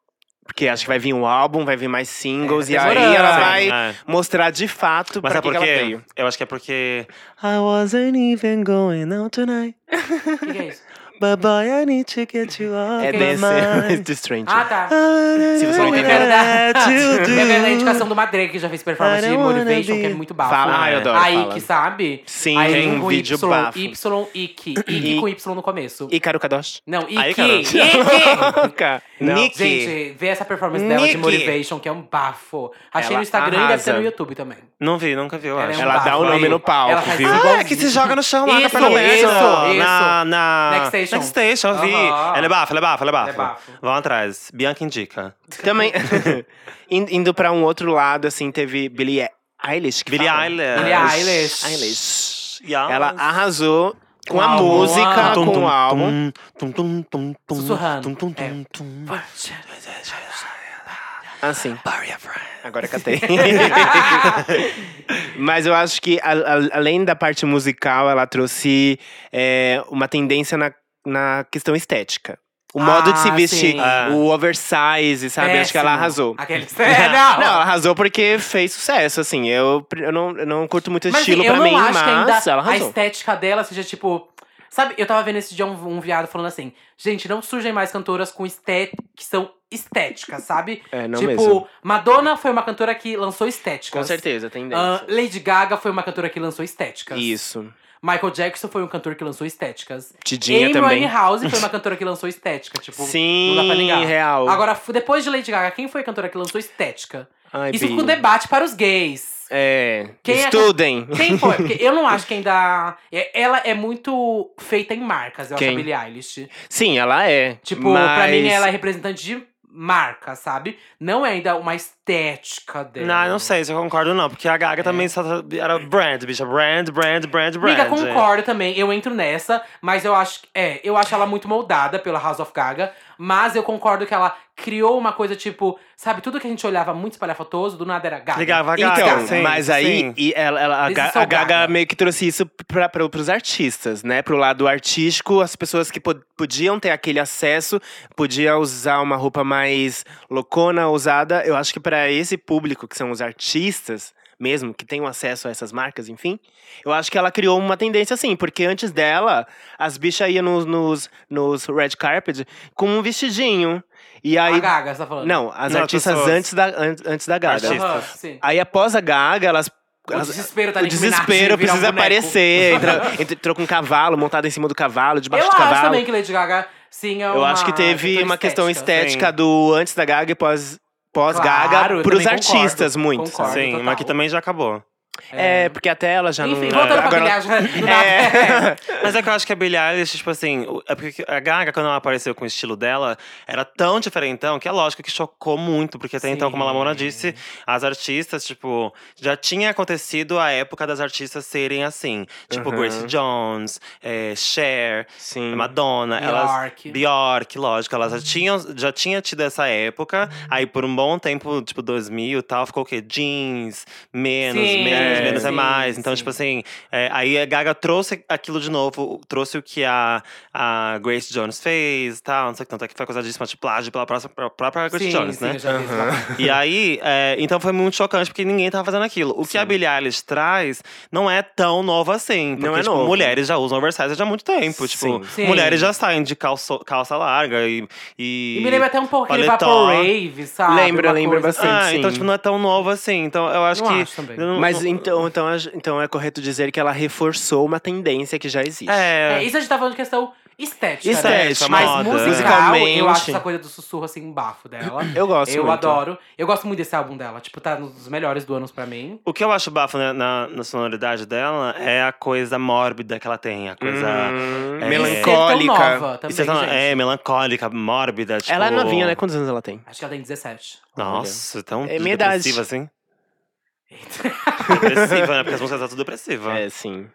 S1: Porque acho que vai vir um álbum, vai vir mais singles,
S3: É,
S1: e
S3: demorando.
S1: aí ela
S3: Sim,
S1: vai
S2: é.
S1: mostrar de fato
S2: Mas
S1: pra que,
S2: sabe por
S1: que ela
S2: quê?
S1: veio.
S2: Eu acho que é porque. I wasn't even going out tonight.
S3: O que que é isso?
S2: But boy, I need to get you off
S1: É
S3: Ok.
S1: Dance with the Stranger.
S3: Ah, tá.
S1: Se você não
S3: Eu
S1: entendeu.
S3: quero dar, eu quero dar a indicação do Madre, que já fez performance
S2: I
S3: de
S2: don't wanna
S3: Motivation,
S2: be-
S3: que é muito bafo.
S1: Fala, ah, eu adoro,
S3: A
S1: fala.
S3: Ike, sabe?
S1: Sim,
S3: a Ike
S1: tem
S3: com
S1: um vídeo
S3: y,
S1: bafo.
S3: Y, Ike. Ike
S1: I-
S3: com Y no começo.
S1: E Karuka Dosh?
S3: Não, Ike.
S2: Aí, cara.
S3: Ike!
S1: Nunca.
S2: Não. Nick.
S3: Gente, vê essa performance dela de
S2: Nick.
S3: Motivation, que é um bafo. Achei
S1: Ela
S3: no Instagram e deve ser
S1: arrasa.
S3: no YouTube também.
S2: Não vi, nunca vi, eu
S3: Ela é
S2: acho.
S3: um
S1: Ela dá
S3: bafo,
S1: o nome
S3: aí.
S1: no palco,
S3: Ela faz
S1: viu?
S2: Ah, é
S3: igualzinho.
S2: que se joga no chão lá, com a perna
S3: Isso,
S2: aberta.
S3: isso,
S2: Na, na...
S3: Next Station.
S2: Next Station, eu vi.
S3: Aham.
S2: Ela é bafa, ela é bafa, ela é bafa.
S3: é bafo.
S2: Vão atrás. Bianca indica.
S1: Também. In- Indo pra um outro lado, assim, teve Billie Eilish. Que
S2: Billie
S1: fala.
S2: Eilish.
S3: Billie Eilish.
S1: Eilish.
S2: Yes.
S1: Ela arrasou com a
S3: Com o álbum.
S1: música,
S3: Tum,
S1: com o álbum.
S2: Tum, tum, tum, tum,
S3: Sussurrando.
S2: tum, tum,
S3: É.
S2: tum, tum.
S1: Assim,
S2: Bury a friend.
S1: agora catei. Mas eu acho que, a- a- além da parte musical, ela trouxe é, uma tendência na, na questão estética. O
S3: Ah,
S1: modo de se vestir,
S3: sim.
S2: Ah.
S1: o oversize, sabe? Acho que ela
S3: Péssimo.
S1: arrasou.
S3: Aqueles... É, não.
S1: Não, ela arrasou porque fez sucesso, assim. Eu, eu, não, eu não curto muito esse
S3: Mas, assim,
S1: estilo
S3: eu
S1: pra
S3: não
S1: mim,
S3: acho
S1: mas
S3: que ainda
S1: ela
S3: a
S1: arrasou.
S3: estética dela seja tipo. Sabe, eu tava vendo esse dia um, um viado falando assim: gente, não surgem mais cantoras com estética que são estéticas, sabe?
S1: É, não
S3: tipo,
S1: mesmo.
S3: Madonna foi uma cantora que lançou estéticas.
S1: Com certeza, tendência.
S3: Ah, Lady Gaga foi uma cantora que lançou estéticas.
S1: Isso.
S3: Michael Jackson foi um cantor que lançou estéticas.
S1: Tidinha
S3: Amy
S1: também.
S3: Winehouse foi uma cantora que lançou estética, tipo,
S1: Sim,
S3: não dá pra negar.
S1: real.
S3: Agora, f- depois de Lady Gaga, quem foi a cantora que lançou estética?
S1: Ai,
S3: Isso
S1: Bi.
S3: fica um debate para os gays.
S1: É.
S3: Quem é-
S1: Estudem.
S3: Quem foi? Porque eu não acho que ainda. é- Ela é muito feita em marcas, eu
S1: Quem?
S3: acho a Billie Eilish.
S1: Sim, ela é.
S3: Tipo,
S1: mas...
S3: pra mim ela é representante de marca, sabe? Não é ainda uma estética dela.
S1: Ah,
S2: Não, não sei se eu concordo, não. Porque a Gaga também só era brand, bicha. Brand, brand, brand, brand.
S3: Amiga, concordo também. Eu entro nessa, mas eu acho que. É, eu acho ela muito moldada pela House of Gaga. Mas eu concordo que ela criou uma coisa, tipo, sabe, tudo que a gente olhava muito espalhafatoso, do nada era gaga.
S2: Ligava a Gaga.
S1: Então,
S2: sim,
S1: mas aí
S2: sim.
S1: e ela, ela- a,
S3: This
S1: Ga-
S3: is so
S1: a Gaga
S3: Gaga.
S1: meio que trouxe isso pra, pra, pros artistas, né? Pro lado artístico, as pessoas que pod- podiam ter aquele acesso, podiam usar uma roupa mais loucona, ousada. Eu acho que pra esse público, que são os artistas mesmo, que tem um acesso a essas marcas, enfim, eu acho que ela criou uma tendência assim, porque antes dela, as bichas iam nos, nos, nos red carpet com um vestidinho. E
S3: A
S1: aí.
S3: Gaga, você tá falando?
S1: Não, as
S2: Não,
S1: artistas
S2: pessoas.
S1: antes da, an- antes da Gaga.
S2: Artistas.
S3: Aham, sim.
S1: Aí após a Gaga, elas.
S3: O
S1: elas-
S3: desespero tá
S1: o desespero precisa aparecer. Entra, entrou com um cavalo, montado em cima do cavalo, debaixo
S3: Eu
S1: do
S3: acho
S1: cavalo.
S3: também que Lady Gaga, sim, é
S1: Eu
S3: uma
S1: acho que teve
S3: cantora
S1: uma questão estética
S2: Sim.
S1: do antes da Gaga e pós. Pós-Gaga
S3: Claro, eu
S1: pros
S3: também concordo,
S1: artistas, muito.
S3: concordo.
S1: sabe?
S2: Sim,
S3: total.
S2: mas que também já acabou.
S1: É, porque até ela já
S3: Enfim,
S1: não. é.
S3: voltando pra
S1: agora-
S3: Billie Eilish, do nada.
S1: É.
S2: Mas é que eu acho que a Billie Eilish, tipo assim, o- é porque a Gaga, quando ela apareceu com o estilo dela, era tão diferentão que é lógico que chocou muito, porque até então, como a Lamona disse, as artistas, tipo, já tinha acontecido a época das artistas serem assim. Tipo,
S1: Uhum.
S2: Grace Jones, eh, Cher,
S1: Sim.
S2: Madonna,
S3: Bjork. Uhum.
S2: elas. Bjork, lógico, elas já tinham já tinha tido essa época. Aí por um bom tempo, tipo 2000 e tal, ficou o quê? Jeans, menos,
S3: Sim,
S2: menos,
S1: é.
S2: menos é
S3: sim,
S2: mais. Então,
S3: sim.
S2: tipo assim, é, aí a Gaga trouxe aquilo de novo, trouxe o que a, a Grace Jones fez e tal, não sei o que, tanto é que foi acusada de smart plágio pela próxima- pela
S1: é
S2: própria Grace
S3: sim,
S2: Jones,
S3: sim,
S2: né?
S3: eu já vi isso.
S2: E aí, é, então foi muito chocante, porque ninguém tava fazendo aquilo. O que a Billie Eilish traz não é tão novo assim. Porque,
S1: Não é
S2: tipo,
S1: novo.
S2: mulheres já usam oversize há muito tempo.
S1: Sim.
S2: Tipo,
S3: Sim.
S2: mulheres já saem de calço- calça larga e. E,
S3: E me lembra até um pouco aquele
S2: Paletó.
S3: Vaporwave, sabe?
S1: Lembra,
S3: Uma
S1: lembra
S3: coisa- assim.
S1: bastante.
S2: Ah,
S1: sim.
S2: então, tipo, não é tão novo assim. Então, eu acho
S3: Não
S2: que.
S3: acho também.
S2: eu não-
S1: Mas
S2: não-
S1: então, então, a- então é correto dizer que ela reforçou uma tendência que já existe. é,
S2: É.
S3: É, isso a gente tá falando de questão estética. né?
S1: Estética,
S3: Mas
S2: moda.
S3: musical,
S1: Musicalmente.
S3: eu acho essa coisa do sussurro, assim, um bafo dela.
S1: Eu gosto
S3: Eu
S1: muito.
S3: adoro. Eu gosto muito desse álbum dela. Tipo, tá nos melhores do ano pra mim.
S2: O que eu acho bafo né, na, na sonoridade dela é a coisa mórbida que ela tem, a coisa.
S1: Hum,
S2: É.
S1: melancólica.
S3: Ser tão nova
S2: E
S3: também,
S2: você tá-
S3: gente.
S2: é, melancólica, mórbida. Tipo...
S1: Ela é novinha, né? Quantos anos ela tem?
S3: Acho que ela tem 17.
S2: Nossa, tão
S1: É minha idade.
S2: depressiva assim.
S3: Eita.
S2: Depressiva, né? Porque as músicas são tudo depressivas.
S1: É, sim.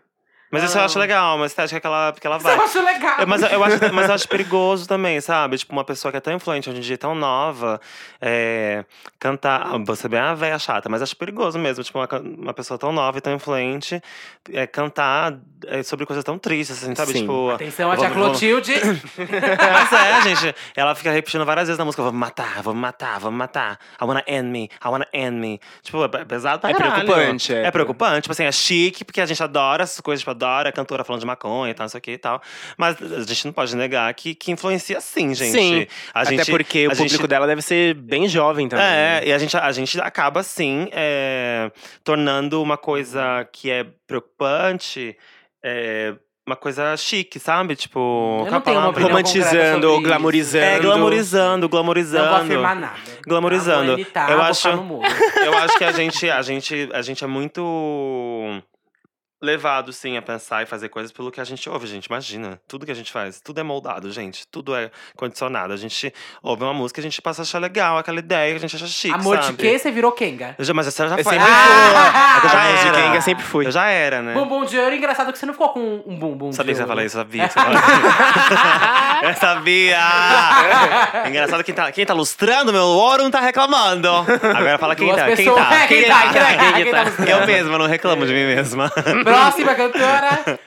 S2: Mas isso eu
S1: Ah.
S2: acho legal, uma estética que é ela, que ela
S3: Isso eu
S2: vai.
S3: acho legal.
S2: É, mas, eu acho, mas eu acho perigoso também, sabe? Tipo, uma pessoa que é tão influente hoje em dia, tão nova, é, cantar. ah, Você bem a velha chata, mas acho perigoso mesmo. Tipo, uma, can- uma pessoa tão nova e tão influente é, cantar é, sobre coisas tão tristes, assim, sabe?
S1: Sim.
S2: Tipo.
S3: Atenção, a
S2: eu vou-
S3: tia Clotilde.
S2: Mas é, gente. Ela fica repetindo várias vezes na música: vou me matar, vou me matar, vou me matar. I wanna end me, I wanna end me. Tipo, é pesado pra
S3: Tá
S1: É
S2: caralho.
S1: preocupante, é.
S2: É preocupante. Tipo assim, é chique, porque a gente adora essas coisas, tipo, adora a cantora falando de maconha e tal, não sei o que e tal. Mas a gente não pode negar que, que influencia sim, gente.
S1: Sim.
S2: A gente,
S1: Até porque o
S2: a gente-
S1: público dela deve ser bem jovem também. né?
S2: é, e a gente, a gente acaba, sim, é, tornando uma coisa que é preocupante. é, uma coisa chique, sabe? Tipo,
S3: Eu
S2: qual a
S3: não tenho uma
S2: palavra?
S3: opinião concreta sobre
S1: Romantizando,
S3: isso.
S1: glamourizando.
S2: É, glamorizando,
S3: Não vou
S2: glamorizando.
S3: afirmar nada.
S2: Glamorizando.
S3: Vou evitar,
S2: Eu
S3: vou
S2: acho-
S3: ficar no muro.
S2: Eu acho que a gente, a gente, a gente é muito levado sim a pensar e fazer coisas pelo que a gente ouve, gente. Imagina, tudo que a gente faz, tudo é moldado, gente. Tudo é condicionado. A gente ouve uma música, a gente passa a achar legal aquela ideia, a gente acha chique,
S3: Amor de
S2: sabe?
S3: quê? Você virou Kenga.
S2: Eu já, mas essa já
S1: Eu
S2: foi.
S1: sempre
S3: Ah!
S2: eu já
S1: A música
S2: era.
S1: Kenga sempre fui.
S2: Eu já era, né?
S3: Bumbum de ouro, engraçado que você não ficou com um bumbum
S2: Sabia que você
S3: de
S2: ia
S3: ouro.
S2: falar isso, sabia. Que você ia falar isso. eu sabia! Engraçado, quem tá, quem tá lustrando meu ouro não tá reclamando. Agora fala quem
S3: Duas
S2: tá, quem
S3: pessoas.
S2: tá.
S3: É, quem tá, quem tá, quem tá lustrando. É.
S2: Eu mesma, não reclamo de mim mesma.
S3: Próxima cantora.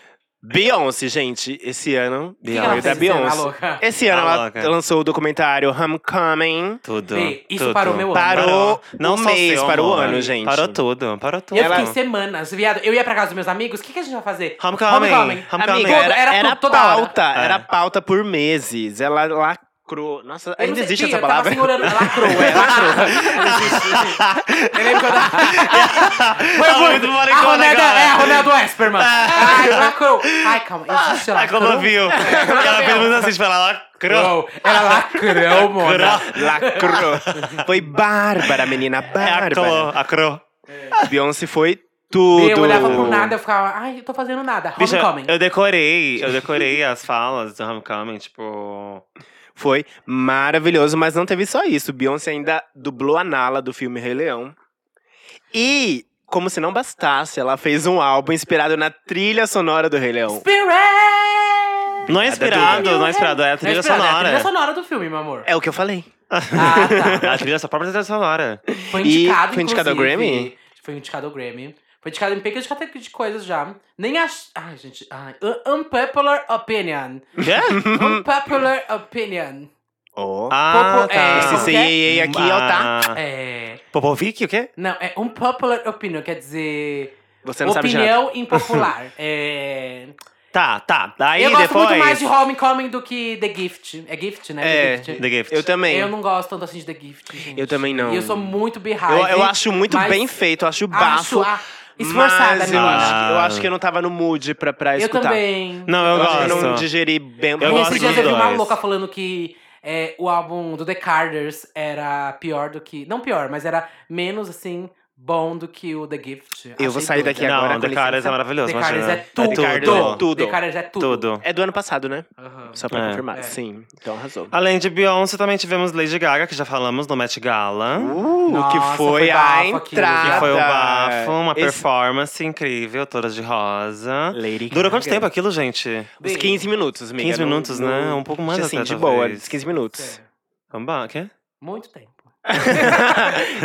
S1: Beyoncé, gente, esse ano.
S3: que ela
S1: Beyoncé.
S2: é
S3: fez
S1: da
S3: esse ano,
S1: Beyoncé.
S3: a é louca?
S1: Esse ano
S2: A
S1: ela
S2: louca.
S1: lançou o documentário Homecoming.
S2: Tudo.
S3: Bê, isso
S2: tudo.
S3: parou meu ano.
S1: Parou
S2: Não
S1: o
S2: só
S1: mês,
S2: seu,
S1: parou o
S2: amor.
S1: ano, gente.
S2: Parou tudo, parou tudo.
S3: Eu fiquei semanas, viado. Eu ia pra casa dos meus amigos, o que, que a gente vai fazer?
S2: Homecoming. Homecoming.
S3: Amiga,
S1: Amiga, era,
S3: era
S1: era
S3: tudo, toda hora.
S1: pauta.
S2: É.
S1: Era pauta por meses. Ela Lacrou. Nossa,
S3: Eu não
S1: ainda
S3: sei-
S1: existe
S3: Bia,
S1: essa palavra?
S3: Tava segurando, lacrou, é, lacrou. Existe. Eu lembro quando... Foi
S2: Falou
S3: muito
S2: do
S3: a
S2: Morricone né?
S3: Ronaldo,
S2: agora.
S3: é, a Ronaldo Esperman. Ai, lacrou. Ai, calma, existe
S2: Ai,
S3: lacrou.
S2: Tá como viu? Ela pelo menos assiste falar lacrou.
S3: Lacrou. Era lacrou, mona.
S1: Lacrou. Foi Bárbara, menina
S2: É a cro,
S1: Bárbara.
S2: a cro.
S1: Beyoncé foi tudo.
S3: Eu olhava pro nada, eu ficava, ai, eu tô fazendo nada.
S2: Bicha,
S3: Homecoming.
S2: eu decorei, eu decorei as falas do Homecoming, tipo...
S1: Foi maravilhoso, mas não teve só isso. Beyoncé ainda dublou a Nala do filme Rei Leão. E, como se não bastasse, ela fez um álbum inspirado na trilha sonora do Rei Leão.
S3: Spirit!
S2: Não é inspirado, não é inspirado, é a
S3: Não
S2: trilha
S3: inspirado, É a
S2: sonora.
S3: trilha sonora do filme, meu amor.
S1: É o que eu falei.
S3: Ah, tá.
S2: A trilha, a própria trilha sonora.
S3: Foi
S1: E
S3: indicado,
S1: foi indicado ao
S3: inclusive.
S1: Grammy?
S3: Foi indicado ao Grammy. Foi indicado em pequenas categorias de coisas já. Nem acho... Ai, gente. Ai. Un- Unpopular opinion.
S2: Quê?
S3: Unpopular opinion.
S1: Oh.
S2: Ah,
S3: Popo- é,
S1: Esse
S3: como que é?
S1: CAA aqui é o tá.
S2: Ah,
S3: É...
S2: Popovic, o quê?
S3: Não, é unpopular opinion. Quer dizer...
S1: Você não sabe de nada.
S3: opinião impopular. é...
S2: Tá, tá. Aí
S3: eu
S2: depois...
S3: gosto muito mais de Homecoming do que The Gift. É Gift, né?
S1: É,
S3: The Gift.
S2: The Gift.
S1: Eu também.
S3: Eu
S1: Eu,
S3: não gosto tanto assim de The Gift, gente.
S1: Eu também não.
S3: E eu sou muito behind.
S1: eu, acho muito
S3: mas
S1: bem feito, eu acho
S3: Acho,
S1: bafo.
S3: ah, esforçada,
S1: mas
S3: menina.
S1: eu acho, que- eu
S2: Ah.
S1: acho que eu não tava no mood pra, pra
S3: Eu
S1: escutar.
S3: também.
S2: Não, eu
S1: Eu acho que eu não
S2: gosto.
S1: digeri bem.
S2: Eu gosto
S3: Esses dias eu
S2: dos
S3: vi uma
S2: dois.
S3: louca falando que é, o álbum do The Carters era pior do que. Não pior, mas era menos assim. Bom do que o The Gift.
S1: Eu vou
S3: Achei
S1: sair
S3: doido.
S1: daqui
S2: não,
S1: agora, com
S2: The Carters
S1: licença.
S2: é maravilhoso,
S3: The Carters
S2: imagina.
S3: é tudo.
S1: The Carters Então, é tudo.
S3: The Carters é tudo.
S2: Tudo.
S1: É do ano passado, né?
S3: Aham.
S1: Só pra
S2: É.
S1: confirmar.
S3: É.
S1: Sim, então arrasou.
S2: Além de Beyoncé, também tivemos Lady Gaga, que já falamos no Met Gala.
S1: Uh,
S3: Nossa,
S1: que
S3: foi
S1: foi
S3: bafo
S1: a
S3: aquilo.
S1: entrada.
S2: que foi o bafo, uma
S1: Esse-
S2: performance incrível, toda de rosa.
S1: Lady
S2: Durou quanto
S1: Gaga.
S2: tempo aquilo, gente?
S1: Uns 15 minutos, amiga.
S2: 15
S1: no-
S2: minutos,
S1: no-
S2: né? Um pouco mais
S1: assim,
S2: até,
S1: de boa,
S2: talvez.
S1: uns 15 minutos.
S3: É,
S2: Vamos quê?
S3: Muito tempo.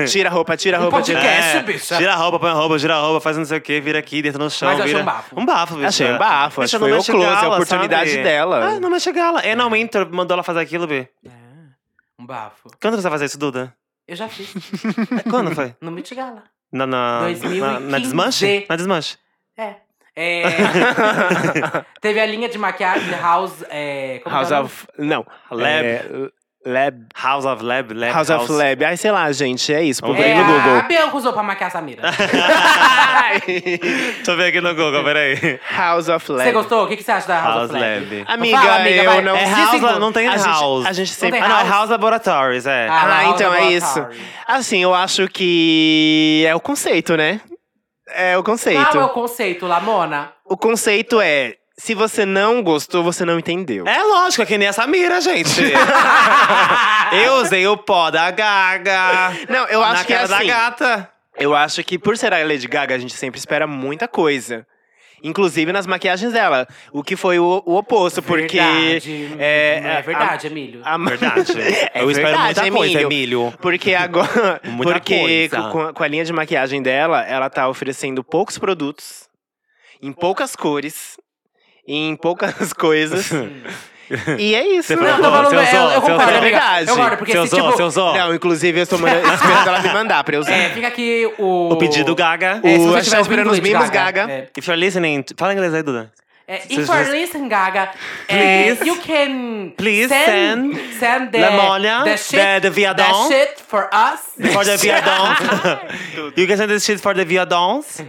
S1: tira a roupa, tira a
S3: Um
S1: roupa,
S3: podcast.
S1: tira
S3: Esquece, bicha.
S2: É. Gira a roupa, põe a roupa, gira a roupa, faz não sei o quê, vira aqui, deita no chão.
S3: Mas eu achei
S2: vira...
S3: um bafo.
S2: Um bafo, bicha.
S1: Achei um bafo,
S2: Bicha,
S1: acho que
S2: no
S1: foi o
S2: Met
S1: close, a
S2: Gala,
S1: oportunidade
S2: sabe?
S1: dela.
S2: Ah, no Met Gala. É, não, Inter mandou ela fazer aquilo, Bi.
S3: É, Um bafo.
S2: Quando você vai fazer isso, Duda? É
S3: Eu já fiz.
S2: Quando foi?
S3: no Met Gala.
S2: Na, na,
S3: 2015.
S2: na, na desmanche? Na desmanche.
S3: É, teve a linha de maquiagem House. É, como que é o
S1: House
S3: nome?
S1: of... Não.
S2: Lab.
S1: É, lab.
S2: House of Lab, Lab
S1: House of Lab. Ai, sei lá, gente, é isso. Procurei
S3: É,
S1: no
S3: a, a
S1: Google.
S3: Bianca usou pra maquiar a Samira.
S2: Deixa eu ver aqui no Google, peraí.
S1: House of Lab.
S3: Você gostou? O que, que você acha da House,
S2: House
S3: of Lab?
S2: Lab.
S1: Amiga,
S3: Fala, amiga, vai.
S1: eu não...
S2: É
S1: Se
S2: House,
S1: segura.
S2: não tem
S1: a
S2: House.
S1: Gente, a gente sempre...
S3: tem
S2: Ah, não, é
S3: House.
S2: House Laboratories, é.
S3: Ah,
S1: Ah,
S3: House
S1: então é isso.
S3: Laboratory.
S1: Assim, eu acho que é o conceito, né? É o
S2: Ah,
S1: conceito.
S3: Qual é o conceito, Lamona?
S1: O conceito é: se você não gostou, você não entendeu.
S2: É lógico, é que nem a Samira, gente. eu usei o pó da gaga.
S1: Não, eu acho
S2: na
S1: que é
S2: cara da
S1: assim.
S2: gata.
S1: Eu acho que por ser a Lady Gaga, a gente sempre espera muita coisa. Inclusive nas maquiagens dela. O que foi o, o oposto, porque.
S3: Verdade.
S1: é,
S3: Não é
S1: a- Ah,
S3: verdade, Emílio.
S1: a-
S2: Verdade.
S1: É
S2: eu espero
S1: verdade,
S2: muita coisa,
S1: Emílio.
S2: Emílio.
S1: Porque agora.
S2: Muita
S1: porque
S2: coisa.
S1: Com, com a linha de maquiagem dela, ela tá oferecendo poucos produtos, em poucas cores, em poucas coisas. e é isso.
S2: Você
S3: Não, eu tô
S2: Ô,
S3: falando,
S2: seu
S3: eu,
S2: Zó,
S3: eu
S2: seu
S3: concordo,
S2: Zó.
S3: amiga.
S1: É Verdade.
S3: Eu concordo, porque
S2: seu
S3: se,
S2: Zó,
S3: tipo...
S2: seu Zó.
S1: Não, inclusive eu estou manda- esperando ela me mandar pra eu usar.
S3: É, fica aqui o...
S2: O pedido gaga.
S1: O- a
S3: É, se você
S1: gente
S3: tiver
S1: tá esperando
S3: ouvindo
S1: os mimos,
S3: it,
S1: Gaga.
S3: É.
S2: If you're listening... to- Fala em inglês aí, Duda.
S3: É,
S2: Se
S3: if
S2: você-
S3: you're listening, Gaga, é,
S2: Please.
S3: you can
S2: Please
S3: send, send the,
S2: Lamonia,
S3: the shit,
S2: the- the viadão.
S3: the shit for us.
S2: For the viadons. you can send this shit for the viadons.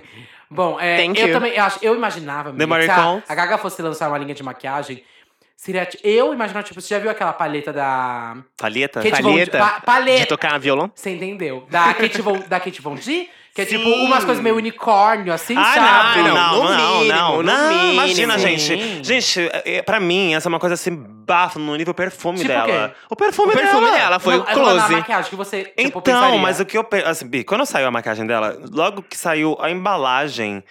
S3: Bom, é,
S1: Thank
S3: eu
S1: you.
S3: também eu acho, eu imaginava amiga, que se a,
S2: Maricons.
S3: a Gaga fosse lançar uma linha de maquiagem, seria ti- eu imaginava tipo, você já viu aquela paleta da
S2: Palheta?
S3: Kate Von
S1: palheta?
S3: pa,
S1: De
S3: paleta.
S1: tocar violão?
S3: Você entendeu? Da Kate Von, da Kate Von D, que é tipo
S1: Sim.
S3: umas coisas meio unicórnio assim,
S2: Ah,
S3: sabe?
S2: não,
S1: não,
S2: não,
S1: no
S2: não,
S1: mínimo,
S2: não,
S1: no
S2: não,
S1: mínimo.
S2: Imagina,
S3: Sim.
S2: gente. Gente, é, é, pra mim, essa é uma coisa assim, bafo no nível perfume
S3: Tipo o
S2: dela.
S3: quê?
S2: O perfume,
S1: O perfume dela foi
S3: Não,
S1: o
S3: eu tô falando da
S1: close.
S3: maquiagem que você tipo,
S2: Então,
S3: pensaria.
S2: mas o que eu. pe- Assim, Bi, quando saiu a maquiagem dela, logo que saiu a embalagem,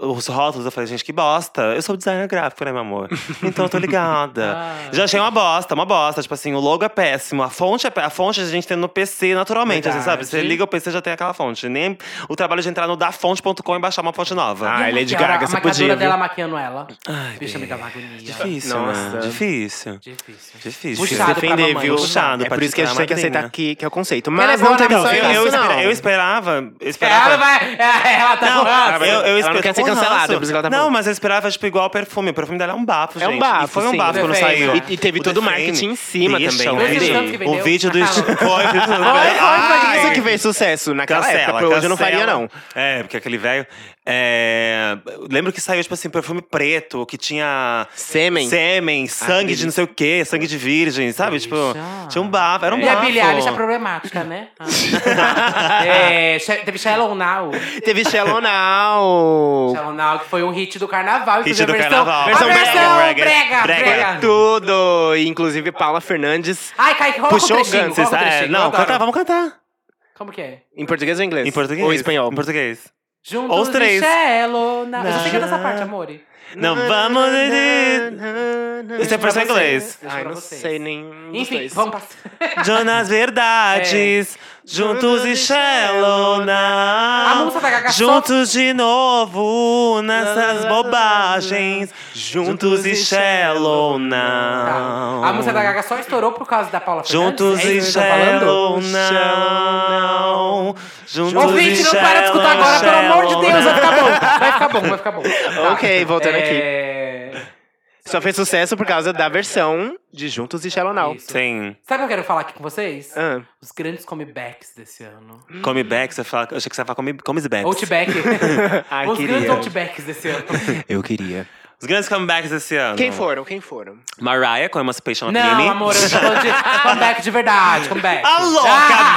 S2: os rótulos, eu falei, gente, que bosta. Eu sou designer gráfico, né, meu amor? Então eu tô ligada.
S3: Ah.
S2: Já achei uma bosta, uma bosta. Tipo assim, o logo é péssimo, a fonte é pé- A fonte a gente tem no PC naturalmente, assim, sabe?
S3: Verdade.
S2: Você liga o PC já tem aquela fonte. Nem o trabalho de entrar no dafonte.com e baixar uma fonte nova.
S1: Ah,
S3: E a
S1: Lady
S3: maquiadora-
S1: Gaga,
S3: a
S1: você
S3: maquiadora
S1: podia, viu?
S3: dela maquiando ela.
S2: Ai,
S3: Bicha,
S2: Bi.
S3: amiga, uma agonia.
S2: Difícil,
S1: Nossa.
S2: né? Difícil.
S3: Difícil.
S2: Difícil.
S1: Se
S3: Puxado pra
S1: defender,
S3: mamãe,
S1: viu?
S2: puxado
S1: é
S2: pra
S1: por isso que a gente
S2: tirar
S1: tem
S2: a
S1: que aceitar
S2: madrinha.
S1: aqui, que é o conceito.
S3: Ela é
S1: Mas
S3: boa
S1: não teve
S3: na
S1: só
S2: Eu,
S3: música,
S1: isso,
S2: eu, espera-
S1: não.
S2: eu esperava. esperava
S3: Ela vai. Ela, ela tá
S2: Não, ah,
S3: com ânsia.
S2: eu, eu
S1: Ela não
S2: espe-
S1: quer ser cancelada,
S2: ranço.
S1: por isso que ela tá
S2: Não,
S1: falando.
S2: mas eu esperava, tipo, igual o perfume. O perfume dela é um bafo,
S1: É um
S2: gente.
S1: bafo,
S2: E foi um
S1: sim.
S2: bafo quando
S3: Defende.
S2: saiu.
S1: E- e teve todo o
S2: defende.
S1: marketing em cima
S2: Bicha,
S1: também,
S2: o
S1: né,
S2: vídeo-
S1: gente?
S3: Tanto que
S2: O vídeo do
S3: vendeu.
S2: Steve Foi.
S1: Foi
S2: Ai.
S1: isso que fez sucesso naquela
S2: Cancela,
S1: época. Pra hoje eu não
S2: cancela.
S1: faria, não.
S2: É, porque aquele velho. É... eu Lembro que saiu, tipo assim, perfume preto, que tinha.
S1: Sêmen.
S2: Sêmen, sangue de não sei o quê, sangue de virgem, sabe? Tipo,
S3: Bicha.
S2: tinha um bafo, era um
S3: E a
S2: bafo.
S3: Billie Eilish é problemática, né? Ah. é, She- teve Shallow Now.
S1: Teve Shalonau.
S3: Shallow Now, que foi um hit do carnaval.
S2: Hit
S3: inclusive,
S2: do
S3: a versão,
S2: carnaval.
S3: a
S1: Versão
S3: Versão brega,
S2: brega,
S3: brega.
S2: brega.
S1: É Tudo! E, Inclusive, Paula Fernandes.
S3: Ai, Kaique, coloca
S1: Puxou
S3: o
S1: o
S3: trechinho.
S1: ganso,
S3: coloca o
S2: é,
S3: trechinho, eu
S2: não,
S3: adoro.
S2: cantar, vamos cantar.
S3: Como que é?
S1: Em português ou inglês?
S2: Em português.
S1: Ou espanhol?
S2: Em português.
S3: Juntos
S2: Os três.
S3: e Shallow Now. Eu só sei
S2: Na-
S3: cantar essa parte, amore.
S2: Não, vamos. Isso é
S3: pra
S2: versão em
S3: você.
S2: inglês.
S3: Deixa
S1: Ai,
S3: pra
S1: não
S3: vocês.
S1: sei nem. Um dos
S3: Enfim,
S1: dois.
S3: vamos passar. É.
S2: Jonas Verdades, juntos e
S3: A
S2: Shelona.
S3: música da Gaga só-
S2: Juntos de novo nessas bobagens. Juntos e Shelona.
S3: Tá. A música da Gaga só estourou por causa da Paula Fernandes.
S2: Juntos
S3: é
S2: e
S3: isso que eu tô falando?
S2: Shallow Now. Juntos
S3: Ouvinte,
S2: e
S3: não para de escutar
S2: Shallow
S3: agora, pelo amor de
S2: Now.
S3: Deus, vai ficar bom. Vai ficar bom, vai ficar bom. Tá.
S1: Ok, voltando
S3: É,
S1: Só fez sucesso por causa da versão de Juntos e Shalonau.
S3: isso.
S2: Sim,
S3: Sabe o que eu quero falar aqui com vocês?
S1: Ah,
S3: Os grandes comebacks desse ano.
S2: comeback, você fala. Eu achei que você ia falar come- comebacks.
S3: Outback.
S1: ah,
S3: Os grandes
S1: queria.
S3: outbacks desse ano.
S1: Eu queria.
S2: Os grandes comebacks desse ano.
S1: Quem foram? Quem foram?
S2: Mariah com Emancipation of Amy.
S3: Não, amor, eu tô falando de comeback de verdade, comeback.
S2: A
S3: Ah!
S2: louca,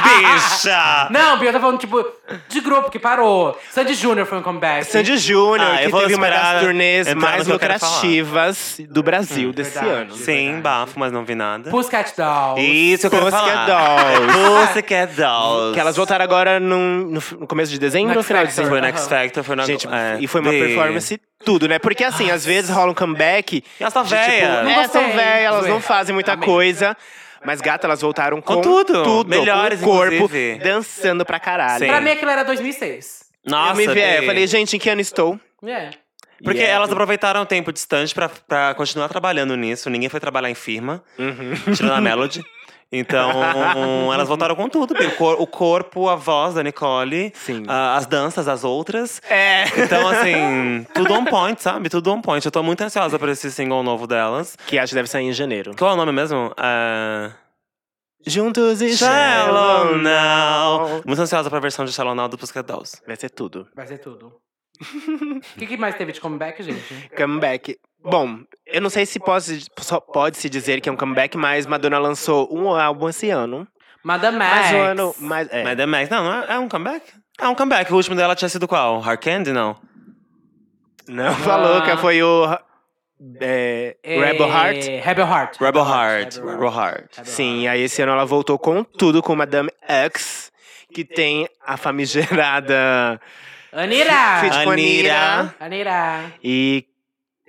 S2: bicha!
S3: Não, Bia, eu tô falando, tipo, de grupo que parou. Sandy Júnior foi um comeback.
S1: Sandy Júnior,
S2: Ah, eu
S1: que
S2: vou
S1: teve uma
S2: esperar
S1: das turnês
S2: entrar no
S1: mais
S2: que eu quero falar. Hum,
S1: lucrativas do Brasil desse
S3: verdade.
S1: ano.
S2: Sim, bafo, mas não vi nada.
S3: Pussycat Dolls.
S2: Isso eu quero
S1: Pussycat
S2: falar.
S1: é Dolls.
S2: Pussycat Dolls.
S1: Que elas voltaram agora num- no, f- no começo de dezembro
S3: No
S1: ou final de
S3: X Factor.
S1: dezembro?
S2: Foi no X Factor, foi na...
S1: Gente,
S2: é,
S1: e foi uma
S2: Bi.
S1: performance tudo, né? Porque assim, às vezes rola um comeback.
S2: E elas tá
S1: de,
S2: véia.
S1: Tipo,
S3: Não
S1: é, são
S3: gostei.
S1: velhas, elas não
S3: Zoeira.
S1: fazem muita
S3: Amei.
S1: coisa. Mas, gata, elas voltaram com,
S2: Com tudo.
S1: tudo
S2: Melhores,
S1: com o corpo,
S2: inclusive.
S1: dançando pra caralho.
S2: Sim.
S3: Pra mim, aquilo era 2006.
S2: Nossa,
S1: eu me vi, é, eu
S2: Bi.
S1: falei, gente, em que ano estou?
S3: É.
S2: Porque
S1: Yeah.
S2: elas aproveitaram o tempo distante pra, pra continuar trabalhando nisso. Ninguém foi trabalhar em firma,
S1: Uhum.
S2: tirando a Melody. Então, elas voltaram com tudo. Bi. O, cor- o corpo, a voz da Nicole,
S1: Sim.
S2: a- as danças, as outras.
S1: É.
S2: Então, assim, tudo on point, sabe? Tudo on point. Eu tô muito ansiosa por esse single novo delas.
S1: Que acho que deve sair em janeiro.
S2: Qual é o nome mesmo? É...
S1: Juntos e
S2: Shallow
S1: Shallow
S2: Now.
S1: Now.
S2: Muito ansiosa pra versão de Shallow Now do Pussycat Dolls.
S1: Vai ser tudo.
S3: Vai ser tudo. O que, que mais teve de comeback, gente?
S1: Comeback. Bom, eu não sei se pode, só pode se dizer que é um comeback, mas Madonna lançou um álbum esse ano.
S3: Madame
S1: Mas
S3: Max.
S1: um ano. Mas, é.
S2: Mas The Max, não, não é, é um comeback? É um comeback. O último dela tinha sido qual? Hard Candy, não?
S1: Não falou que foi o. é,
S3: É,
S1: Rebel Heart.
S3: Rebel Heart.
S2: Rebel Heart. Rebel
S3: Heart.
S2: Heart.
S3: Rebel
S1: Sim, aí esse ano ela voltou com tudo com Madame X, que tem a famigerada.
S3: Anira!
S1: Fit-
S2: Anira.
S3: Anira!
S1: E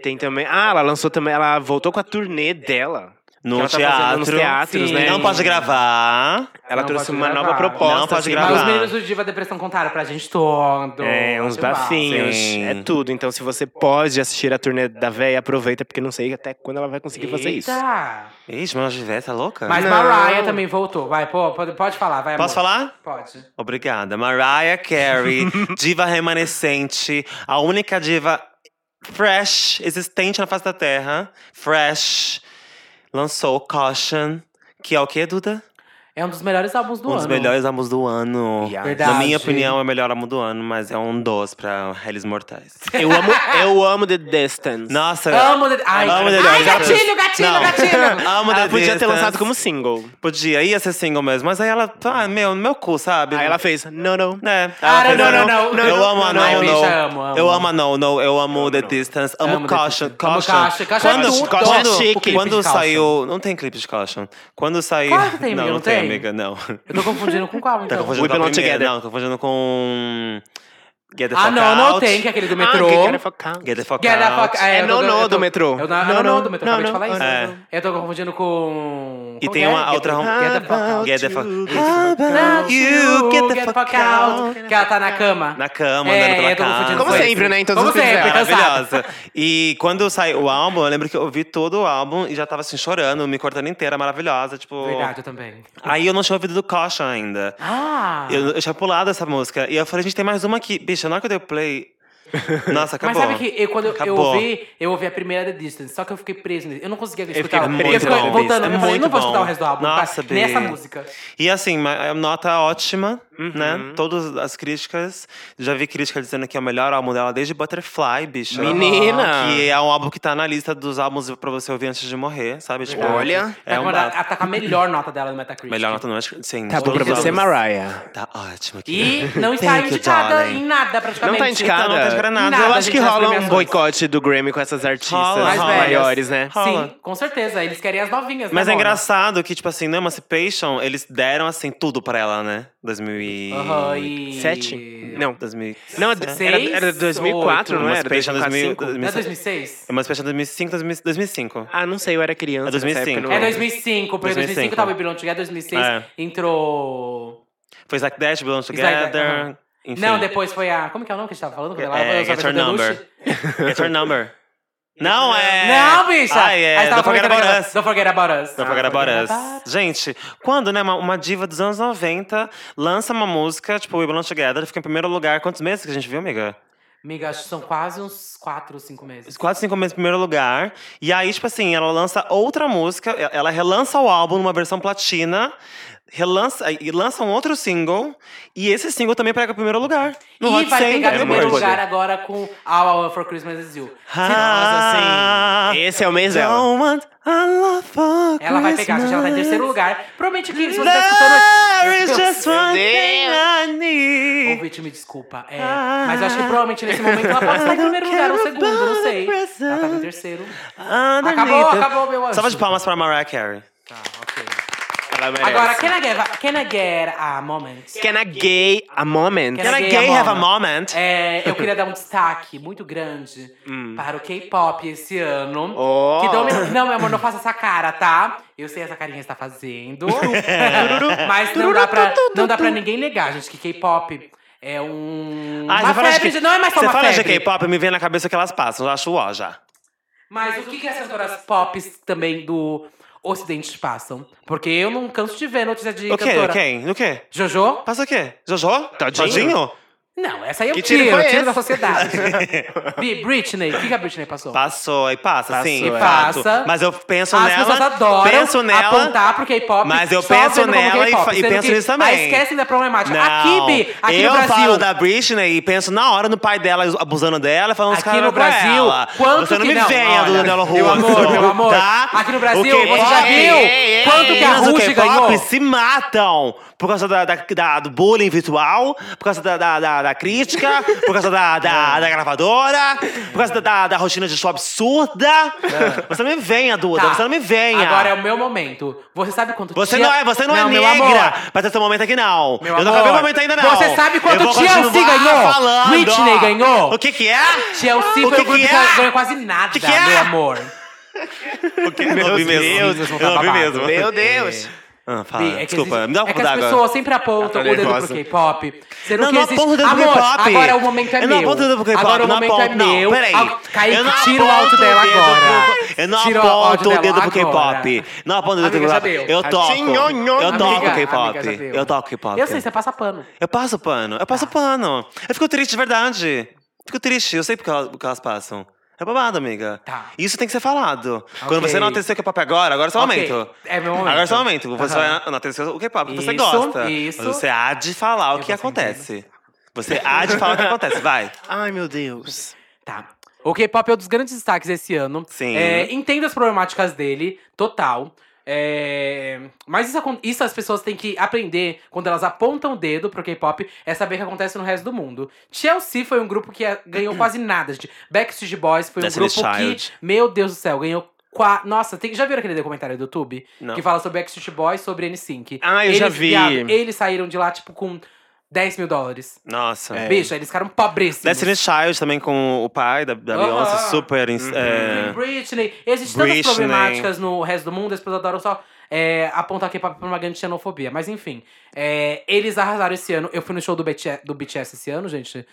S1: tem também. Ah, ela lançou também. Ela voltou com a turnê dela. que
S2: No
S1: ela Tá fazendo nos
S2: teatro.
S1: teatros,
S3: Sim.
S1: né?
S2: Não pode gravar.
S1: Ela
S3: Não
S1: trouxe
S3: pode
S1: uma
S3: gravar.
S1: nova proposta.
S2: Não pode
S1: assim,
S2: gravar.
S3: Mas os meninos do Diva Depressão contaram pra gente todo.
S1: É, uns
S3: Animal.
S1: bafinhos.
S2: Sim.
S1: É tudo. Então, se você pode assistir a turnê da véia, aproveita, porque não sei até quando ela vai conseguir fazer isso.
S3: Eita!
S2: Ixi, mas ela tá louca?
S3: Mas
S1: Não.
S3: Mariah também voltou. Vai, pô, pode, pode falar, vai.
S2: Posso
S3: amor.
S2: falar?
S3: Pode.
S2: Obrigada. Mariah Carey, diva remanescente, a única diva fresh existente na face da Terra. Fresh. Lançou Caution, que é o quê, Duda?
S3: É um dos melhores álbuns do
S2: um
S3: ano.
S2: dos melhores álbuns do ano.
S1: Yeah.
S3: Verdade.
S2: Na minha opinião, é o melhor álbum do ano, mas é um dos pra Hellis Mortais.
S1: Eu amo, eu amo The Distance.
S2: Nossa,
S3: Amo The... Ai,
S2: Amo The
S3: ai
S2: Dance.
S3: gatilho, gatilho,
S2: Não.
S3: gatilho!
S2: amo
S1: ela
S2: The
S1: podia ter
S2: Distance.
S1: lançado como single.
S2: Podia, ia ser single mesmo, mas aí ela. Ah, meu, no meu cu, sabe?
S1: Aí ela fez, não, não.
S2: É.
S3: Ah,
S2: ela
S3: não,
S2: fez,
S3: não,
S2: ah,
S3: não, não,
S2: Eu
S3: não,
S2: amo a
S3: não,
S2: No,
S3: não,
S2: no.
S3: bicha, amo, amo.
S2: Eu amo a No, no. Eu amo The Distance. Amo,
S3: Amo The
S2: Caution.
S3: Distance. Amo
S2: Caution.
S3: Caution. Caution é
S2: quando,
S3: tudo.
S2: Quando,
S1: Caution é chique.
S2: quando,
S3: O clipe de
S2: saiu. Não tem clipe de Caution. Quando saiu.
S3: Claro que tem,
S2: não,
S3: amiga,
S2: não
S3: não
S2: tem,
S3: tem? Então,
S2: amiga, não. Tá
S3: Eu tô confundindo com qual, então.
S2: Confundindo
S1: We
S2: com a
S1: Belong
S2: primeira,
S1: Together.
S2: Não, tô confundindo com. Get the
S3: ah,
S2: Fuck
S3: não,
S2: Out.
S3: não tem, que é aquele do metrô.
S1: Ah, que quero focar.
S2: Get the Fuck
S3: Get the
S2: Out.
S3: fuck- é,
S1: É
S3: eu tô-
S1: no,
S3: eu
S1: no
S3: tô-
S1: do metrô.
S3: Eu, não,
S1: No,
S3: não,
S1: no,
S3: do metrô,
S1: no,
S3: acabei de
S1: no,
S3: falar isso.
S2: é.
S3: Eu tô confundindo com...
S2: E
S3: com
S2: tem
S3: Get-
S2: uma
S3: Get-
S2: outra-
S3: Get the é fuck out.
S2: Get the Fuck
S1: How about
S2: You get the fuck
S3: Que ela tá na cama.
S2: Na cama,
S3: É,
S2: andando pela
S3: eu tô
S2: casa.
S3: confundindo
S1: Como
S3: com
S1: sempre,
S3: esse.
S1: né, em todos
S3: Como
S1: os clipes
S3: sempre,
S1: dela.
S3: cansada.
S2: Maravilhosa. E quando saiu o álbum, eu lembro que eu ouvi todo o álbum e já tava assim chorando, me cortando inteira, maravilhosa. Tipo.
S3: Verdade, eu também.
S2: Aí eu não tinha ouvido do Caution ainda.
S3: Ah!
S2: Eu, eu tinha pulado essa música. E eu falei, gente, tem mais uma aqui. Bicha, na hora que eu dei o play, Nossa,
S3: Mas
S2: acabou.
S3: sabe que eu, quando eu- eu
S2: Acabou.
S3: ouvi, eu ouvi a primeira The Distance, só que eu fiquei preso. nisso. Eu não conseguia escutar.
S1: fiquei É preso
S3: fiquei
S1: na
S3: voltando,
S2: The
S3: eu falei,
S2: Distance.
S3: não vou escutar o
S2: Muito
S3: resto do álbum, tá?
S2: Nossa,
S3: Nem essa
S2: Bi.
S3: música.
S2: E assim, ma- é nota ótima,
S3: Uhum.
S2: né? Todas as críticas. Já vi crítica dizendo que é o melhor álbum dela desde Butterfly, bicho.
S1: Menina!
S2: Que é um álbum que tá na lista dos álbuns pra você ouvir antes de morrer, sabe? Tipo,
S1: Olha.
S2: É
S3: Tá
S2: um
S3: com a-
S2: bafo.
S3: ela tá com a melhor nota dela no Metacritic.
S2: Melhor nota não, acho que- sim.
S1: Tá bom pra
S2: todos os
S1: você,
S2: álbuns.
S1: Mariah.
S2: Tá ótimo aqui.
S3: E não está
S2: Thank you,
S3: indicada
S2: darling.
S3: em nada, praticamente.
S1: né? Não tá indicada?
S2: Então não tá indicada nada.
S1: Eu
S3: Nada,
S1: acho que
S3: gente, nas
S1: rola um
S3: premiações.
S1: boicote do Grammy com essas artistas
S2: Rola,
S3: Mais rola.
S1: maiores, né?
S2: Rola.
S3: Sim, com certeza. Eles querem as novinhas,
S2: Mas
S3: né,
S2: é
S3: Mona?
S2: engraçado que, tipo assim, no Emancipation, eles deram, assim, tudo pra ela, né? 2000 e...
S3: Aham, e...
S1: Sete? Não.
S2: 2000
S1: Não, era,
S3: Seis
S1: era 2004,
S3: ou
S1: não
S2: oito?
S1: era?
S2: Emancipation
S1: 2005?
S2: 2000.
S3: Não é 2006?
S2: Emancipation 2005, 2000 2005.
S1: Ah, não sei, eu era criança.
S2: É 2005.
S1: nessa
S3: É
S1: época, não-
S3: 2005, porque
S2: 2005.
S3: 2005 tava Babylon Together, 2006
S2: tá. É.
S3: entrou...
S2: Foi Zack Dash, Belongs
S3: Zack Dash,
S2: Together.
S3: aham.
S2: Enfim.
S3: Não, depois foi a... Como que é o nome que a gente tava falando? Quando ela
S2: É,
S3: ela
S2: Get
S3: só
S2: Your
S3: fez o Deluxe?
S2: Number. Get Your Number. Não, é...
S3: Não, bicha!
S2: Ah, é.
S3: A gente tava
S2: Don't Forget
S3: comentando
S2: About
S3: agora-
S2: Us.
S3: Don't Forget About Us.
S2: Don't Forget About Us. Gente, quando, né, uma, uma diva dos anos 90 lança uma música, tipo, We Belong Together, fica em primeiro lugar. Quantos meses que a gente viu, amiga?
S3: Amiga, acho que são quase uns 4 ou 5 meses.
S2: Os quatro, cinco meses em primeiro lugar. E aí, tipo assim, ela lança outra música, e- ela relança o álbum numa versão platina, relança e lança um outro single, e esse single também pega o primeiro lugar. No
S3: e
S2: Hot
S3: vai
S2: 100
S3: pegar
S2: da
S3: o
S1: é
S3: primeiro
S1: muito
S2: Billboard.
S3: lugar agora com All Hour for Christmas is You. assim,
S2: Ah,
S1: Esse é o mês dela.
S2: don't want a love for
S3: Ela vai pegar, gente, ela tá em
S2: Christmas.
S3: terceiro lugar. Promete que se você tá
S2: There is
S3: escutando.
S2: just
S1: Meu
S2: one
S1: Deus.
S2: thing I need.
S3: Ouvinte, me desculpa. É, mas eu acho que provavelmente nesse momento ela pode estar em primeiro lugar ou segundo, não sei. Ela tá em terceiro. Acabou,
S2: Acabou,
S3: acabou, meu anjo.
S2: Salva de palmas É pra Mariah Carey.
S3: Tá, ok.
S1: Ela merece.
S3: Agora, can I get, a- can I get a moment?
S1: Can I gay a moment?
S3: Can
S2: Can
S3: I
S2: I
S3: gay
S2: gay
S3: a
S2: have a
S3: moment?
S2: moment?
S3: É, eu queria dar um destaque muito grande
S2: Hum.
S3: para o K-pop esse ano.
S1: Oh.
S3: Que domina... Não, meu amor, não faça essa cara, tá? Eu sei essa carinha que você tá fazendo. mas não dá, pra, não dá pra ninguém negar, gente, que K-pop é um.
S2: Ah,
S3: uma
S2: você fala
S3: febre,
S2: de
S3: de- não é mais só
S2: Você
S3: uma
S2: fala de
S3: febre.
S2: K-pop, me vem na cabeça o que elas passam. Eu acho ó já.
S3: Mas o que, que as cantoras pop também do Ocidente passam? Porque eu não canso de ver notícia de
S2: O quê?
S3: cantora.
S2: Quem? O quê?
S3: Jojo?
S2: Passa o quê? Jojo?
S1: Todinho?
S3: Não, essa aí eu
S1: Que
S3: tiro,
S1: tiro
S3: tiro,
S1: foi
S3: tiro
S1: esse?
S3: da sociedade. Bi- Britney, o que, que a Britney passou?
S2: Passou e passa,
S1: Passou,
S2: sim.
S1: é.
S2: fato.
S3: Passa.
S2: Mas eu Tá, penso
S3: As pessoas
S2: nela.
S3: adoram
S2: penso nela.
S3: apontar pro K-pop.
S2: mas eu
S3: só
S2: penso
S3: vendo como
S2: nela e
S3: K-pop,
S2: fa- e
S3: sendo
S2: penso
S3: que-
S2: nisso também.
S3: Ah, esquecem da problemática. Aqui,
S2: Não.
S3: Bi, aqui
S2: eu
S3: no Brasil.
S2: falo da Britney e penso na hora no pai dela abusando dela, falando uns
S3: Aqui
S2: caras
S3: no
S2: pra
S3: Brasil,
S2: ela.
S3: quanto
S2: Você não
S3: que
S2: me
S3: não,
S2: venha
S3: olha,
S2: do Dela Rua.
S3: meu amor, meu amor.
S2: Tá?
S3: Aqui no Brasil,
S2: O
S3: você já
S2: K-pop- é,
S3: viu quanto que a
S2: Meninas do
S3: Ruge
S2: K-pop
S3: ganhou?
S2: se matam por causa da, da- da- do bullying virtual, por causa da, da- da- da crítica, por causa da,
S3: É.
S2: da- da gravadora, por causa da, da- da rotina de show absurda. Você não me venha, Duda.
S3: É. Tá.
S2: Você não me venha.
S3: Agora é o meu momento. Você sabe quanto
S2: Você
S3: tia-
S2: não é, você não é
S3: meu
S2: negra
S3: amor.
S2: pra ter seu momento aqui, não.
S3: Meu
S2: eu não
S3: amor,
S2: acabei o momento ainda, não.
S3: você sabe quanto
S2: Eu vou
S3: Chelsea
S2: continuar
S3: ganhou?
S2: falando.
S3: Whitney ganhou?
S2: O que que é?
S3: Chelsea
S2: o
S3: foi
S2: que
S3: o grupo
S2: que
S3: que
S2: é?
S3: ganhou quase nada,
S2: Que que é?
S3: meu amor.
S2: O que? Eu não
S1: Meu
S2: ouvi mesmo.
S1: Deus,
S2: eu
S3: tá
S2: não ouvi
S3: babado.
S2: mesmo.
S1: Meu Deus.
S2: Ah, fala.
S3: Bi, é que
S2: Desculpa,
S3: existe-
S2: me dá um
S3: é
S2: pouco
S3: que as
S2: d'água.
S3: pessoas sempre apontam
S1: Ah,
S3: o
S1: tô
S3: dedo pro
S1: nervosa.
S3: K-pop. Sendo
S2: Tá Não,
S3: que
S2: não
S3: existe...
S2: aponto o dedo pro
S3: Amor,
S2: K-pop.
S3: Agora o momento é
S2: Eu
S3: meu.
S2: não aponto o dedo pro K-pop.
S3: Agora o
S2: não
S3: momento é
S2: aponto,
S3: meu.
S2: Não, peraí.
S3: Ah, Kaique,
S2: Eu não
S3: tira o
S2: aponto
S3: áudio dela
S2: dedo
S3: agora.
S2: pro- Eu não
S3: Tira o
S2: aponto
S3: áudio
S2: o dedo
S3: dela
S2: pro K-pop.
S3: agora.
S2: Não aponto o dedo pro
S3: Amiga, já
S2: K-pop.
S3: deu.
S2: Eu toco.
S1: Assim, nho, nho,
S2: Eu
S1: nho.
S2: toco
S3: Amiga,
S2: K-pop.
S3: amiga, já deu.
S2: Eu toco K-pop.
S3: Eu sei, é você passa pano.
S2: Eu passo pano, eu
S3: Tá.
S2: passo pano. Eu fico triste, de verdade. Fico triste, eu sei porque elas, porque elas passam. É babado, amiga.
S3: Tá.
S2: Isso tem que ser falado. Quando
S3: Ok.
S2: você não enalteceu o K-pop agora, agora é seu
S3: Ok,
S2: momento.
S3: é meu momento.
S2: Agora é seu momento. Você
S3: Aham.
S2: vai enaltecer o K-pop que você
S3: Isso,
S2: gosta.
S3: isso.
S2: Mas você há de falar o que
S3: vou sentar
S2: acontece. Você há de falar o que acontece, vai.
S1: Ai, meu Deus.
S3: Tá. O K-pop é um dos grandes destaques esse ano.
S2: Sim.
S3: É, entendo as problemáticas dele, total. É, mas isso, acon- isso as pessoas têm que aprender quando elas apontam o dedo pro K-pop, é saber o que acontece no resto do mundo. Chelsea foi um grupo que é, ganhou quase nada, gente. Backstreet Boys foi um
S2: Destiny's
S3: grupo
S2: Child.
S3: que, meu Deus do céu, ganhou. qua- Nossa, tem, já viram aquele documentário do YouTube?
S2: Não.
S3: Que fala sobre Backstreet Boys, sobre NSYNC.
S1: Ah, eu
S3: eles,
S1: já vi.
S3: viado, eles saíram de lá, tipo, com 10 mil dólares.
S2: Nossa.
S1: É.
S3: Bicho, eles ficaram pobríssimos.
S2: Destiny's Child também com o pai da, da
S3: Aham. Uhum.
S2: Beyoncé, super. ins- é,
S3: Britney. Existem
S2: Britney.
S3: tantas problemáticas no resto do mundo, as pessoas adoram só é, apontar K-pop pra uma grande xenofobia. Mas enfim, é, eles arrasaram esse ano. Eu fui no show do BTS, do BTS esse ano, gente.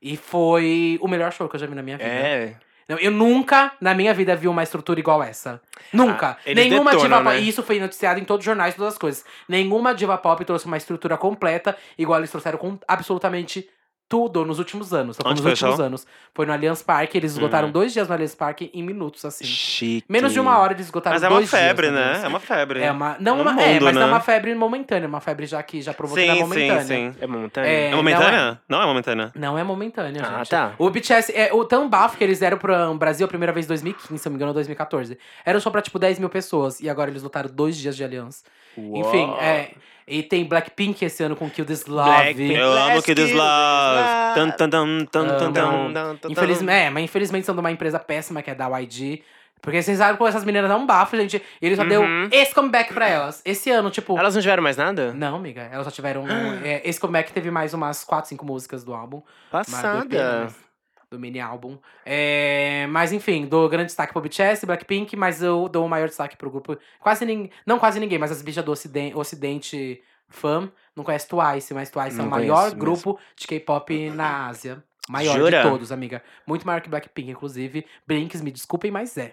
S3: E foi o melhor show que eu já vi na minha vida.
S1: É.
S3: Não, Eu nunca, na minha vida, vi uma estrutura igual essa. Nunca.
S1: Ah, eles
S3: Nenhuma
S1: detonam,
S3: diva pop.
S1: né?
S3: E isso foi noticiado em todos os jornais, todas as coisas. Nenhuma diva pop trouxe uma estrutura completa, igual eles trouxeram com absolutamente tudo nos últimos anos. Só foi
S2: Onde
S3: nos
S2: foi Uhum. o
S3: últimos
S2: show?
S3: anos. Foi no Allianz Parque, eles esgotaram dois dias no Allianz Parque em minutos, assim.
S1: Chique.
S3: Menos de uma hora eles esgotaram
S2: Mas é
S3: dois
S2: uma
S3: dias.
S2: febre,
S3: no
S2: né?
S3: Allianz.
S2: É uma febre.
S3: É uma, não
S2: No
S3: uma, é,
S2: mundo,
S3: mas
S2: né?
S3: é uma febre momentânea, uma febre já que já provocou na
S2: Sim, sim,
S3: momentânea.
S2: sim.
S1: É momentânea?
S2: É
S3: não
S2: momentânea? Não é momentânea.
S3: Não é momentânea,
S1: Ah,
S3: gente.
S1: tá.
S3: O BTS, é, o tão bafo que eles deram pro Brasil a primeira vez em 2015, se eu não me engano, ou 2014. Era só pra, tipo, 10 mil pessoas. E agora eles lotaram dois dias de aliança. Enfim, é. E tem Blackpink esse ano com Kill This Love.
S1: Blackpink.
S2: Eu amo
S1: Let's
S2: que This
S1: kill this
S2: Love.
S1: love.
S2: Tan, tan, tan, tan, tan, tan.
S1: Tá
S3: Infelizmente, é, mas infelizmente são de uma empresa péssima, que é da YG. Porque vocês sabem como essas meninas dão um bafo, gente. E eles só deu
S1: Uhum.
S3: esse comeback pra elas. Esse ano, tipo.
S1: Elas não tiveram mais nada?
S3: Não, amiga. Elas só tiveram. é, esse comeback teve mais umas 4, 5 músicas do álbum. Mas do EP, né,
S1: Passada.
S3: mas- Do mini álbum. É, mas enfim, dou grande destaque pro BTS, Blackpink, mas eu dou o maior destaque pro grupo. Quase ninguém. Não quase ninguém, mas as bichas do ocidente, ocidente fã não conhece Twice, mas Twice é o
S1: Não
S3: maior
S1: conheço
S3: grupo de K-pop na Ásia. Maior
S1: Jura?
S3: de todos, amiga. Muito maior que Blackpink, inclusive. Blinks, me desculpem, mas é.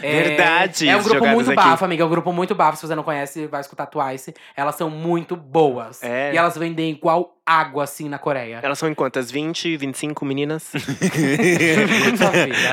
S3: É-
S1: Verdade.
S3: É um grupo
S1: jogadas
S3: muito
S1: aqui.
S3: bafo, amiga. É um grupo muito bafo. Se você não conhece, vai escutar Twice. Elas são muito boas.
S1: É.
S3: E elas vendem igual água, assim, na Coreia.
S1: Elas são em quantas? 20, 25 meninas?
S3: Sua filha.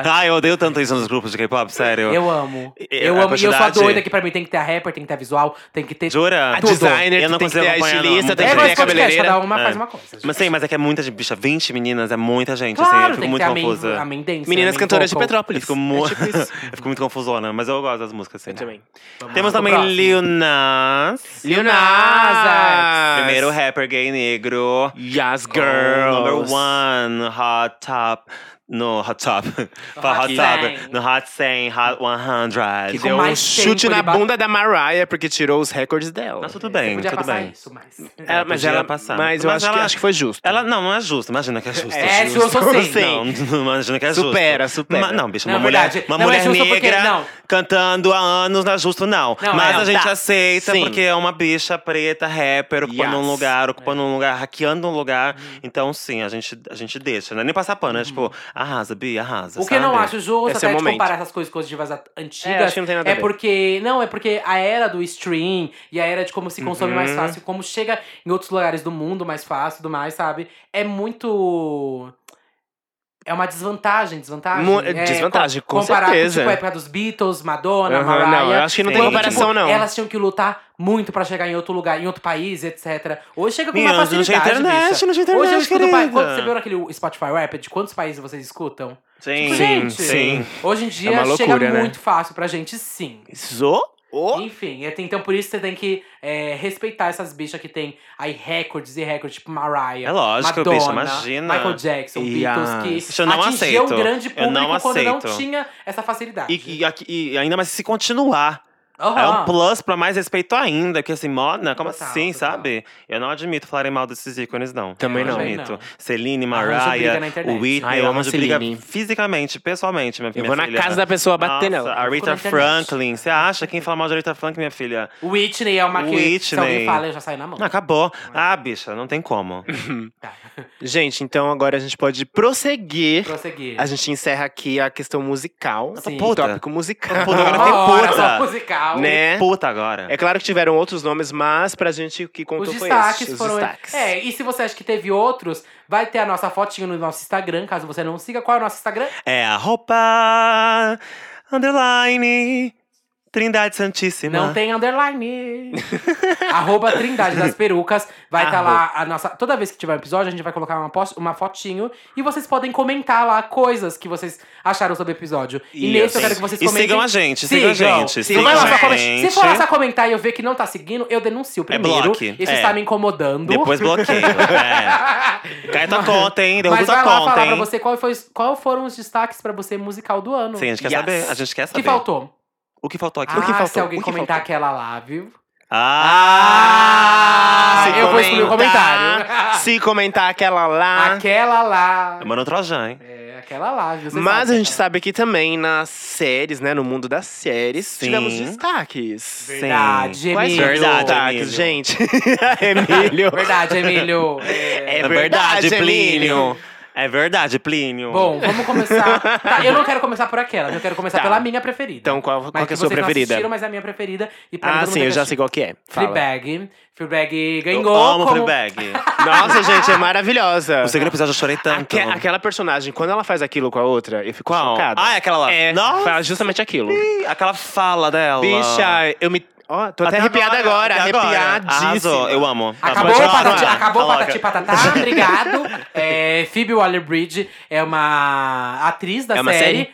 S2: Ai, eu odeio tanto isso nos grupos de K-pop, sério.
S3: Eu amo.
S2: E-
S3: Eu
S2: a
S3: amo. E eu sou a
S2: quantidade-
S3: doida que pra mim tem que ter a rapper, tem que ter a visual, tem que ter. tipo,
S2: Jura?
S1: A designer,
S2: Eu não
S1: tem que
S2: consigo
S1: ter a
S2: acompanhar, não.
S1: estilista, tem
S3: é
S1: que
S3: igual
S1: ter a
S3: esse podcast, cada
S1: cabeleireira.
S3: uma
S2: É.
S3: faz uma coisa. gente.
S2: Mas sim, mas é que é muita gente, bicha. 20 meninas é muita gente, assim. Eu
S3: claro,
S2: fico
S3: tem que
S2: muito
S3: ter a main,
S2: confusa.
S3: a main dance,
S1: Meninas
S3: a main
S1: cantoras de
S3: vocal.
S2: Eu
S1: Petrópolis.
S2: fico, mu...
S1: É tipo isso.
S2: eu fico muito confusona, mas eu gosto das músicas, assim.
S1: Eu também.
S3: Vamos
S2: Temos
S3: lá,
S2: também
S3: pro próximo.
S2: Lil Nas.
S1: Lil
S3: Nas,
S1: Nas.
S2: Primeiro rapper gay negro.
S1: Yes,
S2: Girl. Number
S1: girls.
S2: one. Hot top. No, hot top. Pra
S3: Hot
S2: hot top.
S3: 100.
S2: No hot 100, hot 100.
S1: Que
S3: Com
S1: deu um
S3: mais
S1: chute
S3: tempo
S1: na
S3: ele bate-
S1: bunda da Mariah, porque tirou os recordes dela.
S2: Nossa, tudo bem,
S3: Podia
S2: tudo
S3: passar
S2: bem. É,
S3: isso, mas. é.
S1: Ela- mas
S2: podia
S1: ela,
S2: passar.
S1: mas eu
S2: Mas
S1: acho, que,
S2: ela-
S1: acho que foi justo.
S2: Ela, não, não é justo. Imagina que é justo.
S3: É,
S1: justo,
S3: justo, sim.
S1: sim.
S2: Não, não imagina que é justo.
S1: Supera, supera.
S2: Mas, não, bicho,
S3: Não,
S2: uma
S3: é
S2: mulher,
S3: verdade.
S2: uma
S3: Não, é
S2: mulher
S3: justo porque-
S2: negra
S3: não.
S2: cantando há anos não é justo, não.
S3: Não,
S2: Mas
S3: é,
S2: a gente
S1: tá.
S2: aceita
S1: Sim.
S2: porque é uma bicha preta, rapper, ocupando
S1: Yes.
S2: um lugar,
S3: É.
S2: ocupando um lugar, hackeando um lugar.
S3: Uhum.
S2: Então, sim, a gente, a gente deixa. Não é nem passar pano, é tipo, arrasa, Bi, arrasa.
S3: O que eu não
S2: sabe?
S3: acho justo,
S1: Esse é
S3: até
S1: o
S3: de
S1: momento.
S3: comparar essas coisas com as divas at-
S1: É,
S3: antigas,
S1: acho que não tem nada
S3: é
S1: a ver.
S3: porque. Não, é porque a era do stream e a era de como se consome
S1: Uhum.
S3: mais fácil, como chega em outros lugares do mundo mais fácil e tudo mais, sabe? É muito. É uma desvantagem, desvantagem.
S1: Mu-
S3: é,
S1: desvantagem, com
S3: comparar
S1: certeza.
S3: Com, tipo, a época dos Beatles, Madonna,
S1: Aham,
S3: Mariah.
S1: não, eu acho que não
S2: tem
S3: quando,
S2: comparação,
S3: tipo,
S1: não.
S3: Elas tinham que lutar muito pra chegar em outro lugar, em outro país, etc. Hoje chega com uma
S2: Menina, não tinha
S3: facilidade,
S2: internet,
S3: bicha.
S2: não tinha
S3: Hoje eu
S2: internet,
S3: escuto... pa-
S2: querida.
S3: Quando, você viu naquele Spotify Rapid? Quantos países vocês escutam?
S2: Sim,
S3: Tipo, gente,
S2: sim.
S3: Hoje em dia
S1: uma
S3: chega
S1: loucura, né?
S3: muito fácil pra gente, sim.
S1: Zo? Oh.
S3: Enfim, é- então por isso você tem que é, respeitar essas bichas que tem aí recordes e recordes, tipo Mariah.
S2: É lógico,
S3: Madonna,
S2: bicho, imagina.
S3: Michael Jackson,
S1: Yes.
S3: Beatles, que
S2: Isso eu não
S3: atingiu
S2: aceito.
S3: o grande
S2: Eu
S3: público
S2: não
S3: quando não
S2: aceito.
S3: tinha essa facilidade.
S2: E, e aqui- e ainda mais se continuar.
S3: Aham.
S2: É um plus pra mais respeito ainda, que assim, moda, como
S3: Total,
S2: assim,
S3: total.
S2: sabe? Eu não admito falarem mal desses ícones, não.
S1: Também
S2: Eu
S1: não.
S2: admito.
S3: Também não.
S2: Celine,
S3: Arranjo briga
S2: Mariah,
S3: na internet.
S2: o Whitney,
S1: Ai, eu
S2: eu
S1: amo
S2: arranjo briga
S1: Celine.
S2: fisicamente, pessoalmente, minha
S1: Eu
S2: minha
S1: vou na
S2: filha.
S1: casa da pessoa bater
S2: Nossa,
S1: nela.
S2: A
S3: Procura na
S2: Rita
S3: internet.
S2: Franklin, você acha? Quem fala mal de Rita Franklin, minha filha?
S3: Whitney é uma que se
S2: Whitney.
S3: alguém fala, eu já saio na mão.
S2: Não, acabou. Ah, bicha, não tem como.
S3: Tá.
S1: Gente, então agora a gente pode prosseguir.
S3: Prosseguir.
S1: A gente encerra aqui a questão musical.
S3: Sim.
S1: O
S2: Puta.
S1: tópico musical.
S2: Puta, agora
S3: Uma
S2: tem
S3: hora,
S2: puta.
S3: uma musical.
S1: né?
S2: Puta agora.
S1: É claro que tiveram outros nomes, mas pra gente o que
S3: Os
S1: contou foi
S3: destaques
S1: este, os
S3: foram.
S1: destaques.
S3: É, e se você acha que teve outros, vai ter a nossa fotinho no nosso Instagram, caso você não siga. Qual é o nosso Instagram?
S2: É a roupa underline Trindade Santíssima.
S3: Não tem underline. Arroba Trindade das Perucas. Vai estar lá a nossa. Toda vez que tiver um episódio, a gente vai colocar uma, post, uma fotinho. E vocês podem comentar lá coisas que vocês acharam sobre o episódio. E
S2: Isso.
S3: nesse eu quero que vocês
S2: Assim, E
S3: comentem.
S2: sigam a gente, sigam, a gente.
S3: Não
S2: Sigam
S3: vai lá só
S2: a
S3: comen-
S2: gente.
S3: Se for lá só comentar e eu ver que não tá seguindo, eu denuncio primeiro.
S2: bloque,
S3: Isso
S2: é.
S3: está me incomodando.
S2: Depois bloqueio. é. Cai tua conta, hein? Derruba
S3: Mas
S2: tua
S3: vai lá
S2: conta,
S3: falar pra
S2: hein?
S3: você qual, foi, qual foram os destaques pra você musical do ano.
S2: Sim, a gente quer
S1: Yes.
S2: saber. A gente quer
S3: O que
S2: saber.
S3: faltou?
S2: O que faltou aqui?
S3: ah,
S2: o que faltou?
S3: se alguém
S2: O que
S3: comentar
S2: faltou?
S3: aquela lá, viu?
S2: Ah!
S3: Ah,
S1: Se
S3: eu vou excluir o
S1: comentar,
S3: comentário.
S1: Se comentar aquela lá.
S3: Aquela lá.
S2: Eu mando Trojan, hein?
S3: É, aquela lá, viu? Você
S1: Mas a gente
S3: aquela
S1: sabe que também nas séries, né? No mundo das séries,
S2: Sim.
S1: tivemos destaques.
S2: Sim.
S3: é Verdade,
S1: Quais
S3: Emílio.
S1: foram os
S2: Verdade, Emílio.
S1: destaques, gente? Emílio.
S3: Verdade, Emílio. É.
S1: É
S2: É verdade,
S1: verdade,
S2: Plínio.
S1: Plínio.
S2: É verdade, Plínio.
S3: Bom, vamos começar. Tá, eu não quero começar por aquela, eu quero começar
S1: Tá.
S3: pela minha preferida.
S1: Então, qual, qual
S3: mas
S1: que é a
S3: vocês
S1: sua
S3: não
S1: preferida?
S3: assistiram, mas é a minha preferida. E pra mim,
S1: Ah,
S3: todo mundo
S1: sim, eu
S3: tem que
S1: já
S3: assistir.
S1: sei qual que é. Fala.
S3: Fleabag. Fleabag
S2: eu
S3: ganhou
S2: amo
S3: como...
S2: Fleabag.
S1: Nossa, gente, é maravilhosa.
S2: O segundo episódio eu chorei tanto.
S1: Aque-
S3: né?
S1: aquela personagem, quando ela faz aquilo com a outra, eu fico
S2: Qual?
S1: chocada.
S2: Ah, é aquela lá.
S1: É,
S2: Nossa.
S1: faz justamente aquilo.
S2: Ih, Aquela fala dela.
S1: Bicha, eu me. Ó, tô até, arrepiada agora,
S2: até Arrasou,
S1: arrepiadíssima.
S2: eu amo.
S1: Tá
S3: Acabou,
S2: Pode
S3: o
S2: continuar.
S3: patati, acabou o
S2: Tá
S3: patati
S2: louca.
S3: patatá, obrigado. É, Phoebe Waller-Bridge é uma atriz da
S1: É uma
S3: série.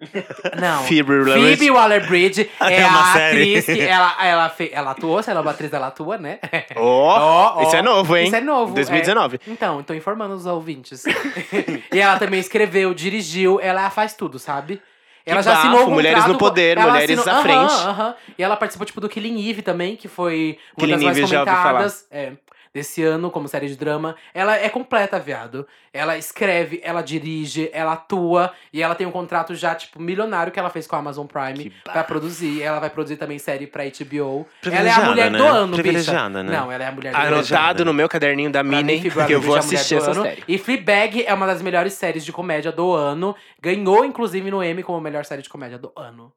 S3: Não.
S1: Phoebe Waller-Bridge.
S3: Phoebe Waller-Bridge é,
S2: É
S3: a
S2: uma série.
S3: atriz que ela, ela, fe- ela atuou, se ela é uma atriz, ela atua, né?
S1: Ó,
S3: Ó, ó.
S1: isso é novo, hein?
S3: Isso é novo.
S1: 2019.
S3: é. Então, tô informando os ouvintes. e ela também escreveu, dirigiu, ela faz tudo, sabe? Ela já
S1: bafo,
S3: assinou um
S1: Mulheres
S3: contrato
S1: no
S3: com-
S1: Poder,
S3: ela
S1: Mulheres à
S3: aham,
S1: frente.
S3: aham. E ela participou, tipo, do Killing Eve também, que foi uma
S1: Killing
S3: das mais
S1: Eve, já ouvi
S3: comentadas. É, desse ano, como série de drama. Ela é completa, viado. Ela escreve, ela dirige, ela atua. E ela tem um contrato já, tipo, milionário que ela fez com a Amazon Prime
S1: Que
S3: pra produzir. Ela vai produzir também série pra HBO. Ela é a
S2: Privilegiada,
S3: mulher
S2: né?
S3: do ano, bicha.
S2: Privilegiada, né?
S3: Não, ela é a
S1: Ah,
S3: mulher do ano.
S1: Anotado no meu caderninho da
S3: Pra
S1: Mina,
S3: mim,
S1: hein?
S3: Fibra
S1: Que eu
S3: League
S1: vou
S3: é a mulher
S1: assistir
S3: do
S1: essa
S3: ano.
S1: série.
S3: E Fleabag é uma das melhores séries de comédia do ano. Ganhou, inclusive, no Emmy como melhor série de comédia do ano.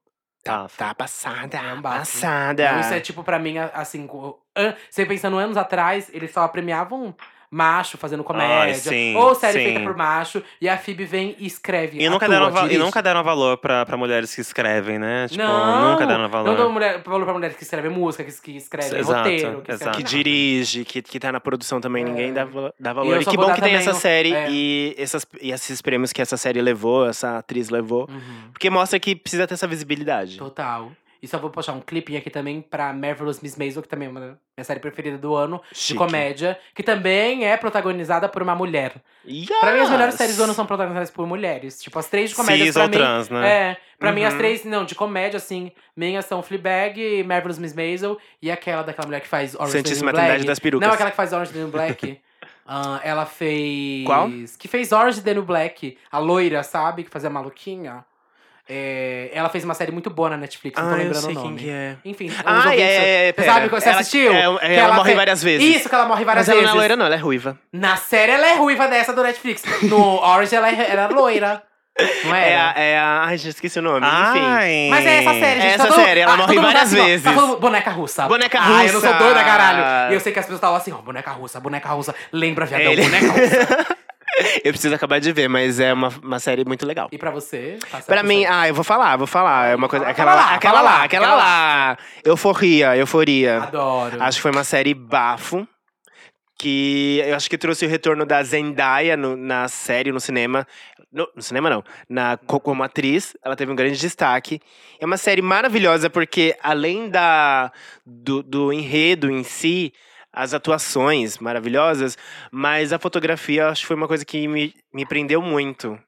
S1: Tá, tá passada,
S3: É um bafo.
S1: passada.
S3: Então, isso é tipo, pra mim, a- assim... co- an- Você pensando anos atrás, eles só premiavam macho fazendo comédia.
S2: Ai, sim,
S3: ou série
S2: sim.
S3: feita por macho. E a Phoebe vem e escreve,
S2: E nunca,
S3: atua,
S2: deram, va- e
S3: dirige.
S2: nunca deram valor pra, pra mulheres que escrevem, né? Tipo,
S3: não,
S2: nunca deram valor.
S3: Não dão mulher, valor pra mulher que escreve música, que, que escreve
S2: Exato,
S3: roteiro. Que,
S1: Que
S2: exato.
S3: Escreve, nada.
S1: dirige, que, que tá na produção também,
S3: É.
S1: ninguém dá, valo- dá
S3: E
S1: valor.
S3: eu
S1: E,
S3: só
S1: que
S3: vou
S1: bom
S3: dar
S1: que tem
S3: também
S1: essa
S3: um-
S1: série
S3: é.
S1: e, essas, e esses prêmios que essa série levou, essa atriz levou.
S3: Uhum.
S1: Porque mostra que precisa ter essa visibilidade.
S3: Total. E só vou postar um clipinho aqui também pra Marvelous Miss Maisel, que também é uma minha série preferida do ano, de
S1: Chique.
S3: comédia, que também é protagonizada por uma mulher.
S1: Yes!
S3: Pra mim, as melhores séries do ano são protagonizadas por mulheres. Tipo, as três de comédia
S2: Cis
S3: pra
S2: ou
S3: mim.
S2: trans, né?
S3: É, pra mim as
S1: Uhum.
S3: três, não, de comédia, assim, minhas são Fleabag, Marvelous Miss Maisel e aquela daquela mulher que faz Orange is the
S1: Santíssima
S3: New Black.
S1: Trindade das perucas.
S3: Não, aquela que faz Orange is the New Black. Ah, ela fez...
S1: Qual?
S3: Que fez Orange is the New Black, a loira, sabe? Que fazia a maluquinha. É, ela fez uma série muito boa na Netflix, não tô
S1: Ah, eu
S3: lembrando
S1: sei
S3: o nome.
S1: quem que é.
S3: Enfim, os
S1: Ah, é,
S3: ouvintes-
S1: é, é,
S3: Você
S1: pera.
S3: sabe que você
S1: Ela-
S3: assistiu?
S1: é, é,
S3: Que
S1: ela morre várias vezes.
S3: Isso, que ela morre várias
S1: Mas ela
S3: vezes.
S1: não é loira, não, ela é ruiva.
S3: Na série ela é ruiva dessa do Netflix. No Orange ela é, ela é loira. Não
S1: É, a,
S3: era?
S1: é a. Ai, já esqueci o nome. Enfim.
S2: Ai.
S3: Mas é essa série, gente.
S1: Essa
S3: tá todo-
S1: série, ela
S3: ah,
S1: morre
S3: todo mundo
S1: várias
S3: assim, ó,
S1: vezes.
S3: Tá falando boneca russa.
S1: Boneca
S3: Ah, eu não sou
S1: russa.
S3: doida, caralho. E eu sei que as pessoas estavam assim, ó, boneca russa, boneca russa. Lembra, viadão,
S1: Ele-
S3: boneca russa.
S1: Eu preciso acabar de ver, mas é uma, uma série muito legal.
S3: E pra você? tá Passa
S1: Pra
S3: pro
S1: mim,
S3: seu.
S1: ah, eu vou falar, vou falar. É uma coisa.
S3: Fala,
S1: Aquela
S3: fala
S1: lá,
S3: lá,
S1: aquela
S3: fala
S1: lá,
S3: lá,
S1: aquela
S3: aquela
S1: lá. Euforia, euforia.
S3: Adoro.
S1: Acho que foi uma série bafo. Que eu acho que trouxe o retorno da Zendaya no- na série, no cinema. No, no cinema, não. Na, co- como atriz, ela teve um grande destaque. É uma série maravilhosa, porque além da, do, do enredo em si, as atuações maravilhosas, mas a fotografia eu acho que foi uma coisa que me, me prendeu muito.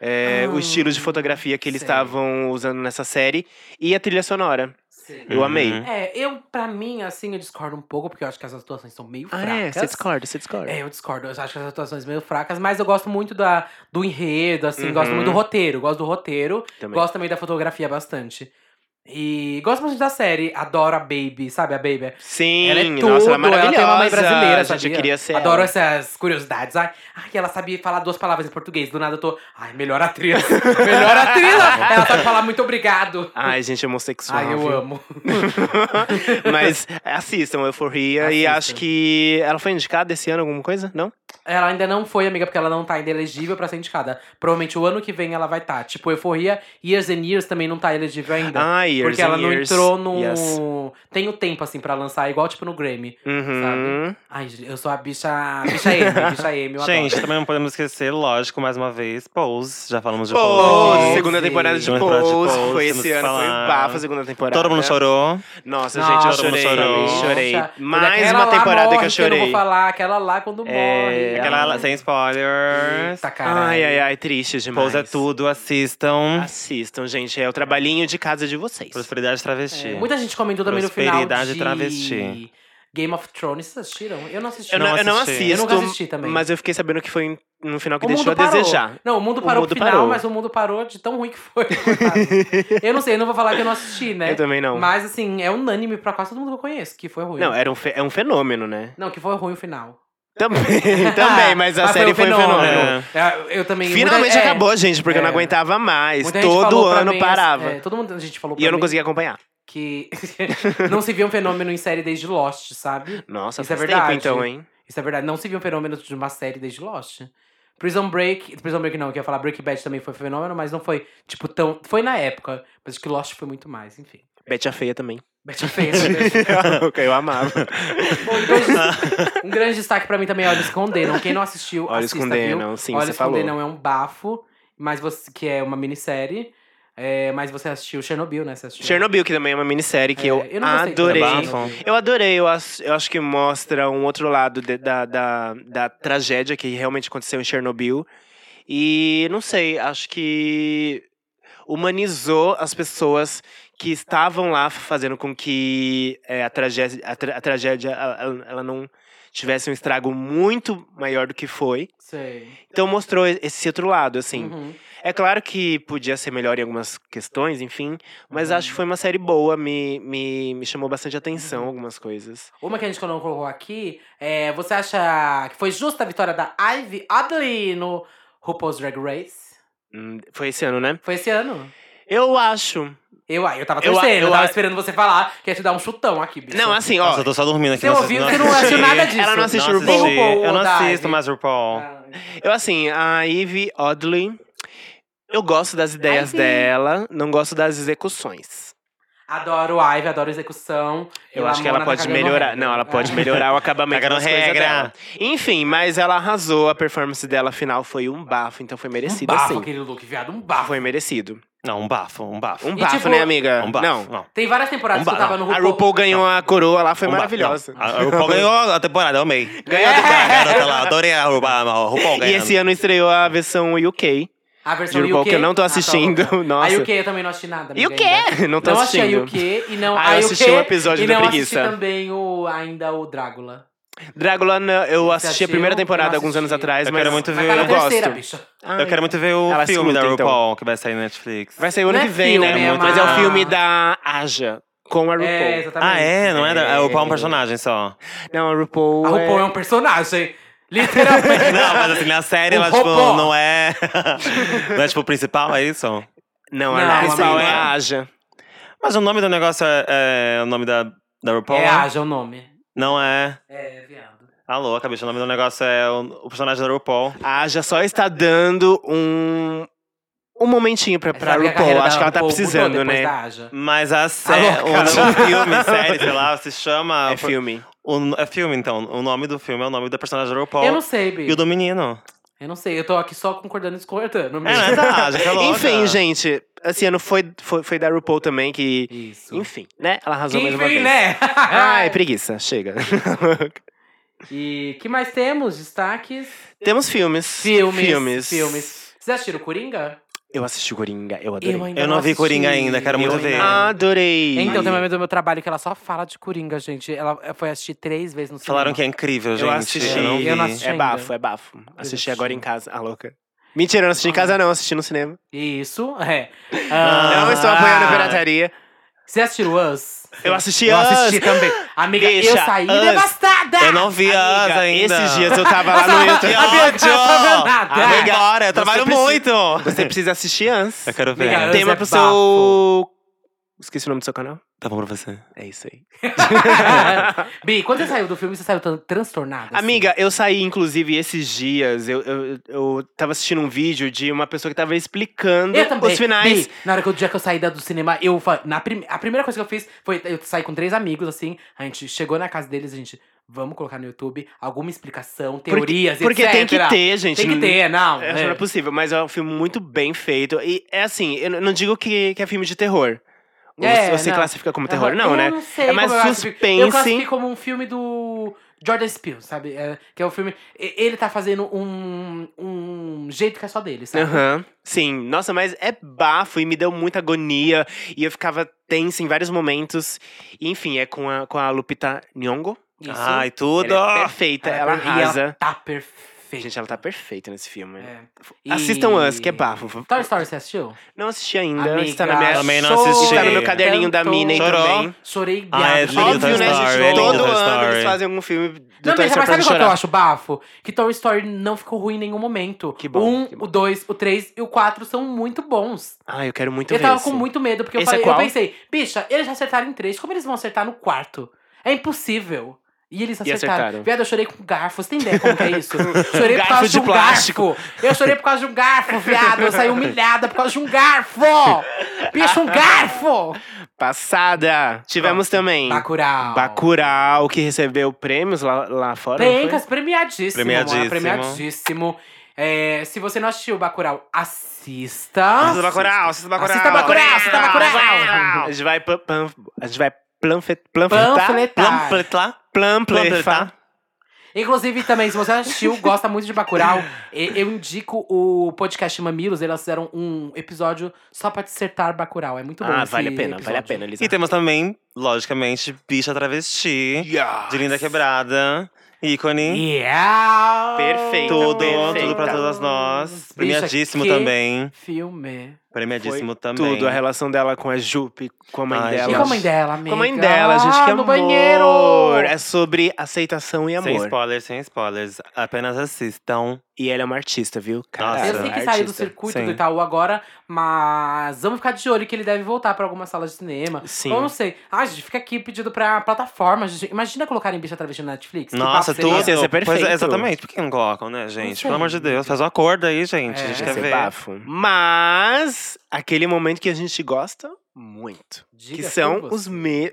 S1: É, o
S3: Ah,
S1: estilo de fotografia que eles
S3: sei.
S1: estavam usando nessa série e a trilha sonora.
S3: Sim.
S1: Eu amei.
S2: Uhum.
S3: É, eu, pra mim, assim, eu discordo um pouco, porque eu acho que as atuações são meio fracas.
S1: Ah, é? discorda, você discorda.
S3: É, eu discordo. Eu acho que as atuações meio fracas, mas eu gosto muito da, do enredo, assim,
S1: Uhum.
S3: gosto muito do roteiro. Gosto do roteiro,
S1: Também.
S3: gosto também da fotografia bastante. E gosto muito da série, adoro a Baby, sabe? A Baby.
S1: Sim,
S3: ela é tudo,
S1: nossa, ela é maravilhosa.
S3: tem uma mãe brasileira,
S1: gente, eu
S3: sabia?
S1: queria ser
S3: Adoro
S1: ela.
S3: essas curiosidades. Ai, ai, ela sabe falar duas palavras em português. Do nada eu tô. Ai, melhor atriz. melhor atriz! ela sabe falar muito obrigado.
S1: Ai, gente, é homossexual.
S3: Ai, eu
S1: viu?
S3: amo.
S1: Mas assistam Euforia e
S3: Assistam.
S1: acho que ela foi indicada esse ano alguma coisa? Não?
S3: Ela ainda não foi, amiga, porque ela não tá ainda elegível pra ser indicada. Provavelmente o ano que vem ela vai estar. Tá. Tipo, Euforia, Years and Years também não tá elegível ainda.
S1: Ah, Years
S3: porque ela
S1: and
S3: não
S1: Years.
S3: entrou no.
S1: Yes.
S3: Tem o tempo, assim, pra lançar, igual tipo no Grammy.
S1: Uhum.
S3: Ai, gente, eu sou a bicha. Bicha M, bicha M, eu
S2: Gente,
S3: adoro.
S2: também não podemos esquecer, lógico, mais uma vez, Pose. Já falamos de Pose.
S1: Pose,
S3: Pose.
S1: segunda temporada de
S2: Segunda temporada de
S1: Pose.
S2: Pose,
S1: Foi
S2: temos
S1: esse
S2: que
S1: ano, foi
S2: falar.
S1: bafa a segunda temporada.
S2: Todo mundo chorou.
S1: Nossa,
S3: Nossa,
S1: gente, eu
S2: todo mundo
S1: chorei.
S2: chorou.
S1: Chorei.
S3: Poxa,
S1: Mais
S3: daquela
S1: uma
S3: lá
S1: temporada que
S3: morre,
S1: eu
S3: Eu não
S1: chorei. É,
S3: vou falar, aquela lá quando morre.
S2: Aquela
S3: Ai,
S2: sem spoilers.
S3: É. Eita, caralho.
S1: Ai, ai, ai, triste demais.
S2: Pose é tudo, assistam.
S1: Assistam, gente. É o trabalhinho de casa de vocês.
S2: Prosperidade travesti.
S3: Muita gente comentou também no final.
S2: Prosperidade
S3: de...
S2: travesti.
S3: Game of Thrones, vocês assistiram? Eu não assisti.
S1: Eu não, eu não assisto.
S2: assisti.
S3: Eu nunca assisti também.
S1: Mas eu fiquei sabendo que foi no final que
S3: O
S1: deixou
S3: mundo
S1: a
S3: parou.
S1: desejar.
S3: Não, o mundo
S1: O
S3: parou
S1: mundo
S3: no final,
S1: parou.
S3: mas o mundo parou de tão ruim que foi. coitado. eu não sei, eu não vou falar que eu não assisti, né?
S1: Eu também não.
S3: Mas assim, é unânime pra quase todo mundo que eu conheço que foi ruim.
S1: Não, era um fe- é um fenômeno, né?
S3: Não, que foi ruim o final. Ah,
S1: Também, também, mas a
S3: Mas
S1: série foi um fenômeno.
S3: É, eu também.
S1: Finalmente
S3: muita- é,
S1: acabou, gente, porque eu não
S3: É.
S1: aguentava mais.
S3: muita gente
S1: Todo
S3: falou pra
S1: ano
S3: mim,
S1: parava.
S3: é, todo mundo, a gente falou pra
S1: E eu não
S3: mim
S1: conseguia acompanhar.
S3: que não se via um fenômeno em série desde Lost, sabe?
S1: Nossa,
S3: Isso é
S1: faz tempo
S3: verdade.
S1: então, hein?
S3: Isso é verdade. Não se viu um fenômeno de uma série desde Lost. Prison Break. Prison Break não, eu ia falar Breaking Bad também foi um fenômeno, mas não foi, tipo, tão. Foi na época, mas acho que Lost foi muito mais, enfim.
S1: Betty a Feia também.
S3: Betty Feia. né?
S1: eu amava.
S3: Bom, um, grande, um grande destaque pra mim também é Olhos com Denon. Quem não assistiu,
S1: Olhos
S3: assista,
S1: com
S3: viu?
S1: Denon, sim,
S3: Olha,
S1: você
S3: Esconder
S1: falou.
S3: não é um bafo, mas você, que é uma minissérie. É, mas você assistiu Chernobyl, né? Você assistiu.
S1: Chernobyl, que também é uma minissérie que
S3: É,
S1: eu,
S3: eu não gostei tanto assim,
S1: adorei.
S3: de
S2: É
S3: Chernobyl.
S1: Eu adorei, eu acho, eu acho que mostra um outro lado de- da, da, da tragédia que realmente aconteceu em Chernobyl. E não sei, acho que humanizou as pessoas que estavam lá fazendo com que é, a tragédia, a, tra- a tragédia ela, ela- ela não tivesse um estrago muito maior do que foi.
S3: Sei.
S1: Então mostrou esse outro lado, assim.
S3: Uhum.
S1: É claro que podia ser melhor em algumas questões, enfim, mas acho que foi uma série boa, me, me, me chamou bastante atenção algumas coisas.
S3: Uma que a gente não colocou aqui é. Você acha que foi justa a vitória da Ivy Adley no RuPaul's Drag Race?
S1: Hum, Foi esse ano, né?
S3: Foi esse ano?
S1: Eu acho.
S3: Eu, ah, eu tava
S1: Eu a-
S3: torcendo, eu,
S1: eu
S3: tava
S1: a-
S3: esperando você falar, que ia te dar um chutão aqui, bicho.
S1: Não, assim, ó.
S2: Nossa, eu tô só dormindo aqui.
S3: Você ouviu? Você não
S2: assisti.
S3: assistiu nada disso.
S1: Ela não assiste
S2: Não
S1: RuPaul.
S2: assisti.
S3: RuPaul,
S2: Eu não
S3: Dai.
S2: assisto mais RuPaul.
S3: Ah.
S1: Eu, assim, a Eve Oddly. Eu gosto das ideias
S3: Ivy.
S1: dela, não gosto das execuções.
S3: Adoro Ivy, adoro execução.
S1: Eu
S3: E
S1: acho que ela
S3: Lamona tá
S1: pode
S3: cagando
S1: melhorar.
S3: regra.
S1: Não, ela pode
S3: Ah.
S1: melhorar o acabamento
S2: Cagando
S1: das
S3: é
S1: coisas
S2: regra.
S1: dela. Enfim, mas ela arrasou. A performance dela final foi um bafo, então foi
S3: Um
S1: merecido,
S3: bafo,
S1: assim.
S3: aquele look, viado, um bafo.
S1: Foi merecido.
S2: Não, um bafo, um bafo.
S1: Um
S2: Um
S3: E,
S1: bafo,
S3: tipo,
S1: né, amiga?
S2: bafo.
S1: não,
S2: não.
S3: Tem várias temporadas
S2: Um
S3: que eu tava
S2: bafo.
S3: no
S1: A
S3: RuPaul.
S1: RuPaul ganhou a coroa lá, foi
S2: Um bafo,
S1: maravilhosa.
S2: não. A a RuPaul ganhou a temporada, eu amei.
S1: Ganhou do
S2: A
S1: cara.
S2: garota lá, adorei a RuPaul, a RuPaul
S3: É.
S1: E
S2: ganhando.
S1: esse ano estreou a versão UK
S3: A
S1: de
S3: versão
S1: RuPaul,
S3: UK.
S1: que eu não tô
S3: Ah, tá
S1: assistindo.
S3: louca.
S1: Nossa.
S3: A UK eu também não assisti nada.
S1: E
S3: amiga,
S1: o
S3: ainda.
S1: quê? Não tô
S3: Não achei a
S1: assistindo.
S3: UK e não.
S1: Ah,
S3: a
S1: eu
S3: UK,
S1: assisti um episódio
S3: e
S1: do
S3: não
S1: Preguiça.
S3: assisti também o, ainda o Drácula.
S1: Drácula, não, eu
S3: Você
S1: assisti a
S3: assistiu?
S1: primeira
S3: Eu não
S1: temporada alguns anos
S3: assisti.
S1: atrás,
S2: Eu
S1: mas
S2: quero muito
S3: Mas
S2: ver-
S3: tá na
S1: eu gosto.
S3: terceira, bicho.
S1: Ai,
S2: Eu quero muito ver o
S1: Ela
S2: filme da
S1: escuta, então.
S2: RuPaul que vai sair na Netflix.
S1: Vai sair o ano
S3: Não é
S1: que vem,
S3: filme,
S1: né?
S2: é
S1: Mas é o
S2: uma-
S1: filme da Aja com a RuPaul.
S3: É, exatamente.
S2: Ah, é? Não é? da- A RuPaul é um
S1: É.
S2: personagem só.
S1: Não, a RuPaul.
S3: A RuPaul é um personagem. Literalmente.
S2: Não, mas assim, na série
S3: O
S2: ela, tipo,
S3: RuPaul.
S2: não é. Não é, tipo, o principal, é isso?
S1: Não, a
S3: Não,
S1: principal é
S3: amiga.
S1: a Aja.
S2: Mas o nome do negócio é, é o nome da, da RuPaul?
S3: É
S2: né?
S3: Aja o nome.
S2: Não é.
S3: É, viado.
S2: Alô, acabei de o nome do negócio é o, o personagem da RuPaul.
S1: A Aja só está dando um. Um momentinho pra, pra
S3: Sabe que é a
S1: RuPaul.
S3: carreira
S1: Acho
S3: da
S1: que ela tá
S3: RuPaul mudou
S1: precisando,
S3: depois
S1: né?
S3: da Aja.
S2: Mas a série,
S1: Alô,
S2: o,
S1: cara.
S2: o filme, série, sei lá, se chama.
S1: É filme.
S2: o- é filme, então. O nome do filme é o nome da personagem da RuPaul.
S3: Eu não sei,
S2: E o
S3: Bi.
S2: do menino.
S3: Eu não sei. Eu tô aqui só concordando e discordando.
S2: É, né? Tá, já que é louca.
S1: Enfim, gente, esse ano foi, foi, foi da RuPaul também que.
S3: Isso.
S1: Enfim, né? Ela arrasou mais uma
S3: Enfim,
S1: vez.
S3: né?
S1: Ai, preguiça, chega.
S3: E que mais temos? Destaques?
S1: Temos filmes.
S3: Filmes,
S1: Filmes.
S3: filmes. Vocês assistiram Coringa?
S1: Eu assisti o Coringa, eu adorei.
S3: Eu ainda
S2: Eu não vi
S3: assisti.
S2: Coringa ainda, quero muito
S3: Eu
S2: ver.
S3: ainda-
S1: Ah, Adorei.
S3: Então, tem uma amiga do meu trabalho que ela só fala de Coringa, gente. Ela foi assistir três vezes no cinema.
S2: Falaram que é incrível, gente.
S1: Eu assisti.
S2: Eu não vi.
S3: Eu não assisti
S1: É
S3: ainda.
S1: bafo, é bafo. Assisti
S3: assisti.
S1: agora em casa. Ah, louca. Mentira, eu não assisti em casa, não. Assisti no cinema.
S3: Isso, é.
S2: Ah.
S1: Não estou apoiando a
S3: Ah.
S1: pirataria.
S3: Você assistiu Us?
S1: Eu assisti
S3: Eu assisti
S1: Us.
S3: também. Amiga, eu
S1: Deixa,
S3: saí
S1: Us.
S3: devastada!
S2: Eu não vi a Asa
S1: Amiga,
S2: ainda.
S1: Esses dias eu tava lá no
S3: Nossa,
S1: YouTube.
S3: a Bianca
S2: ódio!
S3: não sabe nada.
S2: Ah, vai embora, eu trabalho
S1: precisa-
S2: muito!
S1: Você precisa assistir antes.
S2: Eu quero
S3: Amiga,
S2: ver.
S3: eu-
S1: Tema
S3: é
S1: pro
S3: bafo.
S1: seu. Esqueci o nome do seu canal?
S2: Tá bom pra você.
S1: É isso aí.
S3: Bi, quando você saiu do filme, você saiu tran- transtornada? assim?
S1: Amiga, eu saí, inclusive, esses dias. Eu, eu, eu tava assistindo um vídeo de uma pessoa que tava explicando
S3: Eu também.
S1: os finais.
S3: Bi, na hora que eu, dia que eu saí da- do cinema, eu fa- na prim- a primeira coisa que eu fiz foi eu saí com três amigos assim, a gente chegou na casa deles, a gente vamos colocar no YouTube alguma explicação, teorias,
S1: porque
S3: etc.
S1: tem que ter, gente.
S3: Tem que ter, não.
S1: É, Não é possível, mas é um filme muito bem feito. E é assim, eu n- não digo que, que é filme de terror. Ou
S3: É,
S1: você- ou você
S3: não.
S1: classifica como terror, não,
S3: eu
S1: né?
S3: Não sei
S1: É mais
S3: como eu classifico. Eu
S1: suspense.
S3: classifico como um filme do Jordan Peele, sabe? É, que é o filme. e- Ele tá fazendo um, um jeito que é só dele, sabe?
S1: Aham. Sim, nossa, mas é bafo e me deu muita agonia. E eu ficava tensa em vários momentos. E, enfim, é com a, com a Lupita Nyong'o.
S3: Isso.
S2: Ai, tudo!
S1: Ela é perfeita,
S3: Ela é
S1: ela
S3: per- e ela
S1: arrasa.
S3: tá perfeita. perfeita.
S1: Gente, ela tá perfeita nesse filme.
S3: É.
S1: Assistam
S3: E-
S1: Us, que é bafo.
S3: Toy Story, você assistiu?
S1: Não assisti ainda.
S3: Amiga,
S1: está na minha...
S2: Também não assisti.
S1: Está no meu caderninho da
S3: Tanto.
S1: Minnie
S2: Chorou.
S1: também.
S3: Chorei
S2: Ah, é
S3: gato.
S2: lindo Toy
S1: Óbvio, né,
S2: Story,
S1: gente?
S2: lindo
S1: Todo
S2: Toy
S1: ano
S2: Story.
S1: eles fazem algum filme do
S3: Não,
S1: Toy
S3: mas,
S1: Story
S3: mas
S1: Então, é pra gente
S3: sabe qual que eu
S1: chorar.
S3: acho bafo? Que Toy Story não ficou ruim em nenhum momento.
S1: Que bom,
S3: Um,
S1: que bom.
S3: o dois, o três e o quatro são muito bons.
S1: Ah, eu quero muito
S3: eu
S1: ver
S3: tava
S1: esse.
S3: com muito medo, porque eu,
S1: Esse é
S3: falei, eu
S1: qual?
S3: pensei, bicha, eles já acertaram em três, como eles vão acertar no quarto? É impossível. E eles acertaram.
S1: acertaram.
S3: Viado, eu chorei com garfo. Você tem ideia como que é isso? Chorei por
S1: Garfo
S3: causa de
S1: de
S3: um
S1: plástico.
S3: garfo. Eu chorei por causa de um garfo, viado. Eu saí humilhada por causa de um garfo. Bicho, um garfo.
S1: Passada! Tivemos também
S3: Bacurau.
S1: Bacurau, que recebeu prêmios lá, lá fora. não foi?
S3: Pencas, premiadíssimo.
S2: Premiadíssimo.
S3: Premiadíssimo. premiadíssimo. É, se você não assistiu o Bacurau, assista.
S1: Assista Bacurau, assista Bacurau.
S3: Assista Bacurau, assista Bacurau.
S1: Bacurau. A gente vai... pan- pan- A gente vai planfet- planfletar?
S3: Panfletar.
S2: Plampletlar?
S1: Planfletar.
S2: Planfletar.
S3: Inclusive, também, se você não assistiu, gosta muito de Bacurau, e- eu indico o podcast Mamilos. Eles fizeram um episódio só pra dissertar Bacurau. É muito bom
S1: Ah,
S3: esse
S1: vale a pena, vale a
S3: episódio.
S1: pena, Elisa.
S2: E temos também, logicamente, Bicha Travesti, de Linda Quebrada, ícone.
S3: Yeah!
S1: Perfeito,
S2: Tudo,
S1: perfeita.
S2: tudo pra todas nós.
S3: Bicha,
S2: Premiadíssimo
S3: que
S2: também.
S3: Filme.
S2: Premiadíssimo também.
S1: Tudo, é a relação dela com a Jupe, com a mãe
S2: Ai,
S1: dela.
S3: E
S2: gente.
S3: com a mãe dela, amiga?
S1: Com a mãe dela, gente,
S3: Ah,
S1: que
S3: no
S1: amor.
S3: banheiro!
S1: É sobre aceitação e
S2: Sem
S1: amor.
S2: spoilers, sem spoilers. Apenas assistam.
S1: E ela é uma artista, viu?
S2: Nossa.
S3: Eu sei que saiu do
S1: artista.
S3: circuito
S2: é um Sim.
S3: do Itaú agora, mas vamos ficar de olho que ele deve voltar pra algumas salas de cinema.
S1: Sim.
S3: Ou não sei. Ah, gente, fica aqui pedido pra plataforma. gente. Imagina colocarem bicha travesti na Netflix. que
S2: Nossa,
S3: papo seria?
S2: tudo.
S1: Nossa, ia ser
S2: Pois é,
S1: perfeito.
S2: exatamente. Por que não colocam, né,
S3: Não
S2: gente?
S3: sei.
S2: Pelo amor de Deus, faz um acordo aí, gente.
S3: É.
S2: A gente
S1: Ia
S2: quer
S1: ser
S2: ver.
S1: bafo. Mas, aquele momento que a gente gosta muito.
S3: Diga
S1: que
S3: por
S1: são
S3: você.
S1: os memes.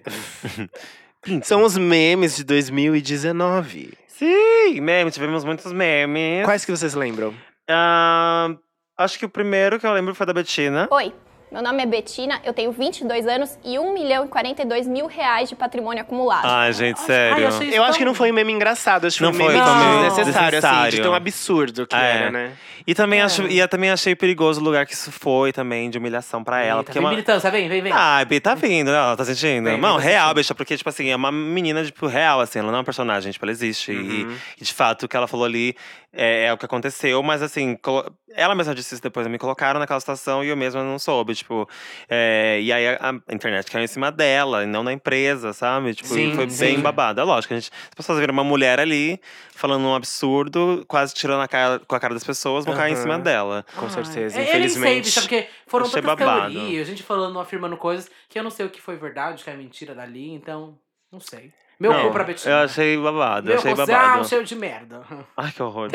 S1: são os memes de 2019.
S2: Sim, meme, tivemos muitos memes.
S1: Quais que vocês lembram?
S2: Ah, acho que o primeiro que eu lembro foi da Betina.
S5: Oi, meu nome é Betina, eu tenho 22 anos e 1 milhão e 42 mil reais de patrimônio acumulado.
S2: Ai, gente,
S3: Ai,
S2: sério.
S3: achei isso
S1: Eu acho
S3: tão-
S1: que não foi um meme engraçado, acho que
S2: Não
S1: foi um meme
S2: foi,
S3: foi um meme
S1: desnecessário, assim, de
S2: desnecessário.
S1: tão absurdo que
S2: É.
S1: era, né?
S2: E também, acho, e eu também achei perigoso o lugar que isso foi também, de humilhação pra ela.
S3: Eita,
S2: Porque é
S3: vem
S2: uma...
S3: militância, vem, vem, vem.
S2: Ah, Bi, tá vindo, né? Ela tá sentindo.
S3: Vem,
S2: não,
S3: vem, tá
S2: real,
S3: sentindo.
S2: bicha, porque, tipo assim, é uma menina, tipo, real, assim, ela não é um personagem, tipo, ela existe. E-
S1: Uhum.
S2: E, de fato, o que ela falou ali é, é o que aconteceu, mas assim, colo- ela mesma disse isso depois, me colocaram naquela situação e eu mesma não soube, tipo. é, e aí a, a internet caiu em cima dela, e não na empresa, sabe? Tipo, e
S1: Sim,
S2: foi
S1: sim.
S2: bem babado. É lógico, a gente, as pessoas viram uma mulher ali, falando um absurdo, quase tirando a cara, com a cara das pessoas, vão cair em
S1: Aham.
S2: cima dela.
S1: Com certeza,
S3: Ai, É, eu nem sei,
S1: infelizmente.
S3: bicha, porque foram
S2: Achei
S3: tantas
S2: babado.
S3: teorias, gente falando, afirmando coisas que eu não sei o que foi verdade, o que é mentira dali, então, não sei. Meu
S2: não,
S3: cu pra Betina.
S2: Eu achei babado, eu
S3: Meu
S2: achei
S3: cu, ah, um
S2: babado.
S3: cheiro de merda.
S2: Ai, que horror.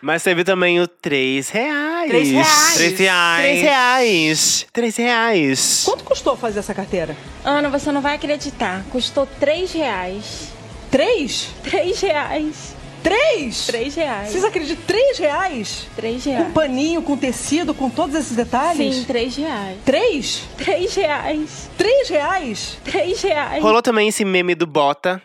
S1: Mas teve também o 3 reais.
S3: Três reais.
S2: Três reais.
S1: 3 reais. 3 reais.
S6: Quanto custou fazer essa carteira?
S7: Ana, você não vai acreditar. Custou 3 reais.
S6: Três?
S7: 3 reais.
S6: Três? Vocês
S7: 3 reais.
S6: acreditam? Três reais?
S7: 3
S6: Com
S7: reais.
S6: paninho, com tecido, com todos esses detalhes?
S7: Sim, 3 reais.
S6: Três?
S7: 3 reais.
S6: Três reais?
S7: 3 reais.
S1: Rolou também esse meme do Bota,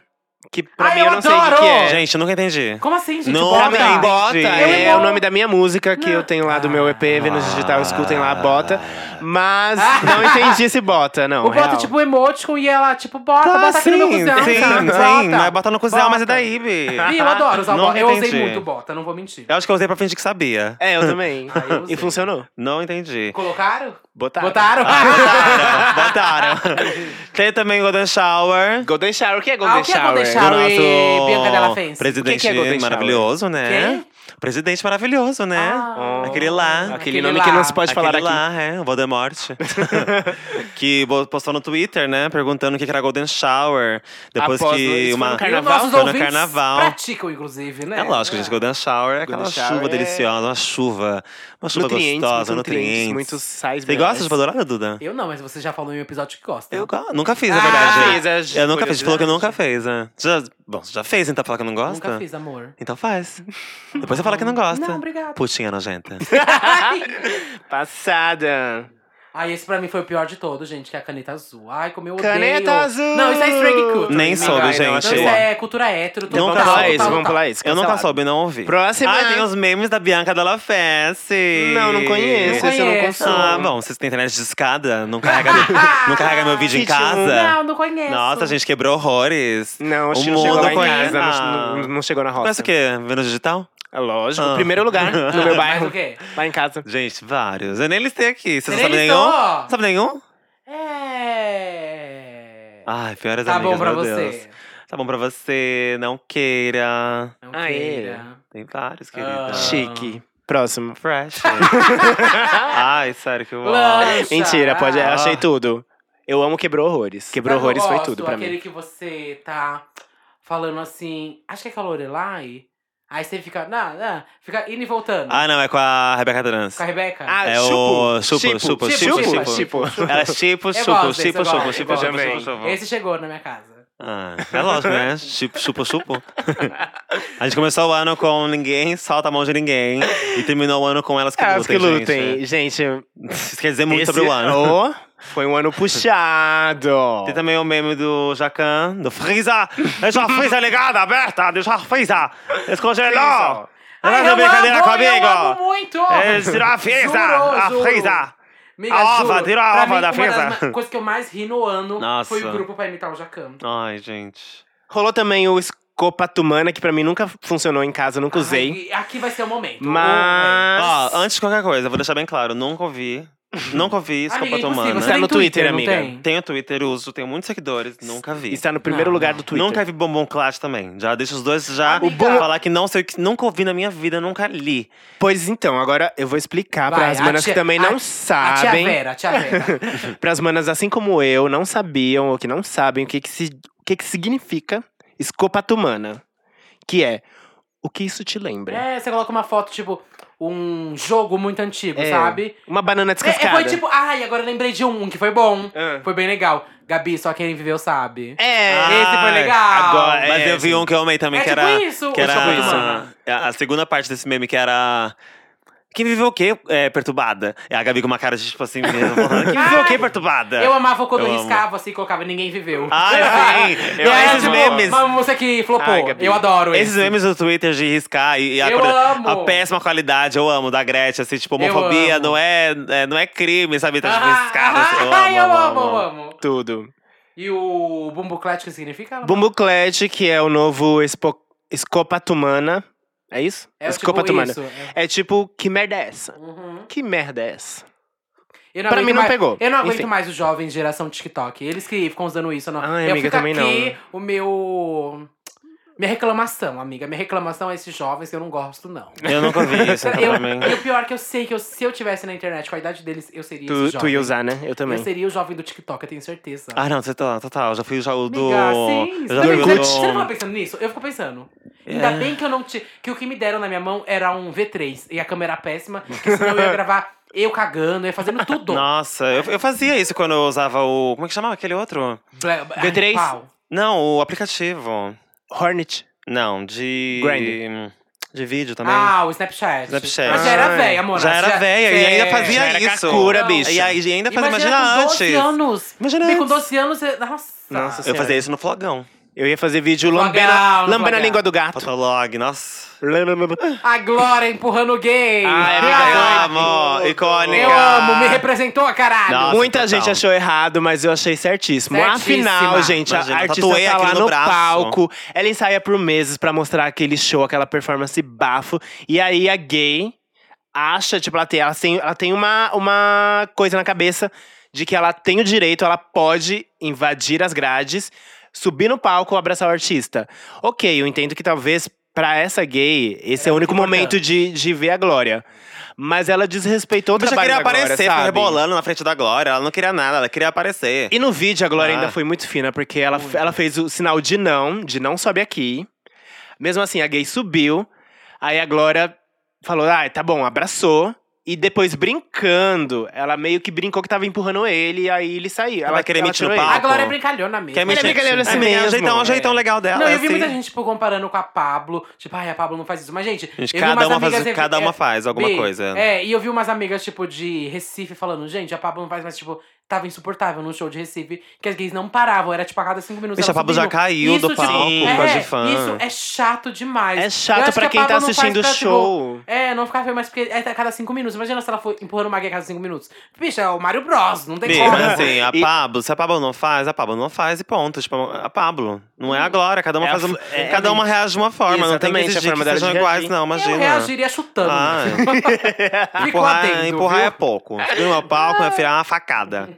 S1: que pra
S3: é? Ai,
S1: mim eu,
S3: eu
S1: não sei o que que é.
S3: adoro!
S2: Gente, eu nunca entendi.
S3: Como assim, gente?
S2: Não,
S3: Bota?
S1: Pra mim, Bota
S2: entendi.
S1: é
S3: Eu
S1: o nome da minha música que eu tenho lá do meu EP, Vênus Digital, escutem lá, Bota. Mas não entendi esse Bota, não.
S3: Ah. O bota
S1: real.
S3: tipo emoticon e ela, tipo, bota,
S2: Tá,
S3: bota aqui no meu
S2: sim,
S3: cuzão.
S2: Sim, sim,
S3: sabe? Bota.
S2: mas bota no cuzão, mas e
S3: Bota.
S2: daí, Bi?
S3: Ih, eu adoro usar
S2: Não
S3: bota. Eu usei
S2: entendi.
S3: muito bota, não vou mentir.
S2: Eu acho que eu usei pra fingir que sabia.
S1: É, eu também.
S3: Ah, eu
S1: e
S3: sei.
S1: funcionou.
S2: Não entendi. Ah,
S3: Colocaram?
S1: Botaram.
S3: Botaram?
S2: Botaram. Tem também Golden Shower.
S1: Golden Shower. O que é Golden
S3: Ah, o que é
S1: Shower?
S3: Golden
S2: do
S3: Shower e Bianca Della Fence?
S1: O
S2: Presidente
S1: que que é Golden Shower?
S2: maravilhoso, né?
S3: Quem?
S2: Presidente maravilhoso, né?
S3: Ah.
S2: Aquele lá.
S1: Aquele,
S3: Aquele
S1: nome
S3: lá.
S1: que não se pode falar
S2: Aquele
S1: aqui.
S2: lá, é, o Voldemort. que bo- postou no Twitter, né? Perguntando o que que era Golden Shower. Depois
S1: Após-
S2: que
S1: isso foi
S2: uma.
S1: no
S3: E
S1: Carnaval?
S3: os nossos
S2: Foi no
S3: ouvintes
S2: é carnaval.
S3: praticam, inclusive, né?
S2: É lógico, gente. Golden Shower é aquela
S1: Golden Shower
S2: chuva
S1: é-
S2: deliciosa, uma chuva. Uma chuva
S1: Nutrientes,
S2: gostosa,
S1: muitos
S2: nutrientes.
S1: nutrientes, muitos sais
S2: Você gosta
S1: minerais.
S2: de Valorada, Duda?
S3: Eu não, mas você já falou em um episódio que gosta.
S2: Eu go- nunca fiz,
S1: Ah, é
S2: na verdade.
S1: fez as
S2: eu nunca fiz. Você falou que eu
S1: curiosidades.
S2: nunca fez, né? Você Já, bom, você já fez, então fala que não gosta?
S3: Nunca fiz, amor.
S2: Então faz. Depois você fala que não gosta.
S3: Não, obrigado.
S2: Putinha nojenta.
S1: Passada.
S3: Ai, esse pra mim foi o pior de todo, gente, que é a caneta azul. Ai, como eu odeio.
S1: Caneta azul!
S3: Não, isso é Stray Culture.
S2: Nem
S3: amiga.
S2: soube,
S1: Ai, não,
S2: gente.
S3: Então isso é cultura hétero, tudo
S2: Não,
S1: Vamos
S3: total,
S2: calma,
S1: pular
S3: total,
S1: isso, vamos
S3: total.
S1: pular isso.
S2: eu nunca
S1: cancelado.
S2: soube, não ouvi.
S1: Próxima.
S2: Ah, tem os memes da Bianca Della Fence.
S1: Não, não conheço.
S3: Não
S1: esse eu não
S3: conheço.
S1: consumo.
S2: Ah, bom, vocês têm internet de escada? Não carrega, não carrega meu vídeo em
S1: Gente,
S2: casa?
S3: Não, não conheço.
S2: Nossa, a gente quebrou horrores.
S1: Não, acho
S2: O
S1: que não chegou
S2: mundo
S1: lá em
S2: conhece-
S1: casa, não-
S2: Ah.
S1: não, não chegou na roça.
S2: Conhece o quê? Vênus Digital?
S1: É lógico.
S2: Ah.
S1: Primeiro lugar no meu bairro.
S3: Mas o quê?
S1: Lá em casa.
S2: Gente, vários. Eu nem listei aqui. Você não
S3: Você
S2: sabe
S3: nem
S2: nenhum?
S3: listou?
S2: Sabe nenhum?
S3: É.
S2: Ai, piores
S3: tá
S2: amigas,
S3: bom pra
S2: meu
S3: você.
S2: Deus. Tá bom pra você, não queira.
S3: Não
S1: Aê.
S3: queira.
S2: Tem vários, querida.
S3: Ah.
S1: Chique. Próximo.
S2: Fresh. Ai, sério, que bom.
S3: Lança.
S1: Mentira, pode.
S2: Ah.
S1: Achei tudo. Eu amo quebrou horrores. Quebrou
S3: Sabe o que eu
S1: horrores foi
S3: gosto?
S1: tudo pra
S3: Aquele
S1: mim.
S3: que você tá falando assim, acho que é com a Lorelai. Aí você fica, não, não, fica indo e voltando.
S2: Ah, não, é com a Rebeca Trans.
S3: Com a Rebeca.
S1: Ah,
S2: É o chupo, chupo,
S1: chupo,
S3: chupo, chupo.
S1: chupo.
S2: Ela é chupa, chupa, chupa,
S3: Eu gosto desse, eu
S2: chupa,
S3: gosto, eu
S2: chupa,
S3: gosto.
S2: chupa, chupa.
S3: Esse chegou na minha casa.
S2: Ah, é lógico, né? Chupa, chupa, chupa. A gente começou o ano com ninguém solta a mão de ninguém. E terminou o ano com elas que
S1: Elas
S2: lutem,
S1: É, que lutem.
S2: gente.
S1: Gente,
S2: Isso quer dizer muito
S1: esse
S2: sobre o ano.
S1: ano foi um ano puxado.
S2: Tem também o meme do Jacan, do Freeza! Deixa a Freeza ligada, aberta! Deixa a Freeza! Descongelou! Não
S3: Ai,
S2: faz
S3: eu
S2: brincadeira
S3: amo, Eu amo
S2: comigo!
S3: muito!
S2: É, Tirou a Freeza!
S3: Juro,
S2: A
S3: juro.
S2: Freeza!
S3: Amiga,
S2: A
S3: juro,
S2: ova, tira a
S3: pra
S2: ova
S3: mim,
S2: da
S3: uma das
S2: mesa.
S3: ma- coisas que eu mais ri no ano
S2: Nossa.
S3: foi o grupo pra imitar o Jacan.
S2: Ai, gente.
S1: Rolou também o escopatumana, que pra mim nunca funcionou em casa, nunca usei.
S3: Ai, aqui vai ser o momento. O-
S1: Mas.
S2: Ó, antes de qualquer coisa, vou deixar bem claro, nunca ouvi. Nunca ouvi
S3: Amiga,
S2: Escopa
S3: é impossível,
S2: Tomana.
S3: você
S1: Tá
S3: tem
S1: no Twitter,
S3: não
S1: amiga.
S3: tem?
S2: Tenho Twitter, uso, tenho muitos seguidores, nunca vi.
S1: Está no primeiro
S3: Não,
S1: lugar
S3: não.
S1: do Twitter.
S2: Nunca vi Bombom Clash também. Já deixa os dois já
S3: O bom-
S2: falar que não sei o que. Nunca ouvi na minha vida, nunca li.
S1: Pois então, agora eu vou explicar
S3: Vai,
S1: para as
S3: a
S1: manas
S3: tia-
S1: que também
S3: a-
S1: não
S2: tá,
S3: A tia
S1: sabem.
S3: Vera, a tia Vera.
S1: Para as manas assim como eu, não sabiam ou que não sabem o que que, se, o que, que significa escopatumana. Que é o que isso te lembra.
S3: é, você coloca uma foto, tipo, um jogo muito antigo,
S1: É,
S3: sabe?
S1: Uma banana
S3: É, é,
S1: descascada.
S3: foi tipo, ai, agora eu lembrei de um que foi bom.
S1: Ah.
S3: Foi bem legal. Gabi, só quem viveu sabe.
S1: É,
S3: esse foi legal.
S1: Agora,
S2: Mas
S1: é,
S2: eu vi um que eu amei também,
S3: É
S2: que
S3: tipo
S2: era.
S3: isso,
S2: que
S3: o
S2: era
S3: Escopa Tomana.
S2: a, a segunda parte desse meme, que era. Quem viveu o quê? É, perturbada. É a Gabi com uma cara de tipo assim mesmo. falando, Quem viveu o quê? Perturbada.
S3: Eu amava quando
S2: É. Eu
S3: eu
S2: amo.
S3: riscava assim e colocava Ninguém Viveu. É, tipo,
S2: Ai, sim.
S1: Eu
S2: E aí
S1: amo.
S2: esses memes.
S3: Uma música que flopou.
S1: Ai, Gabi.
S3: eu adoro
S2: Esses
S3: esse.
S2: memes do Twitter de riscar e, e a,
S3: Eu amo.
S2: a péssima qualidade, eu amo, da Gretchen, assim, tipo, homofobia
S3: amo.
S2: não é, é- não é crime, sabe?
S1: Então,
S2: Tá tipo,
S3: Ah,
S2: riscado, assim, eu
S3: ai,
S2: amo,
S3: eu amo, eu amo.
S1: tudo.
S3: E o Bumbuclete, que significa?
S1: Bumbuclete, que é o novo espo... escopatumana. É isso?
S3: É tipo
S1: escopatumana.
S3: isso, é.
S1: É tipo, que merda é essa?
S3: Uhum.
S1: Que merda é essa?
S3: Eu
S1: Pra
S3: aguento
S1: mim não
S3: mais-
S1: pegou.
S3: Eu não aguento
S1: Enfim.
S3: mais os jovens de geração TikTok. Eles que ficam usando isso. Eu não.
S1: Ai,
S3: eu
S1: amiga,
S3: fico
S1: também
S3: aqui o meu... Minha reclamação, amiga. Minha reclamação é esses jovens que eu não gosto, não.
S2: Eu nunca vi isso, então
S3: Eu-
S2: pra mim.
S3: e o pior é que eu sei que eu- se eu tivesse na internet com a idade deles, eu seria
S1: Tu,
S3: esse
S1: tu
S3: jovem.
S1: ia usar, né? Eu também.
S3: Eu seria o jovem do TikTok, eu tenho certeza.
S2: Ah, não, total, total. Já fui já o do.
S3: Amiga, sim,
S2: eu já
S3: você
S2: fui
S3: não
S2: o
S3: fica-
S2: do-
S3: Você não tava pensando nisso? Eu fico pensando. Ainda
S2: É.
S3: bem que eu não te. Que o que me deram na minha mão era um V3 e a câmera péssima, que senão eu ia gravar eu cagando, eu ia fazendo tudo.
S2: Nossa, eu, eu fazia isso quando eu usava o. Como é que chamava aquele outro?
S3: Bla- ai,
S1: V3?
S3: é, pau.
S2: Não, o aplicativo.
S1: Hornet.
S2: Não, de.
S1: Grindr.
S2: De vídeo também.
S3: Ah, o Snapchat.
S2: Snapchat.
S3: Mas já era
S1: Ai,
S3: velha, amor.
S2: Ah, é. já era velha e ainda fazia
S1: Já era
S2: isso.
S1: cascura,
S3: Não. bicha.
S2: E, aí- e ainda fazia, imagina,
S3: Imagina, com 12
S2: antes.
S3: anos.
S2: Imagina
S3: Bem, com
S2: antes.
S3: 12 anos, você... Nossa.
S1: Nossa,
S2: Eu fazia isso no flogão.
S1: Eu ia fazer vídeo
S3: Vou
S1: lambendo,
S3: agarrar, não vou
S1: lambendo a
S3: agarrar.
S1: língua do gato.
S2: Fotolog, nossa.
S3: A Glória empurrando o gay.
S1: Ai, amiga,
S2: Eu
S1: Ai,
S2: amo, icônica.
S3: eu amo, me representou, caralho.
S2: Nossa,
S1: Muita
S2: total.
S1: gente achou errado, mas eu achei certíssimo.
S3: Certíssima.
S1: Afinal, gente,
S2: Imagina,
S1: a artista
S2: tatuei
S1: tá lá
S2: aquilo no
S1: no
S2: braço.
S1: palco. Ela ensaia por meses pra mostrar aquele show, aquela performance bafo. E aí a gay acha, tipo, ela tem, ela tem, ela tem uma, uma coisa na cabeça de que ela tem o direito, ela pode invadir as grades, subir no palco, abraçar o artista. Ok, eu entendo que talvez pra essa gay, esse é o único momento de, de ver a Glória. Mas ela desrespeitou o
S2: Ela já
S1: trabalho da
S2: queria
S1: Glória,
S2: aparecer, foi
S1: sabe?
S2: rebolando na frente da Glória. Ela não queria nada, ela queria aparecer.
S1: E no vídeo a Glória
S2: Ah.
S1: ainda foi muito fina, porque ela, ela fez o sinal de não, de não sobe aqui. Mesmo assim, a gay subiu. Aí a Glória falou: ah, tá bom, abraçou. E depois, brincando, ela meio que brincou que tava empurrando ele, e aí ele saiu.
S2: Ela queria um mentir no
S1: tirou ele.
S3: A
S2: palco.
S3: Glória é brincalhona mesmo.
S2: Quer
S1: Ela é brincadeira assim
S2: tem um
S1: mesmo.
S2: jeitão, um jeitão legal dela.
S3: Não, eu vi
S2: assim.
S3: muita gente, tipo, comparando com a Pablo. Tipo, ai, a Pablo não faz isso. Mas, gente,
S2: Gente,
S3: eu vi
S2: cada
S3: umas
S2: uma, faz,
S3: amigas-
S2: cada
S3: é,
S2: uma faz alguma
S3: Bi,
S2: coisa.
S3: É, e eu vi umas amigas, tipo, de Recife falando, gente, a Pablo não faz, mas, tipo, tava insuportável no show de Recife, que as gays não paravam, era tipo a cada cinco minutos.
S2: Bicho, a
S3: elas
S2: Pablo já
S3: subiam.
S2: caiu do
S3: tipo,
S2: palco
S1: por
S2: causa
S3: é,
S2: de fã.
S3: Isso é chato demais.
S1: É
S3: Eu
S1: chato
S3: acho que
S1: pra
S3: a
S1: quem tá
S3: Pablo não faz
S1: assistindo o
S3: tanto gol.
S1: show.
S3: É, não ficar feio mais porque é a cada cinco minutos. Imagina se ela for empurrando uma gay a cada cinco minutos. Bicho, é o Mario Bros, não tem
S2: Bicho,
S3: como.
S2: mas assim, a
S1: E-
S2: Pablo, se a Pablo não faz, a Pablo não faz e ponto. Tipo, a Pablo. Não é a glória, cada uma
S1: É a
S2: faz
S1: f-
S2: um,
S1: é,
S2: Cada uma reage de uma forma. Não tem que
S1: Exatamente, a
S2: exigir
S1: forma
S2: que
S1: dela de
S2: sejam iguais,
S1: reagir.
S2: não, imagina.
S3: Eu reagiria chutando.
S2: Ah,
S3: Fico
S2: Empurrar,
S3: atento.
S2: empurrar
S3: viu?
S2: é pouco. Subir no palco é virar uma facada.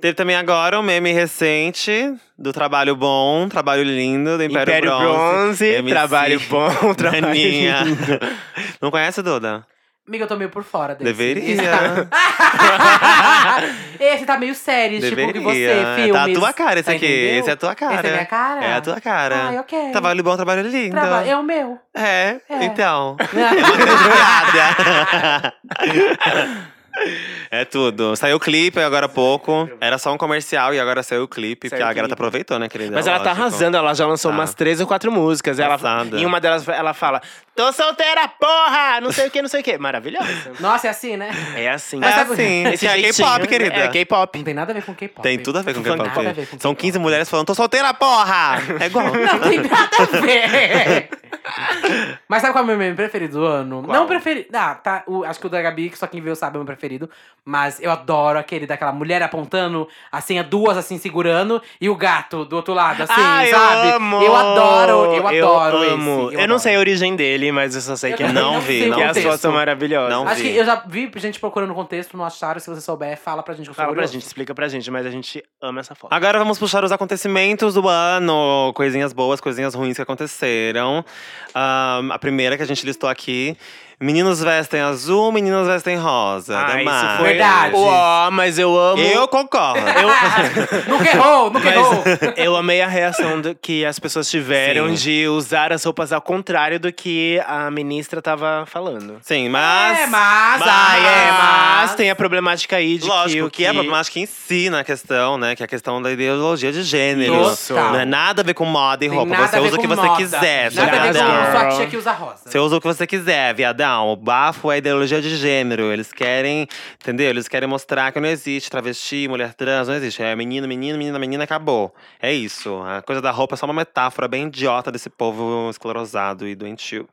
S2: Teve também agora um meme recente do trabalho bom, trabalho lindo do Império,
S1: Império Bronze,
S2: MC,
S1: trabalho bom, trabalho
S2: Aninha.
S1: lindo.
S2: Não conhece, Duda?
S3: Amiga, eu tô meio por fora desse. Esse
S2: Deveria.
S3: tá, Esse tá meio sério, tipo que você, filmes.
S2: Tá a tua cara esse
S3: Tá
S2: aqui.
S3: entendendo?
S2: Esse é a tua cara.
S3: Esse é minha cara?
S2: É a tua cara.
S3: Ai, ok.
S2: Trabalho bom, trabalho lindo.
S3: Traba- É o meu.
S2: É,
S3: É.
S2: então. É uma grande piada. É tudo. Saiu o clipe agora há pouco. Era só um comercial e agora saiu o clipe.
S1: Saiu
S2: porque
S1: o
S2: a garota
S1: clipe.
S2: aproveitou, né, querida?
S1: Mas ela tá
S2: Lógico.
S1: arrasando, ela já lançou
S2: Tá.
S1: umas três ou quatro músicas. Ela,
S2: Arrasada.
S1: em uma delas ela fala: Tô solteira, porra! Não sei o que, não sei o que. Maravilhosa.
S3: Nossa, é assim, né?
S1: É assim.
S2: É
S3: sabe-
S2: assim.
S1: Esse
S2: Esse é
S1: jeitinho,
S2: K-pop,
S1: né?
S2: querida.
S1: É
S3: Não
S1: K-pop.
S3: tem nada a ver com K-pop.
S2: Tem tudo a ver com
S1: Tem
S2: K-pop.
S3: nada a ver com
S2: São
S3: K-pop.
S2: 15 mulheres falando, tô solteira, porra! É igual.
S3: Não tem nada a ver. Mas sabe qual é o meu meme preferido do ano? Não preferido. Ah, tá. o- acho que o da Gabi, que só quem viu sabe, é o meu preferido. Mas eu adoro aquele daquela mulher apontando, assim, a duas, assim, segurando, e o gato do outro lado, assim,
S1: Ah,
S3: sabe?
S1: eu amo!
S3: Eu adoro, eu adoro
S1: amo.
S3: esse.
S1: Eu, não
S3: adoro.
S1: sei a origem dele, mas eu só sei
S3: Eu
S1: que
S3: também
S2: não vi,
S3: sei o
S2: não
S1: Que
S2: vi.
S1: as
S3: contexto.
S1: fotos são maravilhosas.
S2: Não
S3: Acho
S2: vi.
S3: que eu já vi gente procurando o contexto, não acharam. Se você souber, fala pra gente que eu sou
S1: Fala pra
S3: curioso.
S1: gente, explica pra gente, mas a gente ama essa foto.
S2: Agora vamos puxar os acontecimentos do ano. Coisinhas boas, coisinhas ruins que aconteceram. Ahn, a primeira que a gente listou aqui. Meninos vestem azul, meninas vestem rosa.
S1: Ah,
S2: Demais.
S1: isso foi
S3: Verdade.
S1: Uó, mas eu amo.
S2: Eu concordo.
S3: nunca errou, nunca errou.
S1: Mas eu amei a reação do- que as pessoas tiveram
S2: Sim.
S1: de usar as roupas ao contrário do que a ministra tava falando.
S2: Sim, mas.
S3: É, mas-
S1: Ah, é,
S3: Mas-
S1: mas tem a problemática aí de
S2: Lógico,
S1: que
S2: que,
S1: o
S2: é a problemática em si na questão, né? Que é a questão da ideologia de gênero.
S3: Total.
S2: Não é nada a ver com moda e
S3: Tem
S2: roupa.
S3: nada
S2: Você
S3: a ver
S2: usa o que
S3: com
S2: você
S3: moda.
S2: quiser, tá
S3: Nada a ver
S2: viadão.
S3: com
S1: viadão.
S3: sua tia que usa rosa.
S2: Você usa o que você quiser, viadão. O bafo é a ideologia de gênero. Eles querem, entendeu? Eles querem mostrar que não existe travesti, mulher trans, não existe. É menino, menino, menina, menina, acabou. É isso. A coisa da roupa é só uma metáfora bem idiota desse povo esclerosado e doentio.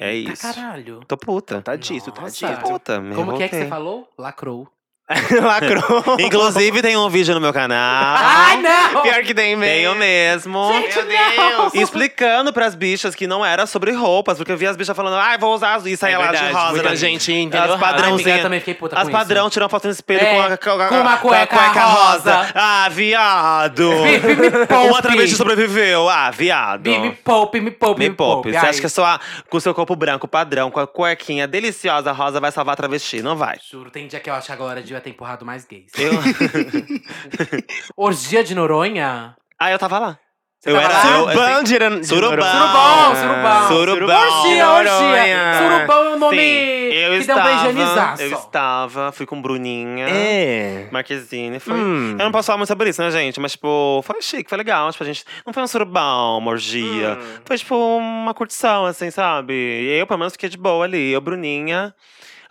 S2: É
S3: Tá
S2: isso.
S3: caralho.
S2: Tô puta.
S1: Tá dito, tá
S3: Nossa.
S1: dito.
S2: Puta, me
S3: Como que é que você
S2: revoltei.
S3: falou? Lacrou.
S1: Lacrou.
S2: Inclusive, tem um vídeo no meu canal.
S3: Ai, não!
S1: Pior que tem mesmo.
S2: Tenho mesmo.
S3: Gente, não!
S2: Explicando pras bichas que não era sobre roupas, porque eu vi as bichas falando, ai, vou usar azul. E saia
S1: É
S2: lá de
S1: verdade,
S2: rosa.
S1: muita
S2: né?
S1: gente entendeu
S2: As
S1: errado.
S3: Ai, amiga,
S2: padrãozinhas.
S3: eu também fiquei puta
S2: As
S3: com
S2: padrão tirando foto no espelho
S3: É,
S2: com, a,
S3: com uma
S2: a-
S3: cueca rosa.
S2: Ah, viado.
S3: isso. Me, me poupe.
S2: Uma travesti sobreviveu. Ah, viado.
S3: Me, me poupe, me poupe,
S2: Me poupe. Você
S3: Ai,
S2: acha que é só a- com o seu corpo branco padrão, com a cuequinha deliciosa rosa, vai salvar a travesti? Não vai.
S3: Juro, tem dia que eu acho que agora devia ter empurrado mais gays.
S2: Eu...
S3: Orgia de Noronha?
S2: ah, eu tava lá.
S3: Você
S2: eu
S3: tava
S2: era.
S3: lá?
S2: eu-
S1: Surubão Ah, de Iran- de
S2: Surubão.
S1: Noronha.
S3: Surubão, surubão.
S2: Surubão.
S3: Orgia, orgia.
S1: Noronha.
S3: Surubão é o nome
S2: Sim, eu
S3: que deu um pra higienizar
S2: estava. Eu
S3: só.
S2: estava, fui com Bruninha.
S1: É.
S2: Marquezine, foi.
S1: Hum.
S2: Eu não posso falar muito sobre isso, né, gente? Mas, tipo, foi chique, foi legal. Tipo, a gente. Não foi um surubão, uma orgia.
S3: Hum.
S2: Foi, tipo, uma curtição, assim, sabe? E eu, pelo menos, fiquei de boa ali. Eu, Bruninha.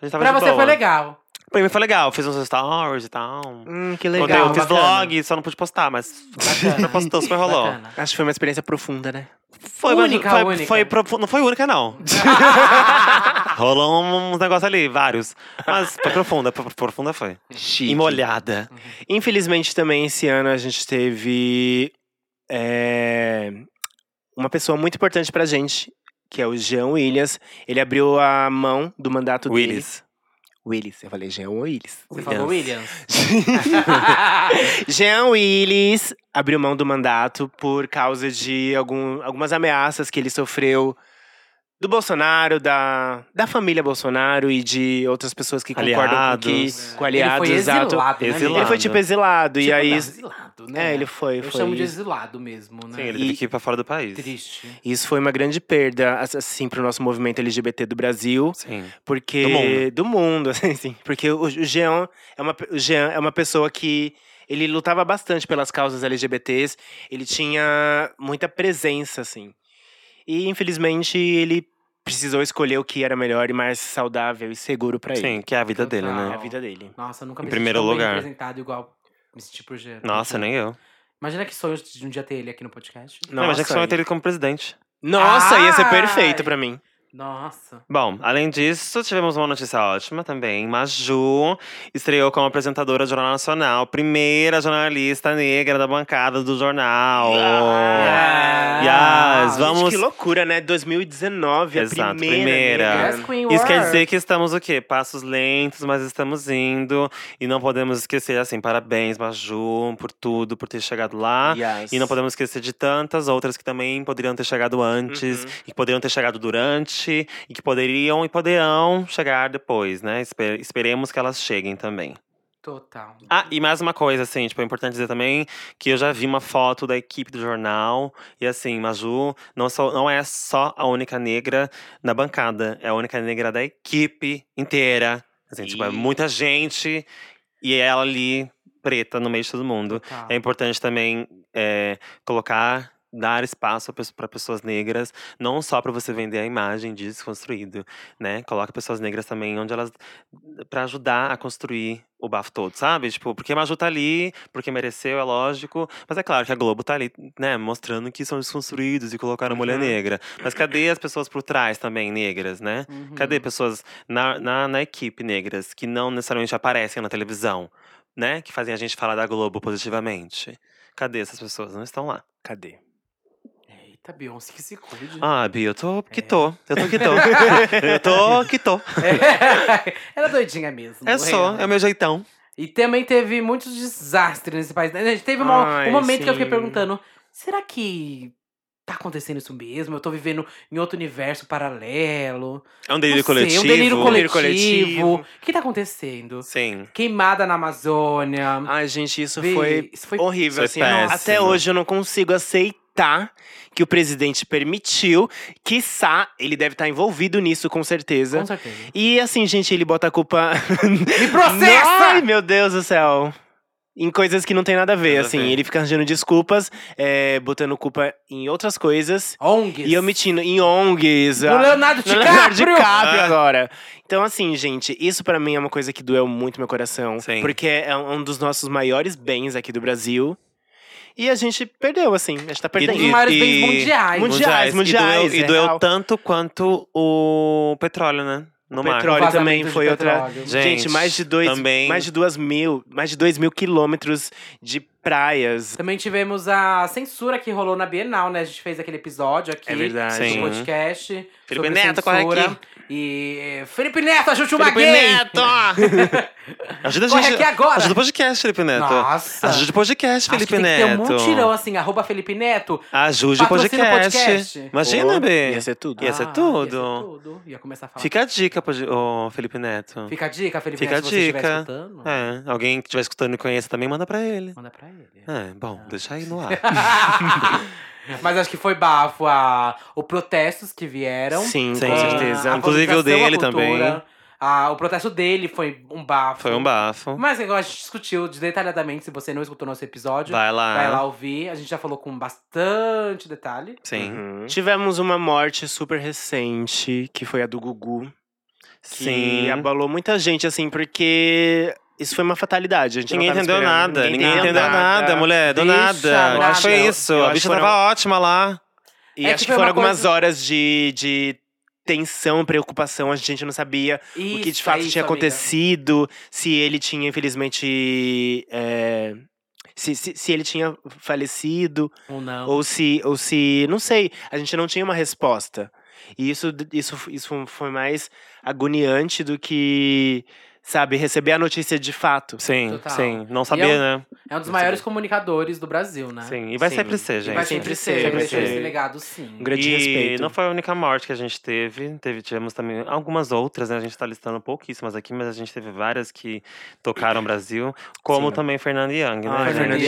S2: A gente tava
S3: Pra
S2: de
S3: você
S2: boa.
S3: foi legal.
S2: Pra mim foi legal. Fiz uns stories e tal.
S1: Hum, que
S2: Contei,
S1: legal.
S2: eu fiz
S3: bacana.
S2: vlog, só não pude postar, mas. Super postou, super rolou.
S3: Bacana.
S1: Acho que foi uma experiência profunda, né?
S2: Foi, mas
S3: Única,
S2: foi,
S3: única.
S2: foi profu- não foi única, não. Rolou um, uns negócios ali, vários. Mas foi profunda, pro- profunda foi.
S1: Chique.
S2: E molhada.
S1: Infelizmente, também, esse ano a gente teve é, uma pessoa muito importante pra gente, que é o Jean Willias. Ele abriu a mão do mandato dele.
S2: Willis.
S1: Willis. Eu falei Jean ou Willis?
S3: Você falou Williams.
S1: Jean Willis abriu mão do mandato por causa de algum- algumas ameaças que ele sofreu do Bolsonaro, da, da família Bolsonaro e de outras pessoas que concordam com, que,
S2: Aliados.
S1: com
S3: Ele
S1: aliados.
S3: foi
S1: exato.
S3: exilado, né,
S2: Exilado.
S1: Ele foi tipo exilado. e
S3: Tipo,
S1: aí.
S3: não, exilado, né?
S1: É, ele foi.
S3: Eu
S1: foi
S3: chamo de
S1: isso.
S3: exilado mesmo, né?
S2: Sim, ele
S1: E-
S2: teve que ir pra fora do país.
S3: Triste.
S1: Isso foi uma grande perda, ass- assim, pro nosso movimento LGBT do Brasil.
S2: Sim.
S1: Porque.
S2: Do mundo.
S1: do mundo, assim, sim. Porque o, o Jean é uma, pe- o Jean é uma pessoa que. Ele lutava bastante pelas causas LGBTs. Ele tinha muita presença, assim. E, infelizmente, ele precisou escolher o que era melhor e mais saudável e seguro pra ele.
S2: Sim, que é a vida
S3: Total.
S2: dele,
S1: É
S2: né?
S1: a vida dele.
S3: Nossa, eu nunca
S2: Em
S3: me
S2: primeiro
S3: senti tão bem
S2: lugar.
S3: representado igual Me senti por gênero.
S2: Nossa, nem eu.
S3: Imagina que sonho de um dia ter ele aqui no podcast.
S2: Não, mas é Jackson vai ter ele como presidente.
S1: Nossa, ia ser
S3: Ai!
S1: perfeito pra mim.
S3: Nossa.
S2: Bom, além disso, tivemos uma notícia ótima também. Maju estreou como apresentadora do Jornal Nacional, primeira jornalista negra da bancada do jornal. Ah,
S3: Yeah.
S2: Oh. Yes, vamos.
S1: Gente, que loucura, né? 2019, a
S2: Exato,
S1: primeira.
S2: primeira.
S1: né?
S3: Yes, Queen
S2: É. Isso quer
S3: World.
S2: dizer que estamos o quê? Passos lentos, mas estamos indo. E não podemos esquecer, assim, parabéns, Maju, por tudo, por ter chegado lá.
S1: Yes.
S2: Ah, E não podemos esquecer de tantas outras que também poderiam ter chegado antes,
S1: Uhum.
S2: e que poderiam ter chegado durante, e que poderiam e poderão chegar depois, né? Espe- esperemos que elas cheguem também.
S3: Total.
S2: Ah, e mais uma coisa, assim, tipo, é importante dizer também que eu já vi uma foto da equipe do jornal. E assim, Maju não, só, não é só a única negra na bancada, é a única negra da equipe inteira. Assim, tipo, é
S1: Ih.
S2: muita gente e ela ali, preta, no meio de todo mundo.
S3: Total.
S2: É importante também é, colocar, dar espaço para pessoas negras, não só para você vender a imagem de desconstruído, né? Coloca pessoas negras também onde elas para ajudar a construir o bafo todo, sabe? Tipo, porque a Maju tá ali, porque mereceu, é lógico, mas é claro que a Globo tá ali, né, mostrando que são desconstruídos e colocaram a mulher
S1: Uhum.
S2: negra. Mas cadê as pessoas por trás também negras, né?
S3: Uhum.
S2: Cadê pessoas na, na, na equipe negras que não necessariamente aparecem na televisão, né? Que fazem a gente falar da Globo positivamente? Cadê essas pessoas? Não estão lá.
S1: Cadê?
S3: Eita, Beyoncé que se cuide.
S2: Ah, Bi, eu tô que tô. Eu tô que tô. eu tô que tô.
S3: É. Ela é doidinha mesmo.
S2: É só, é o meu jeitão.
S3: E também teve muitos desastres nesse país. né? Gente, teve uma-
S1: Ai,
S3: um momento que eu fiquei
S1: sim.
S3: perguntando: será que tá acontecendo isso mesmo? Eu tô vivendo em outro universo paralelo.
S2: É um
S3: Não
S2: delírio
S3: sei,
S2: coletivo.
S3: Um delírio
S1: Delírio
S3: coletivo.
S1: coletivo.
S3: O que tá acontecendo?
S2: Sim.
S3: Queimada na Amazônia.
S1: Ai, gente, Ah, isso
S3: Vi-
S1: foi
S3: Isso foi
S1: horrível.
S2: Isso
S1: Assim,
S2: é
S1: eu não-
S2: péssimo.
S1: até hoje eu não consigo aceitar que o presidente permitiu. Quiçá, ele deve estar envolvido nisso, com certeza.
S3: Com certeza.
S1: E assim, gente, ele bota a culpa.
S3: Me processa!
S1: Ai, meu Deus do céu! Em coisas que não tem nada a ver,
S2: Nada a
S1: assim.
S2: ver.
S1: Ele fica arranjando desculpas, é, botando culpa em outras coisas.
S3: ONGs.
S1: E omitindo em ONGs.
S3: No
S1: a-
S3: Leonardo
S1: no Leonardo
S3: DiCaprio!
S1: DiCaprio
S2: Ah.
S1: agora. Então, assim, gente, isso pra mim é uma coisa que doeu muito meu coração.
S2: Sim.
S1: Porque é um um dos nossos maiores bens aqui do Brasil. E a gente perdeu, assim. A gente tá
S3: Um
S1: perdendo.
S3: dos maiores
S2: e-
S3: bens mundiais.
S1: Mundiais, mundiais, é
S2: E doeu, e doeu
S1: real.
S2: tanto quanto o petróleo, né? No
S1: O
S2: mar.
S1: petróleo
S3: Vazamento
S1: também
S3: de
S1: foi outra.
S3: petróleo.
S1: Gente, mais de dois,
S2: também-
S1: mais de duas mil, mais de dois mil quilômetros de praias.
S3: Também tivemos a censura que rolou na Bienal, né? A gente fez aquele episódio aqui.
S1: É verdade.
S2: Sim.
S3: No podcast. sobre
S2: Neto, corre
S3: censura.
S2: aqui.
S3: E. eh, Felipe Neto, ajude uma
S2: Felipe
S3: gay!
S2: Neto! Ajuda a gente.
S3: Corre aqui agora!
S2: Ajuda o podcast, Felipe Neto.
S3: Nossa!
S2: Ajude o podcast,
S3: Acho
S2: Felipe
S3: que tem
S2: Neto.
S3: que ter um mutirão assim, arroba Felipe Neto.
S2: Ajude o
S3: Patrocina o
S2: podcast.
S3: podcast.
S2: Imagina,
S1: Pô,
S2: Bê.
S1: Ia ser tudo.
S2: Ia ser
S3: Ah, Ia, ser
S2: é tudo.
S3: tudo. Ia começar a falar.
S2: Fica a dica, pod- ô, Felipe Neto.
S3: Fica a dica, Felipe
S2: Fica
S3: Neto,
S2: a
S3: se você estiver
S2: dica.
S3: escutando.
S2: É, alguém que estiver escutando e conheça também, manda pra ele.
S3: Manda pra ele.
S2: É, bom,
S3: Ah.
S2: deixa aí no ar.
S3: Mas acho que foi bafo a, o protestos que vieram.
S1: Sim,
S2: Sim.
S1: com
S3: Ah,
S1: certeza.
S3: a
S2: Inclusive o dele
S3: valorização à cultura.
S2: também.
S3: Ah, o protesto dele foi um bafo.
S2: Foi um bafo.
S3: Mas igual é a gente discutiu detalhadamente, se você não escutou nosso episódio,
S2: Vai lá.
S3: vai lá ouvir. A gente já falou com bastante detalhe.
S2: Sim.
S1: Uhum. Tivemos uma morte super recente, que foi a do Gugu. que
S2: Sim.
S1: abalou muita gente, assim, porque isso foi uma fatalidade. A gente
S2: Ninguém
S1: não tava
S2: entendeu
S1: esperando,
S2: nada. Ninguém, entendeu nada, mulher. Do
S3: Bicha,
S2: nada.
S3: eu
S2: Mas
S3: acho-
S2: foi isso.
S1: eu
S2: A
S1: acho
S2: bicha
S1: que
S2: tava ótima lá.
S1: E
S3: É que
S1: acho que
S3: foi
S1: foram
S3: uma
S1: algumas
S3: coisa-
S1: horas de, de tensão, preocupação, a gente não sabia o que de
S3: Isso,
S1: fato
S3: é isso,
S1: tinha
S3: amiga.
S1: acontecido, se ele tinha, infelizmente. é, se, se, se ele tinha falecido,
S3: Ou Um não.
S1: ou se, ou se. Não sei, a gente não tinha uma resposta. E isso, isso, isso foi mais agoniante do que, sabe, receber a notícia de fato.
S2: Sim,
S3: Total.
S2: sim. Não
S3: E
S2: sabia,
S3: é
S2: né?
S3: É um dos maiores comunicadores do Brasil, né?
S2: Sim. E vai
S1: Sim.
S2: sempre ser,
S1: E
S2: gente.
S3: Vai
S1: sempre
S3: sempre
S1: ser,
S3: ser,
S1: vai
S3: deixou
S1: ser.
S3: esse legado, sim.
S1: Um grande
S2: e
S1: respeito.
S2: não foi a única morte que a gente teve. teve tivemos também algumas outras, né? A gente tá listando pouquíssimas aqui, mas a gente teve várias que tocaram o Brasil. Como
S1: Sim.
S2: também Fernanda Young, né?
S1: Ai,
S3: Fernanda
S2: Young.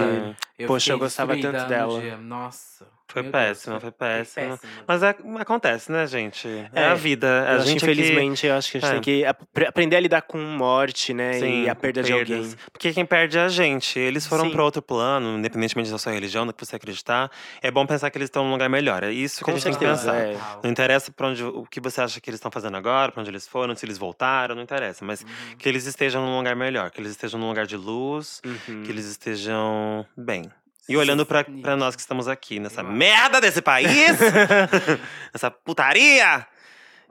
S3: Young.
S2: Ai.
S3: Eu
S1: Poxa,
S3: fiquei
S1: eu gostava
S3: destruída
S1: tanto
S3: no
S1: dela.
S3: dia. Nossa.
S2: Foi
S3: Meu Deus,
S2: péssima, foi péssima. Mas é- acontece, né, gente? É,
S1: É,
S2: a vida. A
S1: Eu acho
S2: gente
S1: que,
S2: é que-
S1: infelizmente, eu acho que a gente
S2: é.
S1: tem que apre- aprender a lidar com morte, né? e a perda de
S2: perdas.
S1: alguém.
S2: Porque quem perde é a gente. Eles foram
S1: Sim.
S2: para outro plano, independentemente da sua religião, do que você acreditar. É bom pensar que eles estão num lugar melhor. É isso que
S1: Com
S2: a gente tem que
S1: certeza,
S2: pensar.
S1: é.
S2: Não interessa pra onde, o que você acha que eles estão fazendo agora, pra onde eles foram, se eles voltaram, não interessa. Mas que eles estejam num lugar melhor, que eles estejam num lugar de luz,
S1: Uhum.
S2: que eles estejam bem. E olhando pra, pra nós que estamos aqui, nessa
S3: Eu acho.
S2: merda desse país! nessa putaria!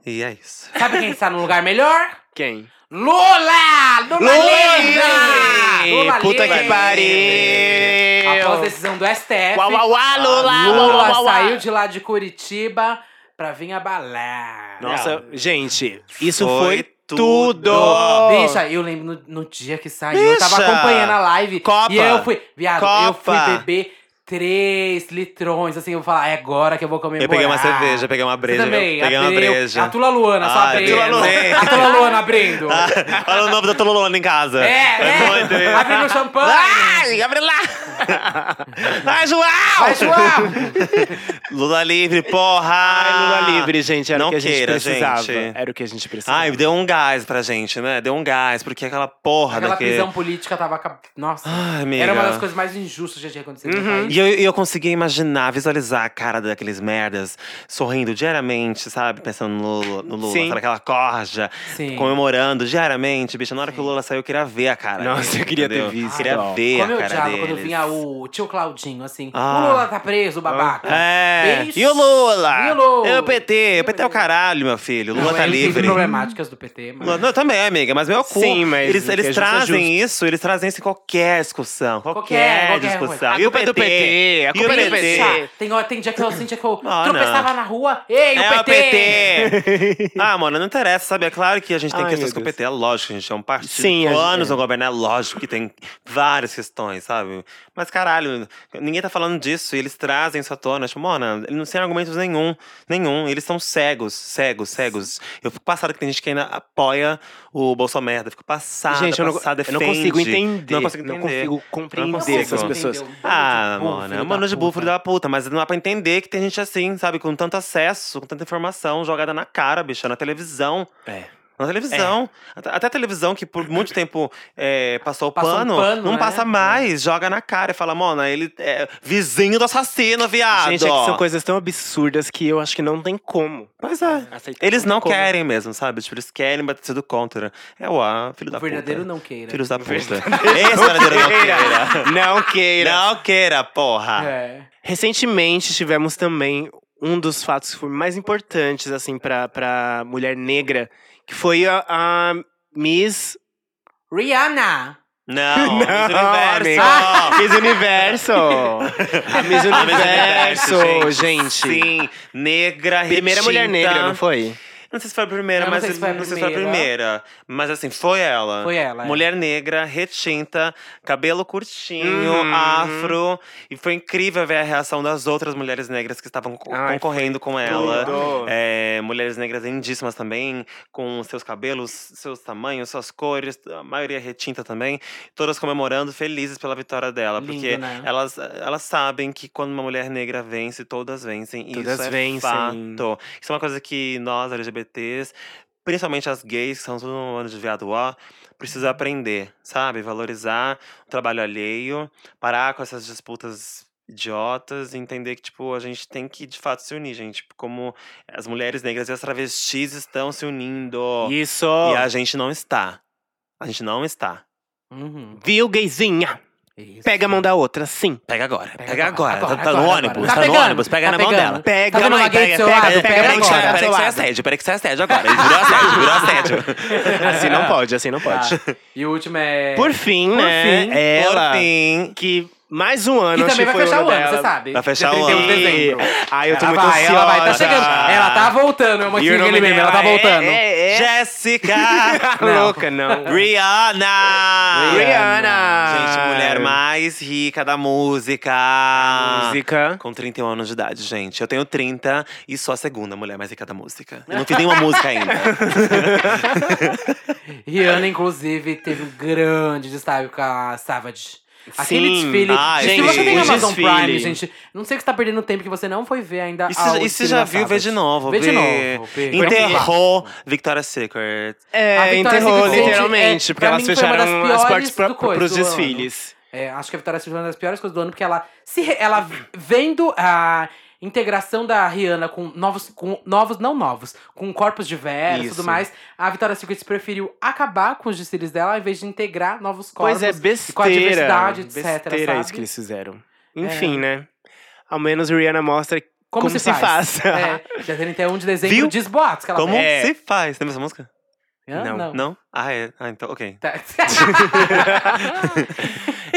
S2: E é isso.
S3: Sabe quem está no lugar melhor?
S1: Quem?
S3: Lula! Lula, lenda! Lula
S1: Puta
S3: lenda!
S1: que
S3: Após
S1: pariu!
S3: decisão do STF,
S1: Uau, uau, uau, Lula!
S3: Lula,
S1: uau, uau, uau.
S3: saiu de lá de Curitiba pra vir abalar.
S1: Nossa, gente, isso
S2: Foi
S1: foi,
S2: tudo.
S1: tudo!
S3: Bicha, eu lembro no, no dia que saiu, eu tava
S2: Bicha!
S3: acompanhando a live.
S2: Copa!
S3: E eu fui, viado, eu fui
S2: Copa!
S3: beber três litrões, assim, eu vou falar, é agora que eu vou comemorar.
S2: Eu peguei uma cerveja, peguei
S1: Ah,
S2: uma breja.
S3: Você também,
S2: eu peguei uma
S3: abriu.
S2: breja.
S3: A Tula Luana, só
S2: Ah,
S3: abrindo.
S2: Tula Luana.
S3: A Tula Luana abrindo.
S2: Ah, Olha o nome da Tololona em casa.
S3: É, é.
S2: doido. né? Ah!
S3: Abrindo o champanhe.
S2: Ai, abre lá! Vai, João!
S3: Vai, João!
S2: Lula livre, porra!
S1: Ai, Lula livre, gente, era
S2: Ah, não
S1: o que a gente
S2: queira,
S1: precisava.
S2: gente.
S1: Era o que a gente precisava.
S2: Ai, deu um gás pra gente, né? Deu um gás, porque aquela porra
S3: Aquela
S2: daquele.
S3: prisão política tava. acab- Nossa.
S2: Ai, amiga. Uhum.
S3: Era uma das coisas mais injustas que já tinha acontecido no país.
S2: E eu, e eu conseguia imaginar, visualizar a cara daqueles merdas sorrindo diariamente, sabe? Pensando no Lula, no Lula
S1: Sim.
S2: sabe? Aquela corja,
S3: Sim.
S2: comemorando diariamente. Bicho, na hora que o Lula saiu, eu queria ver a cara.
S1: Nossa,
S2: dele,
S1: eu queria ter
S2: entendeu?
S1: visto.
S2: Queria
S1: Ai,
S2: ver
S3: Como
S2: a
S3: eu
S2: cara
S3: odiava
S2: deles.
S3: quando vinha o tio Claudinho, assim.
S2: Ah.
S3: O Lula tá preso, babaca.
S2: É.
S3: Beijo.
S2: E o Lula?
S3: E o Lula?
S2: É o PT. O PT é o caralho, meu filho. O Lula
S3: Não, é
S2: tá
S3: ele teve
S2: livre.
S3: problemáticas do PT, mas...
S2: Lula- Não, também, amiga, mas meu cu.
S1: Sim, mas
S2: eles,
S1: o que
S2: eles
S1: é justo é
S2: trazem isso, eles trazem isso em qualquer discussão. Qualquer,
S3: Qualquer, qualquer
S2: discussão.
S3: coisa.
S2: E
S1: A
S2: o
S1: culpa é
S2: PT?
S1: do PT, a
S2: E o
S1: culpa é do
S2: PT?
S1: PT.
S3: Tem, hora- tem dia que eu assim, dia que eu
S2: Ah,
S3: tropeçava
S2: não.
S3: na rua. Ei,
S2: É
S3: o PT!
S2: ah, mano, não interessa, sabe? É claro que a gente tem
S1: Ai,
S2: questões
S1: meu
S2: com o
S1: Deus.
S2: PT, é lógico, a gente é um partido.
S1: Sim,
S2: que
S1: a gente-
S2: anos
S1: é.
S2: no governo, é lógico que tem várias questões, sabe? Mas caralho, ninguém tá falando disso e eles trazem isso à tona. Tipo, mano, eles não têm argumentos nenhum, nenhum. Eles são cegos, cegos, cegos. Eu fico passada que tem gente que ainda apoia o Bolsonaro. Fico passada,
S1: Gente, eu não,
S2: passada,
S1: eu não
S2: Tá, defende.
S1: consigo entender.
S2: Não consigo
S1: não
S2: entender.
S1: consigo compreender
S2: Não consigo
S1: essas pessoas.
S3: Entendeu?
S2: Ah,
S3: Bando de búfalo
S2: mano, é
S3: da
S2: um mano de
S3: puta.
S2: búfalo da puta, mas não dá pra entender que tem gente assim, sabe? Com tanto acesso, com tanta informação jogada na cara, bicha, na televisão.
S1: É.
S2: Na televisão. Até- Até a televisão, que por muito tempo é, passou o
S3: Passou um
S2: pano,
S3: pano,
S2: não
S3: né?
S2: passa mais, joga na cara e fala, mano, ele é vizinho do assassino, viado.
S1: Gente, é que são coisas tão absurdas que eu acho que não tem como.
S2: Pois é.
S1: aceitar.
S2: Eles não
S1: Como?
S2: querem mesmo, sabe? Tipo, eles querem bater tudo contra. É o ah, filho da
S3: O verdadeiro
S2: puta.
S3: não queira.
S2: Filhos da puta. Esse é verdadeiro não queira.
S1: Não queira.
S2: Não queira, porra.
S3: É.
S1: Recentemente tivemos também um dos fatos que foi mais importantes assim pra, pra mulher negra, que foi a, a Miss
S3: Rihanna!
S2: Não, Miss
S1: Não,
S2: Universo.
S1: amiga. Miss Universo. A Miss
S2: A Miss Universo,
S1: Universo, gente.
S2: Sim, negra,
S1: Primeira
S2: retinta.
S1: mulher negra, não foi?
S2: Não sei se foi a primeira,
S3: Eu não
S2: mas
S3: sei se foi a
S2: não sei se foi a
S3: primeira.
S2: primeira. Mas assim, foi ela.
S3: Foi ela, é.
S2: Mulher negra, retinta, cabelo curtinho,
S1: Uhum.
S2: afro. E foi incrível ver a reação das outras mulheres negras que estavam co-
S1: Ai,
S2: concorrendo com ela.
S1: Tudo.
S2: É, mulheres negras lindíssimas também, com seus cabelos, seus tamanhos, suas cores, a maioria retinta também, todas comemorando, felizes pela vitória dela.
S3: Lindo,
S2: porque
S3: né?
S2: elas, elas sabem que quando uma mulher negra vence, todas vencem. E
S1: Todas
S2: isso é
S1: vencem.
S2: fato. Isso é uma coisa que nós, LGBTs, principalmente as gays, que são todo um ano de viado ó, precisa aprender, sabe? Valorizar o trabalho alheio, parar com essas disputas idiotas e entender que, tipo, a gente tem que, de fato, se unir, gente. Como as mulheres negras e as travestis estão se unindo.
S1: Isso.
S2: e a gente não está. A gente não está.
S3: Uhum.
S1: Viu, gayzinha?
S3: Isso.
S1: Pega a mão da outra, sim.
S2: Pega agora. Pega, agora.
S3: agora, agora,
S2: tá tá no
S3: agora,
S2: ônibus.
S3: agora.
S2: Tá,
S3: Tá
S2: no
S3: pegando,
S2: ônibus. Pega
S3: tá
S2: na mão
S3: pegando.
S2: dela.
S1: Pega
S3: vendo
S1: a
S3: uma
S1: mãe,
S3: gay do
S1: pega,
S3: seu
S1: pega,
S3: lado?
S1: pega, a
S3: Pega
S2: Peraí,
S1: mão da
S2: Thiago,
S3: agora.
S1: outra.
S2: peraí que isso é assédio, peraí que isso é assédio agora. Isso virou assédio, virou assédio.
S1: Assim não pode, assim não pode.
S3: Tá. E o último é.
S1: Por fim,
S3: Por
S1: né?
S3: fim.
S1: ela
S2: Por fim.
S1: que mais um ano
S3: que
S1: acho
S3: também vai
S1: foi
S3: fechar o
S1: ano,
S3: ano,
S1: dela.
S3: você sabe.
S2: Vai fechar
S3: Dia
S2: o
S3: 31 de
S2: ano.
S3: dezembro.
S1: Ai, eu tô
S3: Ela
S1: muito
S3: vai, ela vai, tá
S1: ansiosa.
S3: chegando. Ela tá voltando, é uma
S1: E o
S3: coisa
S1: nome
S3: mesmo,
S1: dela
S3: ela tá
S1: é-
S3: voltando.
S1: é- é-
S2: Jéssica!
S1: Tá louca, não.
S2: Rihanna!
S1: Rihanna.
S2: Gente, mulher mais rica da música.
S1: Ah. Música.
S2: Com 31 anos de idade, gente. Eu tenho 30 e sou a segunda mulher mais rica da música. Eu não fiz nenhuma música ainda.
S3: Rihanna, inclusive, teve um grande destaque com a Savage. Aquele
S1: Sim. é
S3: desfile.
S2: Ai,
S3: se
S2: gente,
S3: você tem
S2: o
S3: Amazon
S1: desfile.
S3: Prime, gente, não sei que você tá perdendo tempo que você não foi ver ainda.
S2: E se,
S3: ao
S2: e se
S3: desfile
S2: já
S3: na
S2: viu,
S3: Savage.
S2: vê de novo.
S3: Vê de
S2: Bi.
S3: novo, Bi.
S1: Então,
S2: Enterrou Victoria's Secret.
S3: A
S1: É,
S3: Victoria's
S1: enterrou
S3: Secret,
S1: literalmente,
S3: é,
S1: porque
S3: pra
S1: elas
S3: mim, foi uma das
S1: fecharam as
S3: piores
S1: portas pra,
S3: do coisa
S1: pros
S3: do ano.
S1: desfiles.
S3: É, acho que a Vitória Silva é uma das piores coisas do ano, porque ela se re- ela vendo a integração da Rihanna com novos, com novos não novos, com corpos diversos e
S1: Isso.
S3: tudo mais, a Vitória Secret preferiu acabar com os desfiles dela ao invés de integrar novos corpos.
S1: Pois é,
S3: e com a
S1: besteira.
S3: diversidade, etc.
S1: Besteira é
S3: sabe?
S1: isso que eles fizeram. Enfim, né? Ao menos Rihanna mostra como, se, faz.
S3: É, dia 31 de dezembro
S2: Viu?
S3: diz boatos que ela
S2: Como
S3: fez.
S1: É.
S2: se faz? Lembra essa música?
S3: Hã?
S1: Não.
S3: não.
S2: Não? Ah, é. Ah, então, ok.
S3: Tá.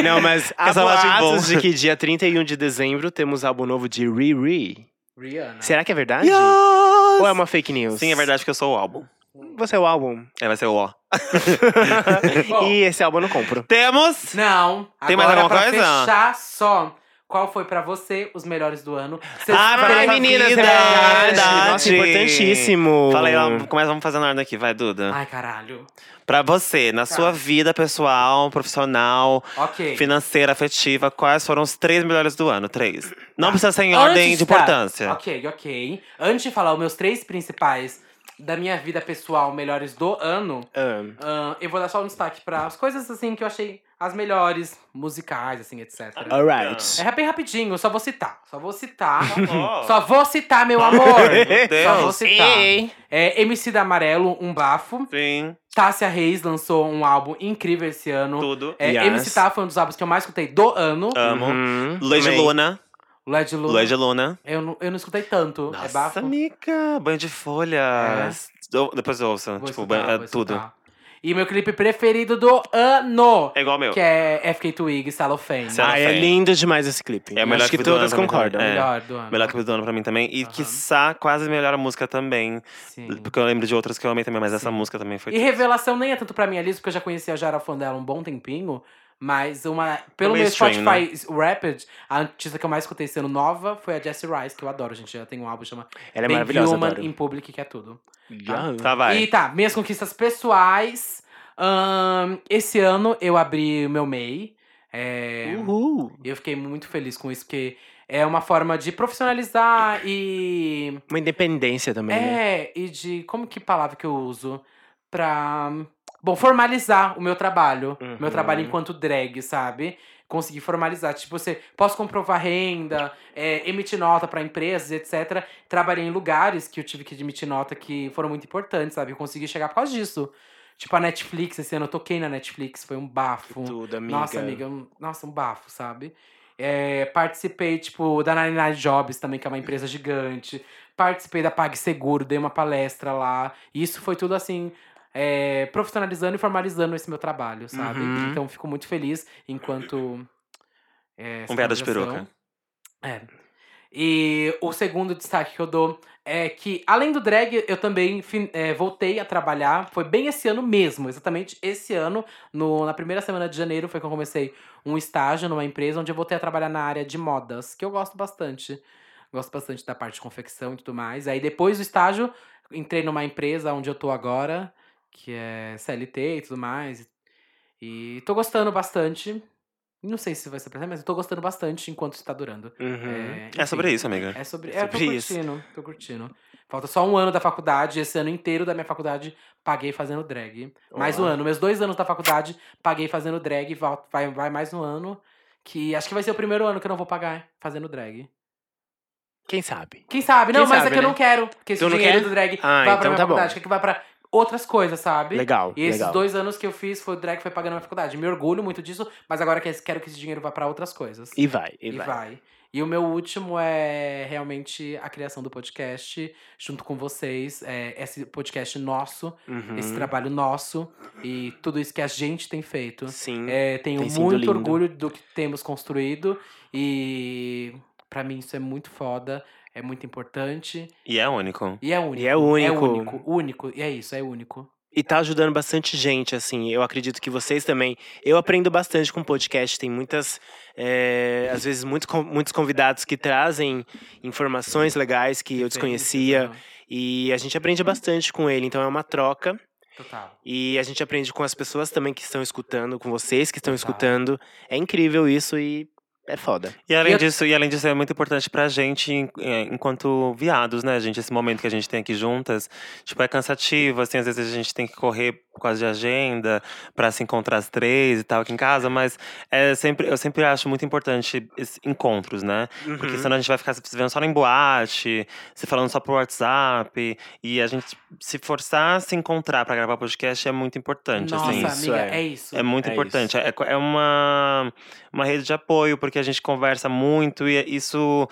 S1: Não, mas há
S2: Essa imagem é
S1: boatos de
S2: boa.
S1: que dia 31 de dezembro temos álbum novo de Riri.
S3: Rihanna.
S1: Será que é verdade?
S2: Yes!
S1: Ou é uma fake news?
S2: Sim, é verdade que eu sou o álbum.
S1: Você é o álbum.
S2: É, vai ser o ó.
S3: Bom.
S1: E esse álbum eu não compro.
S2: Temos!
S3: Não.
S2: Tem mais
S3: agora,
S2: alguma
S3: pra
S2: coisa?
S3: fechar só. Qual foi pra você os melhores do ano? Vocês
S2: Ah, pra
S3: três
S2: nossa
S1: meninas,
S2: vida,
S1: é verdade.
S2: verdade.
S1: Nossa, importantíssimo.
S2: Fala aí, lá, como é que vamos fazer na ordem aqui, vai, Duda.
S3: Ai, caralho.
S2: Pra você, na
S3: Tá.
S2: sua vida pessoal, profissional,
S3: Ok.
S2: financeira, afetiva, quais foram os três melhores do ano? Três. Não precisa ser em ordem
S3: Tá. Antes
S2: de
S3: tá.
S2: importância.
S3: Ok, ok. Antes de falar os meus três principais da minha vida pessoal melhores do ano,
S1: Ah,
S3: ahn, eu vou dar só um destaque pra as coisas assim que eu achei as melhores, musicais, assim, etc.
S1: alright.
S3: É bem rapidinho, só vou citar. Só vou citar.
S2: Ó.
S3: Tá. só vou citar, meu amor.
S2: Oh. Meu
S3: só vou
S2: Deus.
S3: citar. É, MC da Amarelo, um bafo.
S2: Sim,
S3: Tássia Reis lançou um álbum incrível esse ano.
S2: tudo.
S3: É,
S1: Yes.
S3: MC Tá foi um dos álbuns que eu mais escutei do ano.
S2: Amo.
S1: Uhum,
S2: Lady
S1: amei.
S2: Luna.
S3: Led Lu.
S2: Lady Luna.
S3: Eu, não, eu não escutei tanto. é
S2: Nossa,
S3: bafo. É.
S2: amiga. Banho de folhas. Eu- Depois eu ouço.
S3: Vou
S2: tipo,
S3: escutar,
S2: banho- é
S3: vou
S2: tudo.
S3: escutar. E meu clipe preferido do ano,
S2: É igual ao meu.
S3: que é FK Twig, Salofane.
S2: Sa-
S1: Ah, é
S2: Fé.
S1: lindo demais esse clipe.
S2: Tá É o melhor
S1: Acho que
S2: clipe do ano
S1: todas
S2: também,
S1: concordam.
S2: também. É.
S3: Melhor do ano.
S2: Melhor que do ano pra mim também. E,
S3: Aham.
S2: quiçá, quase melhor música também.
S3: Sim.
S2: Porque eu lembro de outras que eu amei também, mas essa
S3: Sim.
S2: música também foi.
S3: E Revelação nem é tanto pra minha lista, porque eu já conhecia, já era fã dela há um bom tempinho. Mas uma. Pelo meu
S2: mainstream,
S3: Spotify
S2: né?
S3: Rapid, a artista que eu mais escutei esse ano nova foi a Jessie Rice, que eu adoro, gente. Ela tem um álbum chamado
S1: Ela é
S3: Baby
S1: maravilhosa,
S3: Human
S1: adoro.
S3: in Public, que é tudo.
S1: Já.
S2: Tá, vai.
S3: E tá, minhas conquistas pessoais. Ahn, esse ano eu abri o meu MEI. É,
S1: Uhul.
S3: e eu fiquei muito feliz com isso, porque é uma forma de profissionalizar e.
S1: Uma independência também, né?
S3: É, e de. Como que palavra que eu uso? Pra. Bom, formalizar o meu trabalho.
S1: Uhum.
S3: Meu trabalho enquanto drag, sabe? Conseguir formalizar. Tipo, você posso comprovar renda, é, emitir nota pra empresas, etc. Trabalhei em lugares que eu tive que emitir nota que foram muito importantes, sabe? Eu consegui chegar por causa disso. Tipo, a Netflix, esse ano eu toquei na Netflix, foi um bafo.
S1: Tudo, amiga.
S3: Nossa, amiga, um- nossa, um bafo, sabe? É, participei, tipo, da 99 Jobs também, que é uma empresa gigante. Participei da PagSeguro, dei uma palestra lá. E isso foi tudo assim, é, profissionalizando e formalizando esse meu trabalho, sabe?
S1: Uhum.
S3: Então fico muito feliz enquanto. É,
S2: Um piada de
S3: organização.
S2: peruca.
S3: É. E o segundo destaque que eu dou é que, além do drag, eu também fin- é, voltei a trabalhar. Foi bem esse ano mesmo, exatamente esse ano. No, na primeira semana de janeiro foi que eu comecei um estágio numa empresa onde eu voltei a trabalhar na área de modas, que eu gosto bastante. Gosto bastante da parte de confecção e tudo mais. Aí depois do estágio, entrei numa empresa onde eu tô agora, que é CLT e tudo mais. E tô gostando bastante. Não sei se vai ser pra sempre, mas eu tô gostando bastante enquanto isso tá durando.
S1: Uhum.
S2: É sobre isso, amiga.
S3: É sobre,
S1: É
S3: é, eu tô
S1: sobre isso.
S3: curtindo, tô curtindo. Falta só um ano da faculdade, esse ano inteiro da minha faculdade paguei fazendo drag. Mais um
S1: Olá.
S3: ano, meus dois anos da faculdade paguei fazendo drag, vol- vai, vai mais um ano, que acho que vai ser o primeiro ano que eu não vou pagar fazendo drag.
S1: Quem sabe?
S3: Quem sabe? Não,
S1: Quem
S3: mas
S1: sabe,
S3: é que eu
S1: né?
S3: não quero, porque esse
S1: Tu não
S3: dinheiro
S1: quer?
S3: do drag
S1: Ah,
S3: vai pra
S1: então
S3: minha
S1: tá bom.
S3: faculdade, quer que vai pra outras coisas, sabe?
S1: Legal,
S3: E esses
S1: legal.
S3: dois anos que eu fiz, foi o drag que foi pagando a minha faculdade. Me orgulho muito disso, mas agora que- quero que esse dinheiro vá pra outras coisas.
S1: E vai, e,
S3: E vai.
S1: vai.
S3: E o meu último é realmente a criação do podcast, junto com vocês. É, esse podcast nosso,
S1: Uhum.
S3: esse trabalho nosso e tudo isso que a gente tem feito.
S1: Sim.
S3: É, tenho
S1: Tem sido
S3: muito
S1: lindo.
S3: orgulho do que temos construído e pra mim isso é muito foda, é muito importante
S2: E é único.
S3: e é único.
S1: E é único.
S3: É único, único. E é isso, é único.
S1: E tá ajudando bastante gente, assim. Eu acredito que vocês também. Eu aprendo bastante com podcast. Tem muitas. é, às vezes, muitos, con- muitos convidados que trazem informações legais que eu desconhecia. E a gente aprende bastante com ele. Então é uma troca.
S3: Total.
S1: E a gente aprende com as pessoas também que estão escutando, com vocês que estão
S3: Total.
S1: escutando. É incrível isso e é foda.
S2: E além,
S3: E eu-
S2: disso, e além disso, é muito importante pra gente, en- é, enquanto viados, né, gente? Esse momento que a gente tem aqui juntas, tipo, é cansativo, assim, às vezes a gente tem que correr por causa de agenda, pra se encontrar às três e tal aqui em casa, mas é sempre, eu sempre acho muito importante esses encontros, né? Porque
S3: Uhum.
S2: senão a gente vai ficar se vendo só em boate, se falando só pro WhatsApp, e a gente se forçar a se encontrar pra gravar podcast é muito importante,
S3: Nossa,
S2: assim.
S1: isso
S3: amiga,
S1: é-
S3: é, isso.
S2: É muito
S1: É
S2: importante. É, co- é uma, uma rede de apoio, porque a gente conversa muito e isso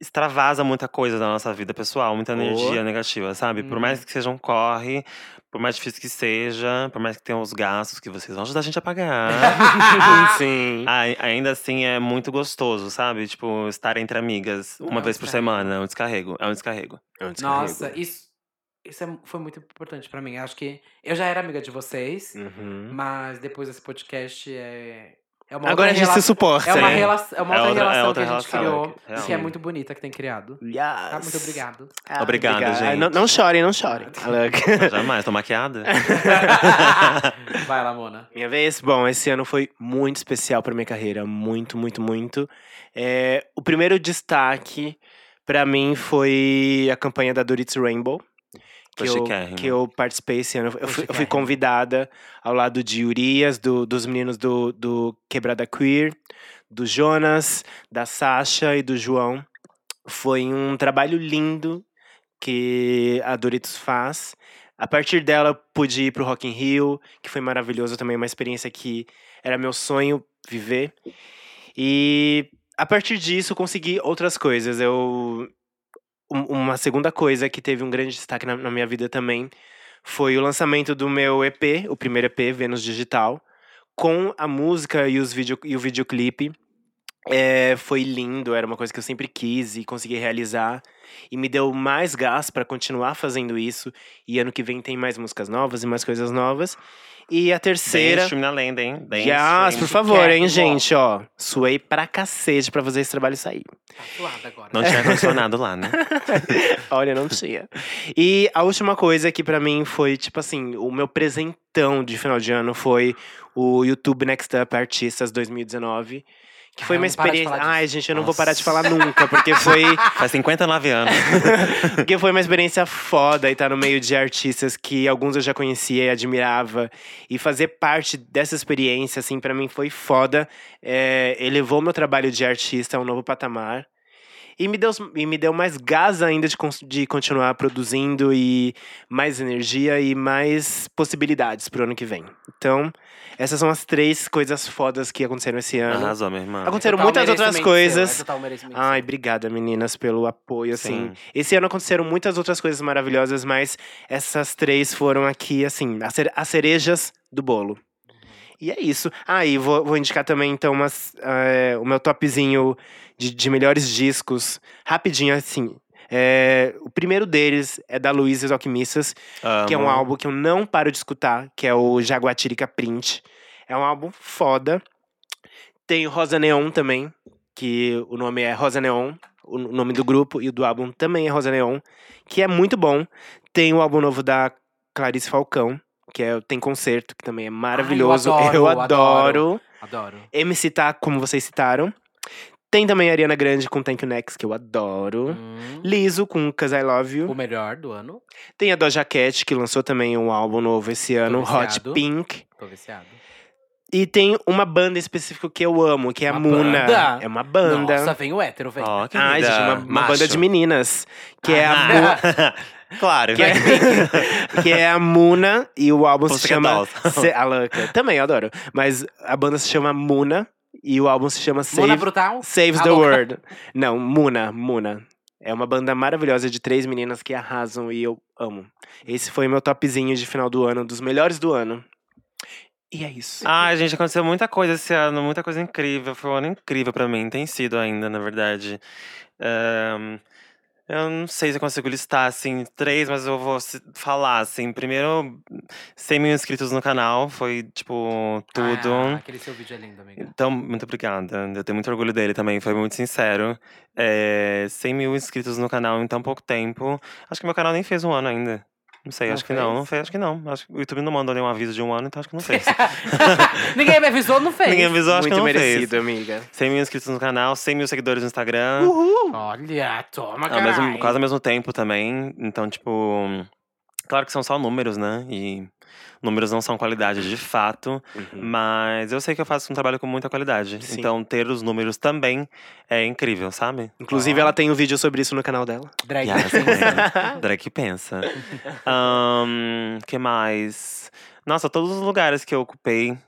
S2: extravasa muita coisa da nossa vida pessoal, muita
S1: Boa. Uhum.
S2: energia negativa, sabe? Por
S3: Hum.
S2: mais que seja um corre, por mais difícil que seja, por mais que tenha os gastos que vocês vão ajudar a gente a pagar.
S1: Sim.
S2: ai- ainda assim é muito gostoso, sabe? Tipo, estar entre amigas uma
S3: É um
S2: vez por
S3: descarrego.
S2: semana, é um descarrego, é um descarrego.
S1: É um descarrego.
S3: Nossa, isso, isso é- foi muito importante pra mim. Acho que eu já era amiga de vocês,
S1: Uhum.
S3: mas depois desse podcast é. é uma
S1: Agora a
S3: outra
S1: gente
S3: rela-
S1: se suporta.
S3: É uma,
S1: hein?
S2: hein?
S3: rela- é uma
S2: É
S3: outra,
S2: outra- é
S3: relação
S2: outra
S3: que a gente
S2: relação,
S3: criou,
S2: real.
S3: que é
S2: Sim.
S3: muito bonita, que tem criado. Tá, muito obrigado.
S1: Ah,
S2: Obrigado,
S1: obrigada.
S2: gente.
S1: Não, não chorem, não chorem.
S2: Jamais, tô maquiada.
S3: Vai lá, Mona.
S1: Minha vez, bom, esse ano foi muito especial pra minha carreira, muito, muito, muito. É, o primeiro destaque pra mim foi a campanha da Doritos Rainbow.
S2: Foi
S1: Que eu,
S2: chiquérrimo.
S1: que eu participei esse ano. Eu,
S3: Foi
S1: fui, eu fui
S3: chiquérrimo.
S1: convidada ao lado de Urias, do- dos meninos do, do Quebrada Queer, do Jonas, da Sasha e do João. Foi um trabalho lindo que a Doritos faz. A partir dela, eu pude ir pro Rock in Rio, que foi maravilhoso também, uma experiência que era meu sonho viver. E a partir disso, eu consegui outras coisas. Eu um- uma segunda coisa que teve um grande destaque na, na minha vida também foi o lançamento do meu EP, o primeiro EP, Vênus Digital, com a música e, os video, e o videoclipe. É, foi lindo, era uma coisa que eu sempre quis e consegui realizar. E me deu mais gás para continuar fazendo isso. E ano que vem tem mais músicas novas e mais coisas novas. E a terceira.
S2: Dance na lenda, hein? Dance,
S1: Yas,
S2: hein?
S1: por favor,
S3: quer,
S1: hein,
S3: eu
S1: gente, ó. Suei pra cacete pra fazer esse trabalho sair.
S3: Tá suada agora.
S2: Não tinha condicionado lá, né?
S1: Olha, não tinha. E a última coisa que pra mim foi, tipo assim, o meu presentão de final de ano foi o YouTube Next Up Artistas 2019. Que foi
S3: Ah,
S1: uma
S3: não para de
S1: experiência.
S3: falar disso.
S1: Ai, gente, eu não vou parar de
S2: Nossa.
S1: falar nunca, porque foi.
S2: Faz 59 anos. né?
S1: Porque foi uma experiência foda e estar no meio de artistas que alguns eu já conhecia e admirava. E fazer parte dessa experiência, assim, pra mim foi foda. É, elevou meu trabalho de artista a um novo patamar. E me deu, e me deu mais gás ainda de, cons- de continuar produzindo e mais energia e mais possibilidades pro ano que vem. Então, essas são as três coisas fodas que aconteceram esse ano.
S2: Arrasou, minha irmã.
S1: Aconteceu- Aconteceram
S3: Total
S1: muitas outras
S3: merecimento
S1: coisas.
S3: seu, é total merecimento
S1: Ai,
S3: seu.
S1: obrigada, meninas, pelo apoio, assim.
S2: Sim.
S1: Esse ano aconteceram muitas outras coisas maravilhosas, mas essas três foram aqui, assim, as, cere- as cerejas do bolo. E é isso. Aí, e vou, vou indicar também, então, umas, é, o meu topzinho de, de melhores discos. Rapidinho, assim. É, o primeiro deles é da Luiz e os Alquimistas, que é um
S2: Amo.
S1: álbum que eu não paro de escutar, que é o Jaguatirica Print. É um álbum foda. Tem o Rosa Neon também, que o nome é Rosa Neon, o n- nome do grupo e o do álbum também é Rosa Neon, que é muito bom. Tem o álbum novo da Clarice Falcão, que é o Tem Concerto, que também é maravilhoso.
S3: adoro,
S1: eu
S3: eu
S1: adoro.
S3: adoro. Adoro.
S1: MC Tá, como vocês citaram. Tem também a Ariana Grande com Thank You Next, que eu adoro.
S3: Hum,
S1: Liso com Cause I Love You.
S3: o melhor do ano.
S1: Tem a Doja Cat, que lançou também um álbum novo esse ano, Hot
S3: viciado.
S1: Pink.
S3: Tô viciado.
S1: E tem uma banda específica que eu amo, que é a
S3: Uma
S1: Muna.
S3: banda?
S1: É uma banda.
S3: Nossa, vem o hétero, vem.
S2: Ó, querida.
S1: Ai, gente, uma, uma
S2: Macho.
S1: banda de meninas. Que é a Mu-
S2: Ah, claro,
S1: Que
S2: né?
S1: é, que é a Muna e o álbum se
S2: Pussycat
S1: chama.
S2: Dolls.
S1: Se- a louca. Também, eu adoro. Mas a banda se chama Muna e o álbum se chama
S3: Mona
S1: Save,
S3: Brutal.
S1: Saves
S3: A
S1: the
S3: louca.
S1: World. Não, Muna, Muna. É uma banda maravilhosa de três meninas que arrasam e eu amo. Esse foi meu topzinho de final do ano, dos melhores do ano. E é isso.
S2: Ai, gente, aconteceu muita coisa esse ano, muita coisa incrível. Foi um ano incrível pra mim, tem sido ainda, na verdade. Ahn, eu não sei se eu consigo listar, assim, três, mas eu vou se- falar, assim. Primeiro, 100 mil inscritos no canal, foi, tipo, tudo.
S3: Ah, aquele seu vídeo é lindo, amiga.
S2: Então, muito obrigada. Eu tenho muito orgulho dele também, foi muito sincero. Eh, É, 100 mil inscritos no canal em tão pouco tempo. Acho que meu canal nem fez um ano ainda. Não sei,
S3: Não
S2: acho que não.
S3: fez?
S2: Não fez, acho que não. Acho que o YouTube não mandou nenhum aviso de um ano, então acho que não fez.
S3: Ninguém me avisou, não fez.
S2: Ninguém avisou, acho que
S1: Muito
S2: não
S1: merecido,
S2: fez.
S1: amiga.
S2: 100 mil inscritos no canal, 100 mil seguidores no Instagram.
S3: Olha, toma,
S2: Ao
S3: cara.
S2: mesmo, quase ao mesmo tempo também. Então, tipo. Claro que são só números, né? E números não são qualidade de fato.
S1: Uhum.
S2: Mas eu sei que eu faço um trabalho com muita qualidade.
S1: Hum. Sim.
S2: Então, ter os números também é incrível, sabe?
S1: Inclusive, ela tem um vídeo sobre isso no canal dela.
S3: Drag.
S2: Yas, pensa. Drag pensa. Ahn, que mais? Nossa, todos os lugares que eu ocupei,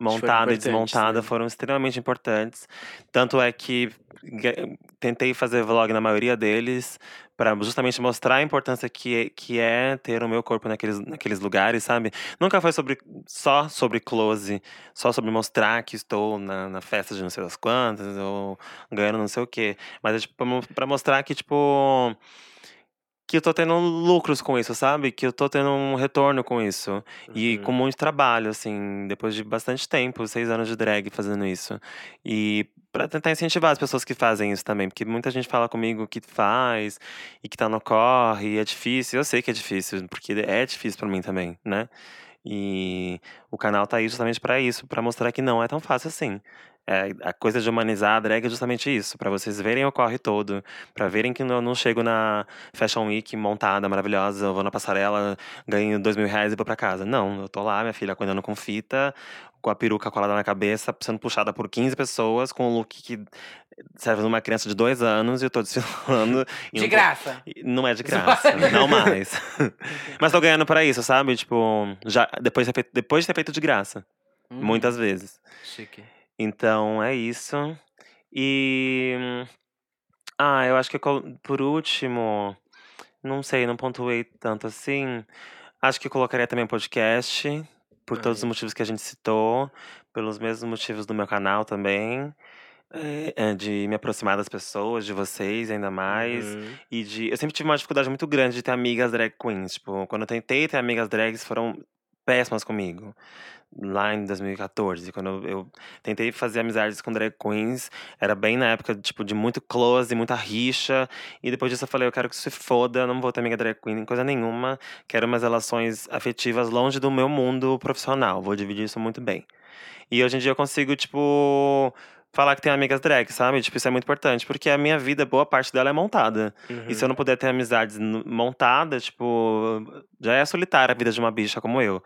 S2: montada e
S1: importantes,
S2: desmontada,
S1: né?
S2: foram extremamente importantes. Tanto é que ga- tentei fazer vlog na maioria deles, para justamente mostrar a importância que é, que é ter o meu corpo naqueles, naqueles lugares, sabe? Nunca foi sobre, só sobre close, só sobre mostrar que estou na, na festa de não sei das quantas, ou ganhando não sei o quê. Mas é tipo, pra mo- pra mostrar que, tipo. Que eu tô tendo lucros com isso, sabe? Que eu tô tendo um retorno com isso. E com muito trabalho, assim, depois de bastante tempo, seis anos de drag fazendo isso. E pra tentar incentivar as pessoas que fazem isso também. Porque muita gente fala comigo que faz e que tá no corre, e é difícil. Eu sei que é difícil, porque é difícil pra mim também, né? E o canal tá aí justamente pra isso, pra mostrar que não é tão fácil assim. É, a coisa de humanizar a drag é justamente isso, pra vocês verem o corre todo, pra verem que eu não chego na Fashion Week montada, maravilhosa, eu vou na passarela, ganho dois mil reais e vou pra casa. Não, eu tô lá, minha filha, acordando com fita, com a peruca colada na cabeça, sendo puxada por 15 pessoas, com um look que serve numa criança de dois anos, e eu tô desfilando. um e
S3: De
S2: não tô-
S3: graça.
S2: e Não é de graça, não mais. Mas tô ganhando pra isso, sabe? Tipo, já, depois, de ter feito, depois de ter feito de graça,
S3: Uhum.
S2: muitas vezes.
S3: Chique.
S2: Então é isso. E. hum, Ah, eu acho que col- por último. Não sei, não pontuei tanto assim. Acho que eu colocaria também o podcast, por todos os
S1: Ai.
S2: motivos que a gente citou, pelos mesmos motivos do meu canal também. eh, eh, De me aproximar das pessoas, de vocês ainda mais.
S1: Uhum.
S2: E de. Eu sempre tive uma dificuldade muito grande de ter amigas drag queens. Tipo, quando eu tentei ter amigas drags, foram péssimas comigo. Lá em 2014, quando eu, eu tentei fazer amizades com drag queens, era bem na época, tipo, de muito close, muita rixa. E depois disso eu falei, eu quero que isso se foda, eu não vou ter amiga drag queen em coisa nenhuma. Quero umas relações afetivas longe do meu mundo profissional. Vou dividir isso muito bem. E hoje em dia eu consigo, tipo, falar que tenho amigas drag, sabe? Tipo, isso é muito importante, porque a minha vida, boa parte dela é montada. E se eu não puder ter amizades n- montadas, tipo, já é solitária a vida de uma bicha como eu.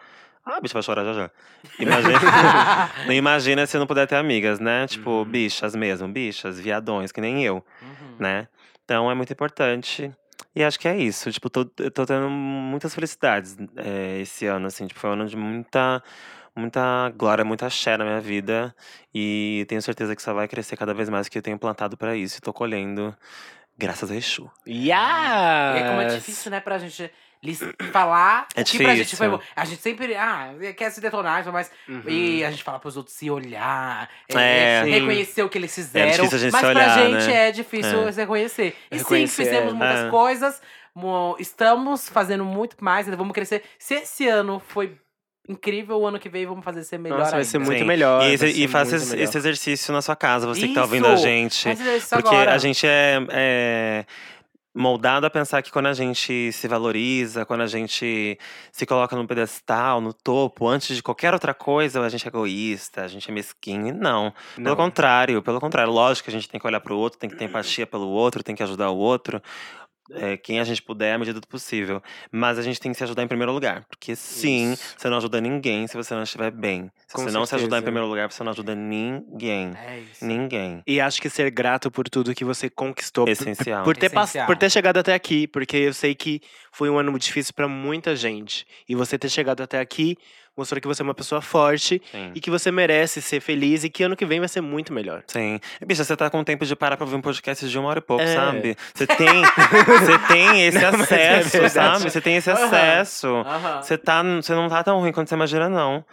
S2: Ah, a bicha vai chorar já já.
S3: Uhum.
S2: Imagina, não imagina se eu não puder ter amigas, né? Tipo,
S1: Uhum.
S2: bichas mesmo, bichas, viadões, que nem eu,
S3: Uhum.
S2: né? Então é muito importante. E acho que é isso. Tipo, tô, eu tô tendo muitas felicidades é, esse ano, assim. Tipo, foi um ano de muita, muita glória, muita axé na minha vida. E tenho certeza que só vai crescer cada vez mais, que eu tenho plantado pra isso. E tô colhendo, graças a Exu.
S1: Yeah!
S3: E é como é difícil, né, pra gente lis- falar
S2: É
S3: o que pra gente
S2: difícil.
S3: foi bom. A gente sempre, ah, quer se detonar, e tudo mais
S1: Uhum.
S3: e a gente fala pros outros se olhar, é,
S2: Uhum. É.
S1: Sim.
S3: reconhecer o que eles fizeram.
S2: difícil a gente
S3: mas
S2: se
S3: pra
S2: olhar,
S3: gente
S2: né?
S3: é difícil
S2: É.
S3: se reconhecer. E
S1: Reconhecer,
S3: sim, fizemos
S1: é.
S3: muitas
S2: É.
S3: coisas, mo- estamos fazendo muito mais, ainda vamos crescer. Se esse ano foi incrível, o ano que vem vamos fazer ser melhor
S1: Nossa, vai
S3: ainda.
S1: ser muito
S2: Sim.
S1: melhor.
S2: E, esse-
S1: vai
S2: e
S1: ser
S2: faça
S1: muito
S2: esse,
S1: melhor.
S2: esse exercício na sua casa, você que tá ouvindo a
S3: Isso!
S2: gente.
S3: Mas é isso
S2: Porque
S3: agora.
S2: a gente é, é moldado a pensar que quando a gente se valoriza, quando a gente se coloca no pedestal, no topo, antes de qualquer outra coisa, a gente é egoísta, a gente é mesquinho. E Não. Pelo contrário, pelo contrário. Lógico que a gente tem que olhar pro outro, tem que ter empatia pelo outro, tem que ajudar o outro. é, quem a gente puder, à medida do possível. Mas a gente tem que se ajudar em primeiro lugar. Porque sim,
S1: Isso.
S2: você não ajuda ninguém se você não estiver bem. Se
S1: Com
S2: você não se ajudar em
S1: certeza.
S2: primeiro lugar, você não ajuda ninguém.
S3: É isso.
S2: Ninguém.
S1: E acho que ser grato por tudo que você conquistou. por-
S2: Tá, Essencial.
S1: Por ter, pass-
S3: Essencial.
S1: por ter chegado até aqui, porque eu sei que foi um ano muito difícil pra muita gente. E você ter chegado até aqui mostrou que você é uma pessoa forte
S2: Sim.
S1: e que você merece ser feliz e que ano que vem vai ser muito melhor.
S2: Sim. E, Bicha, você tá com tempo de parar pra ouvir um podcast de uma hora e pouco,
S1: É.
S2: sabe? Você tem, você tem esse
S1: mas é
S2: acesso,
S1: verdade.
S2: sabe? Você tem esse
S3: Aham.
S2: acesso.
S3: Aham.
S2: Você tá, você não tá tão ruim quanto você imagina, não.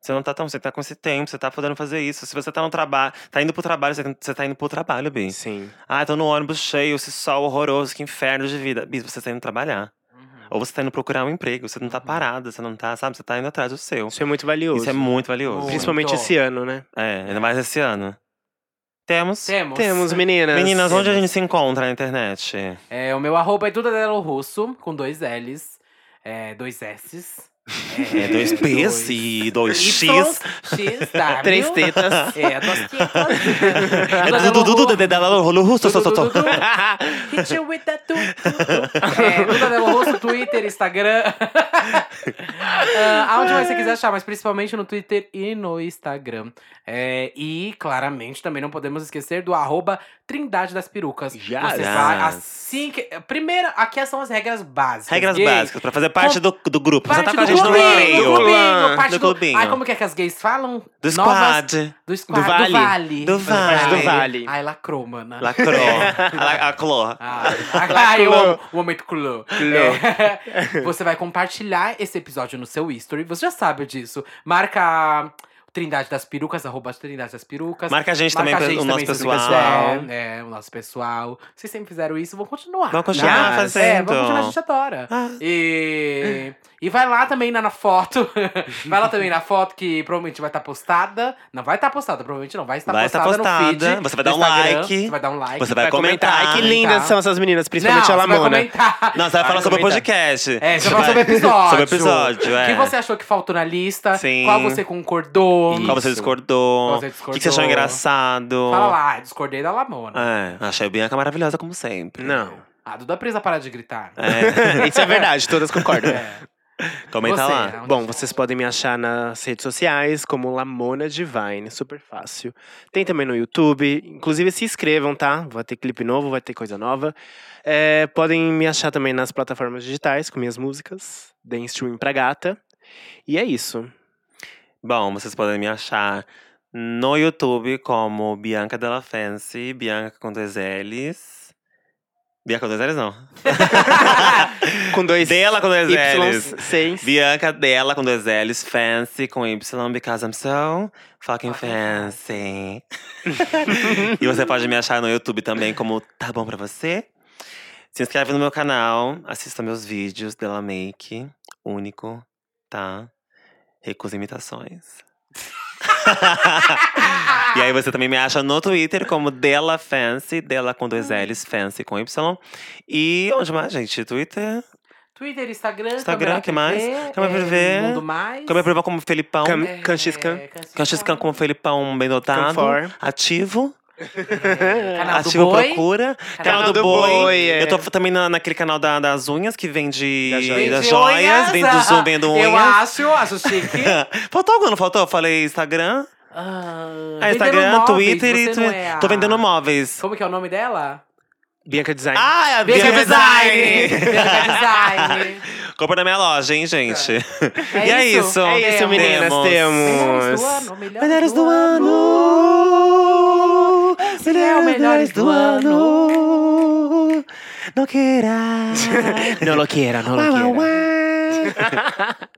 S2: Você não tá tão, você tá com esse tempo, você tá podendo fazer isso. Se você tá no trabalho, tá indo pro trabalho, você, você tá indo pro trabalho, Bi.
S1: Sim.
S2: Ah, tô no ônibus cheio, esse sol horroroso, que inferno de vida. Bi, você tá indo trabalhar.
S1: Uhum.
S2: Ou você tá indo procurar um emprego, você não tá parada, você não tá, sabe? Você tá indo atrás do seu.
S1: Isso é muito valioso.
S2: Isso é muito valioso.
S3: Muito.
S1: Principalmente esse ano, né?
S2: É, ainda mais esse ano. Temos.
S3: Temos.
S1: Temos, meninas.
S2: Meninas, onde a gente se encontra na internet?
S3: É, o meu arroba é Duda Delo Russo, com dois L's. é, dois S's.
S2: É, dois P's e dois X.
S3: X, W.
S1: Três tetas.
S3: É, duas
S2: É
S3: tetas.
S2: Dudu, Dudu, Dedé, Dalalo, Rolo, Russo, Só, Só, Só.
S3: Dudu, Dudu. Hit you with that tu, tu, tu. É, Duda Belo Rosso, Twitter, Instagram. Ah, aonde mais você quiser achar, mas principalmente no Twitter e no Instagram. É, e, claramente, também não podemos esquecer do arroba Trindade das Perucas.
S2: Yes.
S3: Você vai assim que... Primeiro, aqui são as regras básicas.
S2: Regras
S3: gays.
S2: básicas, pra fazer parte do, do grupo. Você
S3: Parte
S2: tá com a
S3: do
S2: gente no
S3: clubinho, do
S2: meio.
S3: clubinho, parte
S2: Do
S3: do,
S2: clubinho.
S3: Ai, como que é que as gays falam?
S2: Do
S3: Novas-
S2: squad.
S3: Do squad, do
S1: vale.
S3: vale.
S2: Do
S1: Parte do
S2: Vale.
S1: Vale.
S3: Ai, lacrou, mana.
S2: Lacrou. A, a Cló.
S3: Ah, ah, eu amo o momento clô. É, você vai compartilhar esse episódio no seu history. Você já sabe disso. Marca Trindade das Perucas, arroba Trindade das Perucas.
S2: Marca a gente também,
S3: Marca a
S2: o
S3: gente
S2: nosso
S3: também, se você
S2: pessoal.
S3: quiser. É, o nosso pessoal. Vocês sempre fizeram isso, vão continuar.
S2: Vão continuar
S3: né?
S2: fazendo.
S3: É, vão continuar, a gente adora.
S2: Ah.
S3: E, e vai lá também na, na foto. vai lá também na foto que provavelmente vai estar postada. Não vai estar postada, provavelmente não. Vai estar
S2: Vai estar
S3: postada, no
S2: postada,
S3: feed.
S2: você vai
S3: do
S2: dar um
S3: Instagram,
S2: like.
S3: Você vai dar um like.
S2: Você É vai comentar. né? Tá.
S1: Ai, que
S3: comentar.
S1: lindas são essas meninas, principalmente
S3: Não,
S1: a
S3: você vai
S1: Lamona.
S3: comentar.
S2: Não, você vai falar sobre o
S1: comentar.
S2: podcast.
S3: É, você
S2: Você
S3: vai falar sobre o episódio.
S2: Sobre o episódio, é.
S3: O que você achou que faltou na lista?
S2: Sim.
S3: Qual você concordou?
S2: Qual você discordou?
S3: Qual
S2: O que
S3: você
S2: que você achou
S3: discordou?
S2: engraçado?
S3: Fala lá, ah, discordei da Lamona.
S2: É, achei a Bianca maravilhosa, como sempre.
S1: Não.
S3: A Duda Presa para de gritar. É.
S2: É, é
S1: Isso é verdade, todas concordam.
S2: comenta
S3: Você,
S2: lá.
S3: né?
S1: Bom, vocês podem me achar nas redes sociais como Lamona Divine, super fácil. Tem também no YouTube. Inclusive, se inscrevam, tá? Vai ter clipe novo, vai ter coisa nova. É, podem me achar também nas plataformas digitais com minhas músicas. Deem stream pra gata. E é isso.
S2: Bom, vocês podem me achar no YouTube como Bianca Della Fancy, Bianca com dois L's. Bianca com dois L's não.
S1: Com dois
S2: Dela com dois L's.
S1: Y, seis.
S2: Bianca dela com dois L's, fancy com Y, because I'm so fucking fancy. e você pode me achar no YouTube também como Tá Bom Pra Você. Se inscreve no meu canal, assista meus vídeos dela make, único, tá? Recusa imitações. e aí você também me acha no Twitter como Dela Fancy, Dela com dois L's, Fancy com Y. E onde mais, gente? Twitter?
S3: Twitter, Instagram,
S2: Instagram,
S3: Câmera
S2: que mais?
S3: TV,
S2: Câmera
S3: é,
S2: TV.
S3: Mundo Mais.
S2: Câmera privada como Felipão.
S1: Cam-
S3: É,
S1: Canchiscan.
S2: Canchiscan com o Felipão um bem dotado.
S1: Canfor.
S2: Ativo.
S3: É, Canal do
S2: ativo
S3: Boi.
S2: procura. Canal, do, Boi.
S3: é.
S2: Eu tô f- também na- naquele canal da- das unhas que vende
S1: Das joias.
S2: das,
S3: Vende
S2: joias,
S3: unhas. ah,
S2: vende do zoom, vendo
S3: Eu
S2: unhas.
S3: acho, acho chique.
S2: Faltou algum, não faltou? Eu falei Instagram.
S3: Ah,
S2: Ah, Instagram,
S3: vendendo móveis,
S2: Twitter e
S3: você
S2: Twitter.
S3: não é a-
S2: Tô vendendo móveis.
S3: Como que é o nome dela?
S1: Bianca Design.
S2: Ah, é a
S3: Bianca
S2: Bianca
S3: Design! Bianca
S2: Design!
S3: Design!
S2: Compra na minha loja, hein, gente?
S3: É
S2: e é
S3: isso.
S2: isso.
S1: É isso,
S3: Temos.
S1: meninas,
S3: Melhores do
S1: temos.
S3: ano, melhores
S2: Melhores do ano.
S3: Esse é o Melhores do
S2: ano. Não queira.
S1: Não loqueira, não
S2: Uau, uau,
S1: loqueira.
S2: uau.